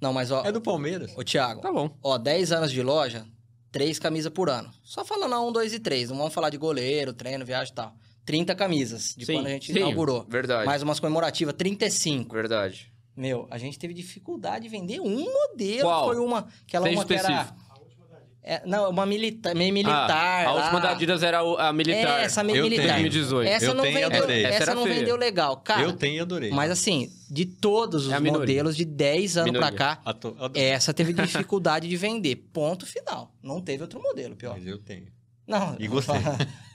Não, mas ó,
É do Palmeiras.
ô Thiago,
Tá bom.
ó, 10 anos de loja, 3 camisas por ano. Só falando a 1, 2 e 3, não vamos falar de goleiro, treino, viagem e tal. 30 camisas de
Sim,
quando a gente
sim,
inaugurou.
Verdade.
Mais umas comemorativas, 35.
Verdade.
Meu, a gente teve dificuldade de vender um modelo.
Qual?
Foi uma, aquela
Seja
uma que era...
específico.
A última da dica.
é, não, uma milita, meio militar.
Ah, a
lá.
última da Adidas era o- a militar.
É, essa É. meio
Eu
militar.
tenho.
2018.
Essa
Eu
não,
tenho,
vendeu,
adorei.
essa
Essa era
não
feia.
vendeu legal. Cara,
eu tenho e adorei.
Mas assim, de todos os
É a minoria.
modelos, de 10 anos pra
Minoria.
cá,
A to- a-
é-
essa teve dificuldade de vender. Ponto final. Não teve outro modelo, pior.
Mas eu tenho.
Não.
E gostei.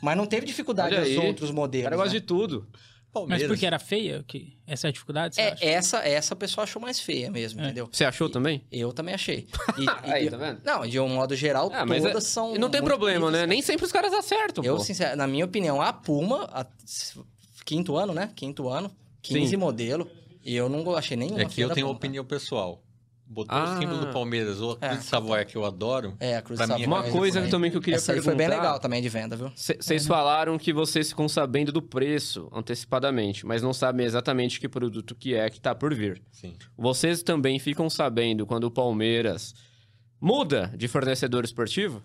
Mas não teve dificuldade
Olha
nos
aí.
outros
O
modelos.
cara gosta
né?
de tudo.
Mas
Palmeiras.
porque era feia? Que essa é a dificuldade? você acha?
É, essa, essa o pessoal achou mais feia mesmo,
É.
entendeu?
Você achou também?
Eu também
[laughs]
achei. E- e-
Aí, tá vendo?
Não, de um modo geral,
Ah, mas
todas
é-
são.
E não tem
muito
problema,
bonitas.
né? Nem sempre os caras acertam,
Eu,
pô.
sincero, na minha opinião, a Puma, a- quinto ano, né? Quinto ano, 15
Sim.
modelo. E eu não go- achei nenhuma.
É que
feia
eu
da
tenho uma
né?
Puma, tá?
opinião pessoal. Botou
Ah.
o símbolo do Palmeiras ou a Cruz
É.
de Savoia que eu adoro.
É, a Cruz
Pra
de
mim,
Uma
Savoia também.
coisa também que eu queria
Essa aí
perguntar.
foi bem legal tá? É. também de venda, viu?
Vocês falaram que vocês ficam sabendo do preço antecipadamente, mas não sabem exatamente que produto que é que tá por vir.
Sim.
Vocês também ficam sabendo quando o Palmeiras muda de fornecedor esportivo?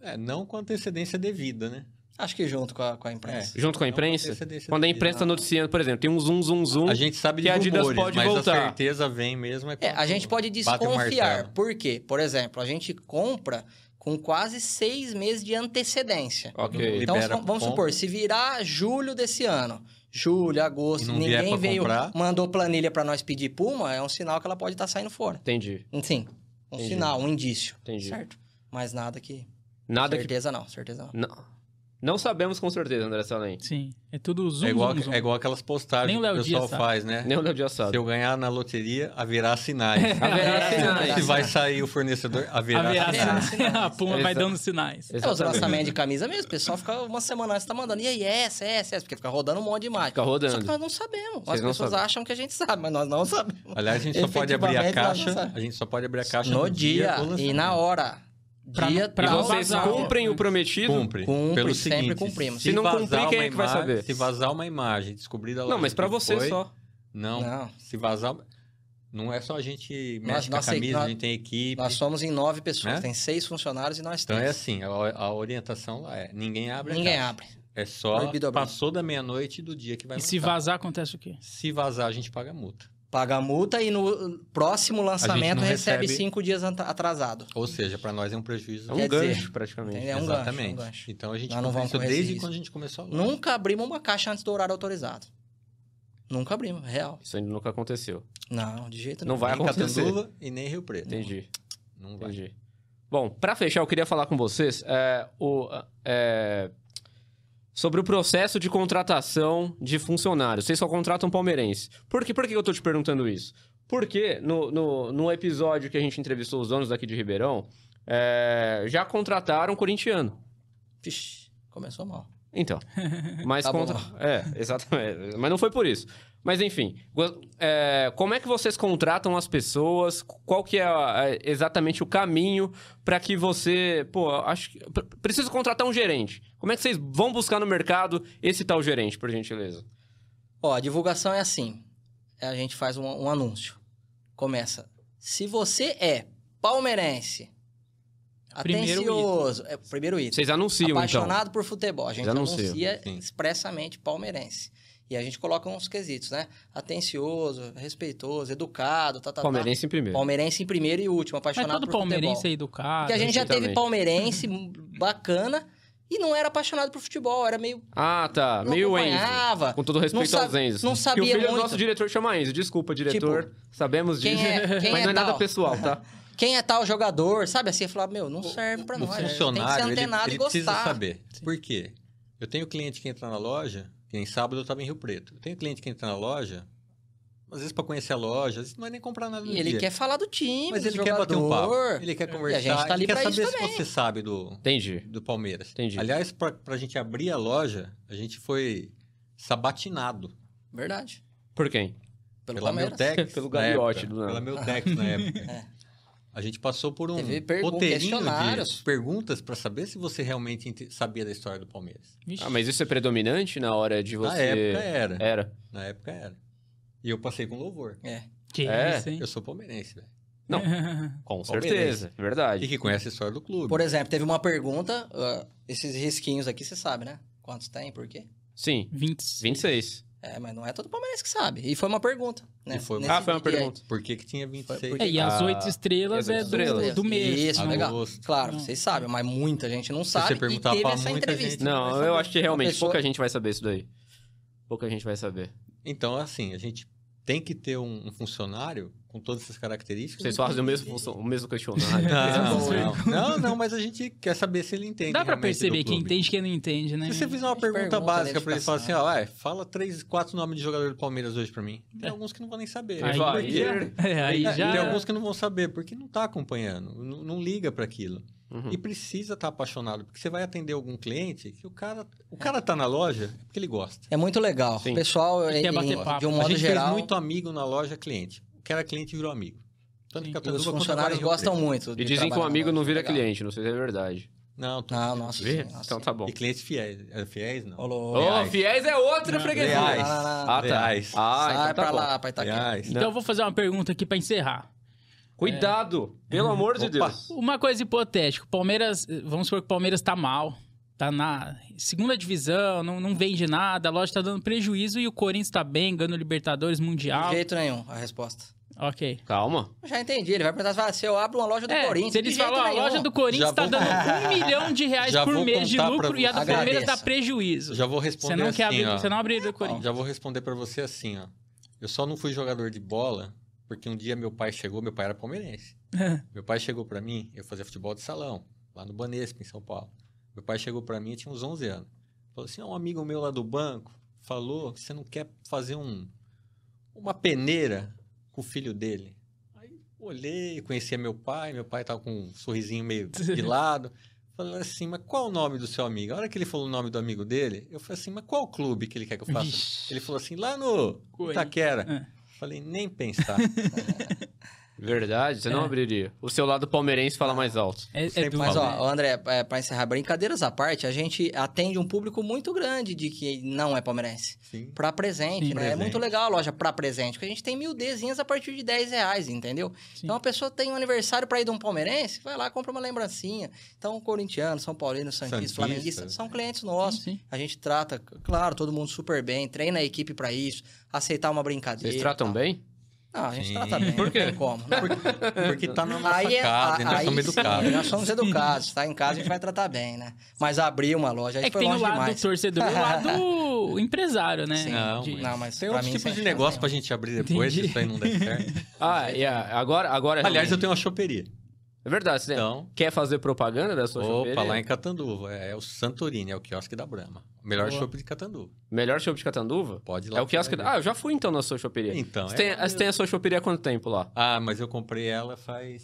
É, não com antecedência devida, né?
Acho que junto com a, com a imprensa.
Junto com a
Não com
imprensa?
antecedência
Quando a
devida,
imprensa tá
não.
noticiando, por exemplo, tem um zoom, zoom, zoom.
A gente sabe de
que a Adidas
rumores,
pode
mas
voltar.
a certeza vem mesmo.
É, a gente pode
Bate o
desconfiar.
martelo.
Por quê? Por exemplo, a gente compra com quase seis meses de antecedência.
Ok.
Então,
Libera
vamos- vamos
ponto.
supor, se virar julho desse ano, julho,
E
agosto,
não vier
ninguém
pra
veio,
comprar?
mandou planilha pra nós pedir Puma, é um sinal que ela pode estar saindo fora.
Entendi,
Enfim, um
Entendi.
sinal, um indício.
entendi.
Certo? Mas nada que.
Nada que.
certeza não, certeza não.
Não, não sabemos com certeza, André Salem.
Sim, é tudo zoom,
é, igual,
zoom, zoom.
é igual aquelas
Nem
postagens
o
que o
Léo
pessoal
Dias sabe.
faz,
É.
né?
Nem o Léo Dias
Se
sabe.
eu ganhar na loteria,
[laughs]
haverá sinais.
Haverá
É,
sinais.
Se vai sair o fornecedor, haverá,
Haverá
sinais.
Haverá
sinais. a Puma vai
Exato.
dando sinais.
É, os
Exatamente.
lançamentos de camisa mesmo, o pessoal fica uma semana antes, tá mandando. E aí, essa, essa, essa, porque fica rodando um monte de imagem.
Fica rodando.
Só que nós não sabemos.
Vocês
As
não
pessoas
sabem.
acham que a gente sabe, mas nós não sabemos.
Aliás, a gente só pode abrir a
Efetivamente, nós não
caixa.
sabemos.
A gente só pode abrir a caixa
No dia
do
e
lançamento.
na hora.
Pra-
Dia
pra
E
tal.
vocês
vazar.
cumprem o prometido?
Cumpre.
Cumpre,
pelo
sempre
seguinte,
cumprimos.
Se não
vazar
cumprir, quem é
uma
que vai
imagem-
saber?
Se vazar uma imagem, descobrir da loja
Não, mas pra
pra
você só.
Não,
Não.
se vazar... Não é só a gente
Nós-
mexe com a
nós sei-
camisa,
nós-
a gente tem equipe.
Nós somos em nove pessoas,
Né?
tem seis funcionários e nós
Então é
três.
assim, a, a orientação lá é ninguém abre a
Ninguém
caixa.
abre.
É só
Proibido abrir.
passou da meia-noite do dia que vai
E se
lançar.
vazar, acontece o quê?
Se vazar, a gente paga multa.
Paga a multa e no próximo lançamento
não
recebe,
recebe-
cinco dias anta- atrasado.
Ou seja, para nós é um prejuízo.
É um
Quer dizer,
gancho, praticamente.
entendeu? É um gancho, é um
Exatamente.
gancho.
Então a gente
Nós não
faz
vamos
isso
correr
desde
esse risco.
quando a gente começou a loja.
Nunca abrimos uma caixa antes do horário autorizado. Nunca abrimos, real.
Isso ainda nunca aconteceu.
Não, de jeito
Não
nenhum.
vai
nem
acontecer.
Catanduva e nem Rio Preto.
Entendi,
Não vai.
entendi. Bom, pra fechar, eu queria falar com vocês é, o, é, sobre o processo de contratação de funcionários. Vocês só contratam palmeirense. Por, que, por que eu tô te perguntando isso? Porque no, no, no episódio que a gente entrevistou os donos daqui de Ribeirão, é, já contrataram corintiano.
Vixe, começou mal. [laughs]
Então, mas
Tá bom.
contra... É, exatamente. Mas não foi por isso. Mas enfim, go- é, como é que vocês contratam as pessoas? Qual que é a- a- exatamente o caminho para que você, pô, acho que pre- preciso contratar um gerente. Como é que vocês vão buscar no mercado esse tal gerente, por gentileza?
Ó, a divulgação é assim. A gente faz um, um anúncio. Começa. Se você é palmeirense,
Primeiro item.
atencioso, é, primeiro item,
Vocês anunciam então.
apaixonado por futebol, a gente
Eles anunciam,
anuncia
sim.
expressamente palmeirense. E a gente coloca uns quesitos, né? Atencioso, respeitoso, educado, tá, tá, tá.
Palmeirense em primeiro.
Palmeirense em primeiro e último,
Mas
apaixonado
todo
por futebol.
palmeirense é educado.
Porque a gente já teve
Exatamente.
palmeirense [laughs] bacana e não era apaixonado por futebol, era meio.
Ah, tá.
Não
Meio Enzo.
acompanhava.
Com todo respeito
Não
aos
sa-
Enzos.
não sabia
E o filho do
muito. Tipo,
nosso diretor chama Enzo. Desculpa, diretor. Sabemos
quem
disso.
é- quem
mas
é
não é nada
tal?
pessoal,
[laughs]
tá?
Quem é tal jogador, sabe? Assim, eu falava, meu, não serve pra
O
nós. tem que
funcionário,
ser
ele,
antenado
ele
e gostar.
precisa saber. Por quê? Eu tenho cliente que entra na loja, que em sábado eu estava em Rio Preto. Eu tenho cliente que entra na loja, às vezes para conhecer a loja, às vezes não vai nem comprar nada no
E ele
dia.
quer falar do time,
Mas
do
ele quer
é jogador.
bater um papo, ele quer conversar,
gente tá ali
ele quer
pra
saber
isso
se você sabe do,
Entendi.
do Palmeiras.
Entendi.
Aliás, pra, pra gente abrir a loja, a gente foi sabatinado
Verdade.
Por quem?
Pelo
pela
Palmeiras. É.
Meltex.
Pelo
na
Gagliotti,
época,
do nada.
Pela
[laughs]
Meltex na época. A gente passou por um
Teve pergun-
roteirinho
questionários.
de perguntas para saber se você realmente ente- sabia da história do Palmeiras.
Vixe.
Ah, mas isso é predominante na hora de
Na
você... é?
época é. era.
Era.
Na época era. E eu passei com louvor.
Que
É.
isso, hein?
Eu sou palmeirense, velho.
Não. Com certeza. é Verdade.
E que conhece a história do clube.
Por exemplo, teve uma pergunta, ah, esses risquinhos aqui você sabe, né? Quantos tem, por quê?
Sim.
20.
26.
É, mas não é todo palmeirense que sabe. E foi uma pergunta, né?
E foi-
Nesse
Ah, foi uma
dia aí.
pergunta.
Por que, que tinha 26
Foi-
É, e as oito estrelas
e as
é
oito
do,
estrelas.
do mês.
Isso, é
né?
legal.
Agosto.
Claro,
Hum.
Não.
vocês sabem, mas muita gente não sabe. e
perguntar
teve
pra
essa
muita
entrevista.
gente,
Vai
Não,
saber.
eu acho que realmente
Uma pessoa-
pouca gente vai saber isso daí. Pouca gente vai saber.
Então, assim, a gente tem que ter um, um funcionário com todas essas características.
Vocês fazem o mesmo, função- o mesmo questionário.
[laughs] Ah, Não, não, não, não, mas a gente quer saber se ele entende.
Dá pra
realmente do
perceber quem
clube.
entende e quem não entende, né?
Se você fizer uma pergunta,
Pergunta,
básica pra ele falar assim,
identificação.
ó, vai, fala três, quatro nomes de jogador do Palmeiras hoje pra mim. Tem alguns que não vão nem saber.
É. Aí,
Por
vai.
quê?
É, aí
Tem-
já...
Tem alguns que não vão saber, porque não tá acompanhando, não, não liga pra aquilo.
Uhum.
Hum.
E precisa estar apaixonado, porque você vai atender algum cliente que o cara, o cara tá na loja é porque ele gosta.
É muito legal.
Sim.
O pessoal,
E quer
em-
bater papo.
de um
a
modo
gente
geral,
fez muito amigo na loja cliente. O que era cliente virou amigo. Tanto
Sim.
que a
os
Catanduva, quando agora
funcionários
em Rio
gostam
Preto-
muito. de
E dizem que um
trabalhar
amigo
na
não
loja.
vira
Legal.
cliente, não sei se é verdade.
Não, tô-
Ah,
Não, nossa.
Vê?
sim, nossa.
Então tá bom.
E clientes fiéis. É, Fiéis, não.
Ô, louco.
Ô,
Reais.
fiéis é outra
Não,
freguesia.
reais.
Ah, tá.
Reais.
Ah,
Sai
então tá
pra
bom.
lá, pra Itaquera.
Aliás,
Então eu vou fazer uma pergunta aqui pra encerrar.
Cuidado, pelo amor de
Opa.
Deus.
Uma coisa hipotética, o Palmeiras, vamos supor que o Palmeiras tá mal, tá na segunda divisão, não, não vende nada, a loja tá dando prejuízo e o Corinthians tá bem, ganhando Libertadores Mundial.
De jeito nenhum, a resposta.
Ok.
Calma.
Eu Já entendi. Ele vai perguntar se, fala, se eu abro uma loja do
É,
Corinthians.
se eles
de jeito
falam, a
nenhum.
loja do Corinthians
Já
tá
vou-
dando um milhão de reais
Já
por
vou
mês de
contar pra
lucro e a do
você.
Palmeiras dá
Agradeço.
prejuízo.
já vou
Você
responder
não,
assim,
quer abrir,
ó.
você não abre a do Corinthians.
Já vou responder pra você assim, ó. Eu só não fui jogador de bola porque um dia meu pai chegou, meu pai era palmeirense. meu pai chegou pra mim, eu fazia futebol de salão, lá no Banespa, em São Paulo. Meu pai chegou pra mim, eu tinha uns 11 anos. Falou assim: "Ó, um amigo meu lá do banco falou que você não quer fazer um uma peneira com o filho dele. Aí olhei, conhecia meu pai, meu pai tava com um sorrisinho
[laughs]
meio de lado. Falei assim, mas qual o nome do seu amigo? A hora que ele falou o nome do amigo dele, eu falei assim, mas qual o clube que ele quer que eu
[laughs]
faça?
Vixe.
Ele falou assim, lá no
Coen.
Itaquera.
É.
Falei, nem pensar.
[laughs]
Verdade, você não
É.
abriria. O seu lado palmeirense fala mais alto.
É, é
Sempre
duro.
Mas,
Fala.
ó, André, é, pra encerrar, brincadeiras à parte, a gente atende um público muito grande de que não é palmeirense.
Sim.
Pra presente,
Sim.
né? É
Presente.
muito legal a loja pra presente, porque a gente tem mil dezinhas a partir de 10 reais, entendeu? Então a pessoa tem um aniversário pra ir de um palmeirense, vai lá, compra uma lembrancinha. Então, corintiano, São Paulino, Santista,
Santista.
Flamenguista, são clientes nossos.
Sim, sim.
A gente trata, claro, todo mundo super bem, treina a equipe pra isso, aceitar uma brincadeira.
Vocês tratam
tal.
bem?
Não, a gente
Sim.
trata bem.
Por
Não
quê?
tem como. né? Não,
Porque tá na nossa
é-
casa, e nós
aí
somos
sim,
educados.
nós somos educados. Tá em casa, a gente vai tratar bem, né? Mas abrir uma loja,
É
aí
que
foi
tem o
longe
lado
demais.
do torcedor e o lado
[laughs]
do empresário, né?
Sim.
Não,
De-
Não, mas
Tem
pra
outros
mim,
tipos
isso é
de
aí
negócio
não
pra
tem.
gente abrir depois, se
Entendi.
isso aí não der Tá certo.
Ah, e a- agora, agora.
Aliás, eu
realmente-
tenho uma choperia.
É verdade, você
Então,
quer fazer propaganda da sua
opa,
choperia?
lá em Catanduva. É, é o Santorini, é o quiosque da Brahma. O melhor
Boa.
chopp de Catanduva.
Melhor chopp de Catanduva?
Pode ir lá.
É o quiosque.
que
da- Ah, eu já fui então na sua choperia.
Então,
você,
é
tem,
lá
você tem a sua choperia há quanto tempo lá?
Ah, mas eu comprei ela faz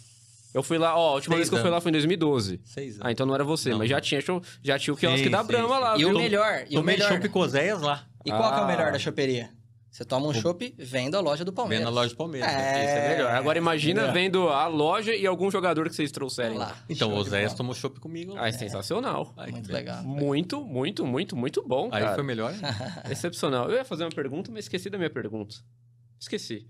Eu fui lá, ó, a última
Seis
vez que eu fui
anos.
lá foi em 2012.
seis anos.
Ah, então não era você,
Não.
mas já tinha, cho- já tinha o quiosque
Sim,
da
sim,
Brahma
sim.
lá.
E
viu?
o melhor, e o
Tomei
melhor. né?
chopp com oséias lá.
E qual que é
Ah.
o melhor da choperia? Você toma um chopp, vem da loja do
Vendo
Palmeiras.
na loja do Palmeiras. né?
É.
Isso é melhor. Agora imagina
Melhor.
vendo a loja e algum jogador que vocês trouxerem.
Lá.
Então, o
Show de
Oséias
bola.
tomou chopp comigo. lá.
Ah, é sensacional.
Ai, que
Muito
beleza.
legal.
Muito, muito, muito, muito bom,
Aí
cara.
foi melhor. ainda.
Excepcional. Eu ia fazer uma pergunta, mas esqueci da minha pergunta. Esqueci.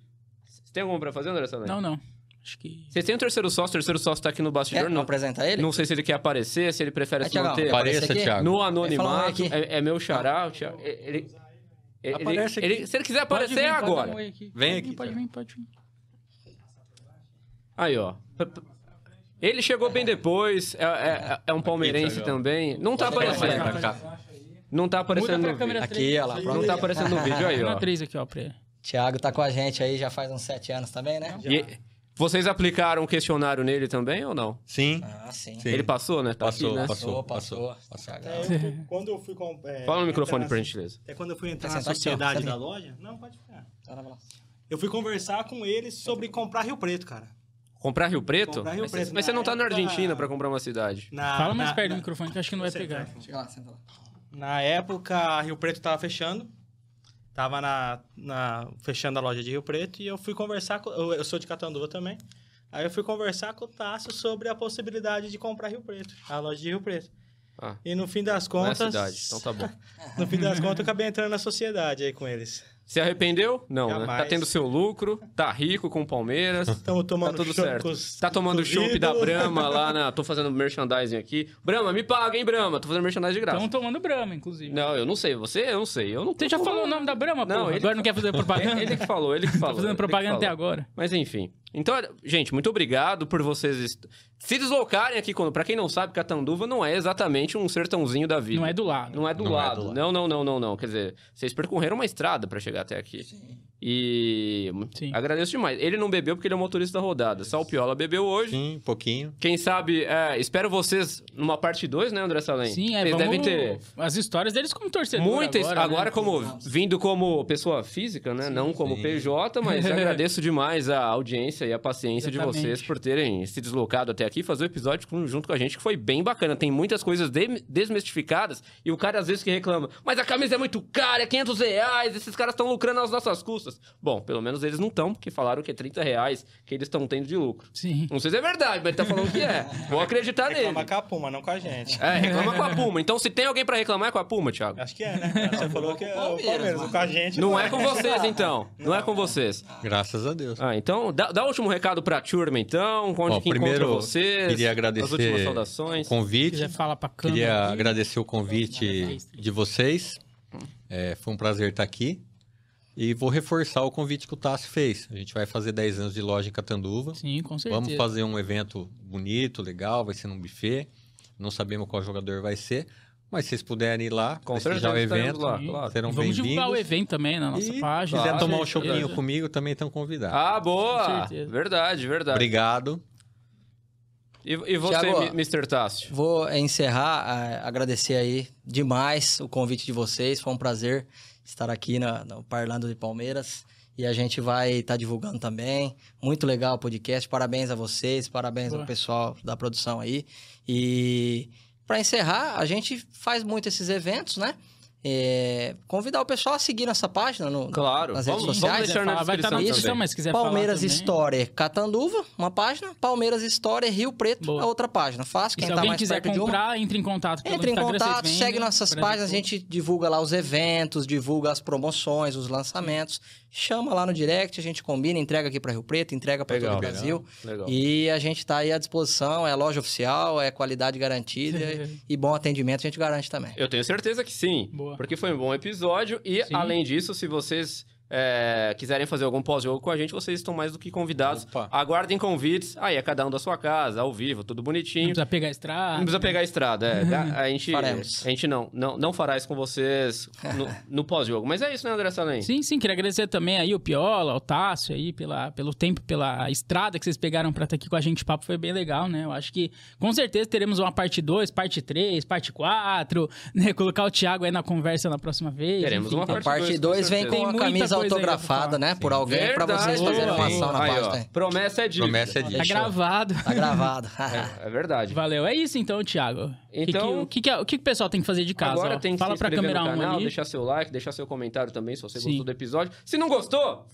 Você tem alguma pra fazer, André Saldanha?
Não, não. Acho que...
Vocês têm um terceiro sócio, o terceiro sócio tá aqui no
Quer
bastidor? não.
apresentar É, ele?
Não sei se ele quer aparecer, se ele prefere
Aí,
se
Thiagão,
manter
aparece
Apareça,
aqui?
Thiago.
no É,
Ele falou
anonimato.
aqui.
É, é meu xará, o Thiago- ele, Ele-
Aparece
ele-
aqui.
ele- se ele quiser
Pode
aparecer,
vir,
é
pode dar um
agora.
oi aqui. Pode
Vem aqui,
vir, Pode
cara.
vir, pode vir.
Aí, ó. P- p- Ele chegou bem depois, é, é- é um palmeirense
Thiago.
também. Não tá
Vai
aparecendo.
pra cá.
Não tá aparecendo
Muda pra
no
câmera
vídeo.
Aqui, olha lá.
Não
pronto
tá
aí.
aparecendo no vídeo aí,
Na
ó.
3 aqui, ó, pra ele.
Tiago tá com a gente aí já faz uns sete anos também, né?
E vocês aplicaram o questionário nele também ou não?
Sim.
Ah, sim.
Sim.
Ele passou, né? Tá
Passou,
aqui, né?
passou,
Passou,
passou,
passou.
passou.
É, eu fui- quando eu fui. com- é,
Fala no
entrar
microfone,
na-
por gentileza.
É quando eu fui entrar
Quer
na
sentar aqui, ó?
sociedade
Senta
da
aí.
loja. Não, pode ficar.
Caramba.
Eu fui conversar com ele sobre comprar Rio Preto, cara.
Comprar Rio Preto?
Comprar Rio
mas,
Preto,
mas você
na
não tá na
época-
Argentina pra comprar uma cidade.
Na-
Fala mais
na-
perto do
na-
microfone que eu acho que não vai
Ah, tá, Você tá
pegar.
vai.
Chega lá, senta lá.
Na época, Rio Preto tava fechando. Tava na, na- fechando a loja de Rio Preto e eu fui conversar com. Eu, eu sou de Catanduva também. Aí eu fui conversar com o Tássio sobre a possibilidade de comprar Rio Preto, a loja de Rio Preto.
Ah,
E no fim das
não é
contas.
cidade. Então tá bom.
[laughs] No fim das contas, eu acabei entrando na sociedade aí com eles.
Se arrependeu? Não, né? Tá
Jamais.
tendo seu lucro, tá rico com o
[laughs]
Palmeiras.
Estamos
Tá
tomando
tudo
chopp
certo.
com os-
Tá
com
tomando
os
chopp da
ídolos.
Brahma lá na. Tô fazendo merchandising aqui. Brahma, me paga, hein, Brahma? Tô fazendo merchandising de graça.
Então tá.
Estão tomando Brahma, inclusive.
Não, eu não sei. Você, eu não sei. Eu não
Você já falou o nome da Brahma, pô?
Não, ele-
Agora não quer fazer propaganda?
né?
Ele, ele que falou,
[laughs]
ele que falou.
Tá fazendo
ele que
propaganda até
falou.
agora.
Mas enfim. Então, gente, muito obrigado por vocês est- se deslocarem aqui. Quando, pra quem não sabe, Catanduva não é exatamente um sertãozinho da vida.
Não é do lado.
Não é do
Não é
lado.
do lado.
Não, não, não, não, não. Quer dizer, vocês percorreram uma estrada pra chegar até aqui. E
Sim.
agradeço demais. Ele não bebeu porque ele é o motorista da rodada. Salpiola bebeu hoje.
Sim, um pouquinho.
Quem sabe, é, espero vocês numa parte 2, né, André Salem?
Sim, é,
Vocês
vamos...
devem ter
As histórias deles como torcedor
muitas. Agora,
agora, né?
como vindo como pessoa física, né? não como
sim.
PJ,
[laughs]
mas agradeço demais a audiência e a paciência de
Exatamente.
vocês por terem se deslocado até aqui e fazer o episódio com- junto com a gente, que foi bem bacana. Tem muitas coisas de- desmistificadas e o cara às vezes que reclama, mas a camisa é muito cara, é 500 reais, esses caras estão lucrando às nossas custas. Bom, pelo menos eles não estão, porque falaram que é 30 reais que eles estão tendo de lucro.
Sim.
Não sei se é verdade, mas ele tá falando que é.
[laughs]
Vou acreditar nele.
Reclama com a Puma, não com
[laughs]
a gente.
É, reclama com a Puma. Então, se tem alguém pra reclamar, é com a Puma, Thiago.
Acho que é, né? Você falou que é o
Palmeiras,
Palmeiras,
mano.
com a gente.
Não é com vocês, então. Não é com vocês.
Graças a Deus.
Ah, então, dá, dá o último recado pra turma, então. Onde
Ó,
que encontra
primeiro,
vocês. As últimas
queria agradecer o
saudações.
Se
convite.
quiser falar pra câmera.
Queria
aqui.
agradecer o convite de vocês. É, foi um prazer estar aqui. E vou reforçar o convite que o Tássio fez. A gente vai fazer 10 anos de loja em Catanduva.
Sim, com certeza.
Vamos fazer um evento bonito, legal, vai ser num buffet. Não sabemos qual jogador vai ser, mas se vocês puderem ir lá,
Com
prestigiar
certeza
o evento,
estaremos lá,
Sim.
claro.
serão
E Vamos divulgar o
um bem-vindos.
evento também na nossa
E
página. é.
quiser
Claro,
tomar um
certeza.
chopinho comigo, também estão convidados.
Ah, tá.
Com
boa!
certeza.
Verdade, verdade.
Obrigado.
E, e você,
Thiago,
Mi- Mr. Tássio?
Vou encerrar, eh, agradecer aí demais o convite de vocês. Foi um prazer estar aqui na, no Parlando de Palmeiras. E a gente vai estar divulgando também. Muito legal o podcast. Parabéns a vocês, parabéns
Boa.
ao pessoal da produção aí. E para encerrar, a gente faz muito esses eventos, né? Eh, convidar o pessoal a seguir nossa página no,
Claro.
nas
Vamos,
redes
vamos
sociais, né?
deixar na
Fala, né? vai estar
descrição
na
também.
descrição, Então, mas se quiser
Palmeiras
falar também.
Store Catanduva, uma página. Palmeiras Store Rio Preto,
Boa.
a outra página. Fácil,
E
quem
se
tá
alguém
mais
quiser
perto de uma.
comprar, entre em contato pelo
Entre em
Instagram, vocês
contato,
vendem,
segue nossas
por
páginas, a
exemplo.
gente divulga lá os eventos, divulga as promoções, os lançamentos. Chama lá no direct, a gente combina, entrega aqui para Rio Preto, entrega para todo
Legal.
o Brasil.
Legal.
E a gente tá aí à disposição, é loja oficial, é qualidade
[laughs]
garantida e- e bom atendimento a gente garante também.
Eu tenho certeza que sim.
Boa.
Porque foi um bom episódio. E,
Sim.
além disso, se vocês é, quiserem fazer algum pós-jogo com a gente, vocês estão mais do que convidados.
Opa.
Aguardem convites. Aí é cada um da sua casa, ao vivo, tudo
Não
bonitinho.
precisa pegar a estrada.
Não precisa pegar a estrada, é. Dá- A gente,
Faremos.
a gente não, não, não fará isso com vocês no, no pós-jogo. Mas é isso, né, André Salem?
Sim, sim, queria agradecer também aí o Piola, o Tássio aí pela, pelo tempo, pela estrada que vocês pegaram pra estar aqui com a gente. O papo foi bem legal, né? Eu acho que com certeza teremos uma parte 2, parte 3, parte 4, [laughs] né? Colocar o Thiago aí na conversa na próxima vez. tá
Teremos uma
A
parte
parte
dois, com
2 vem
certeza.
com
Tem
a
muita coisa aí pra
camisa
falar.
autografada, né, por alguém, para vocês fazerem uma ação na
Aí, ó,
página.
Promessa é dívida.
Promessa é
Tá
dívida.
Fechou.
gravado.
Tá gravado.
[laughs] É, é verdade.
Valeu, é isso então, Thiago. Que que-
Então-
o que, que, é- o que que o pessoal tem que fazer de casa?
Agora
ó?
tem que
Fala
se
pra
inscrever
câmera
no
1
canal,
ali.
deixar seu like, deixar seu comentário também se você
Sim.
gostou do episódio. Se não gostou,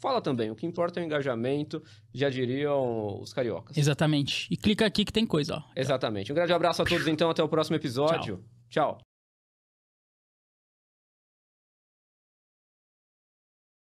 fala também. O que importa é o engajamento, já diriam os cariocas.
Exatamente. E clica aqui que tem coisa, ó.
Exatamente. Um grande abraço a todos, então. Até o próximo episódio. Tchau.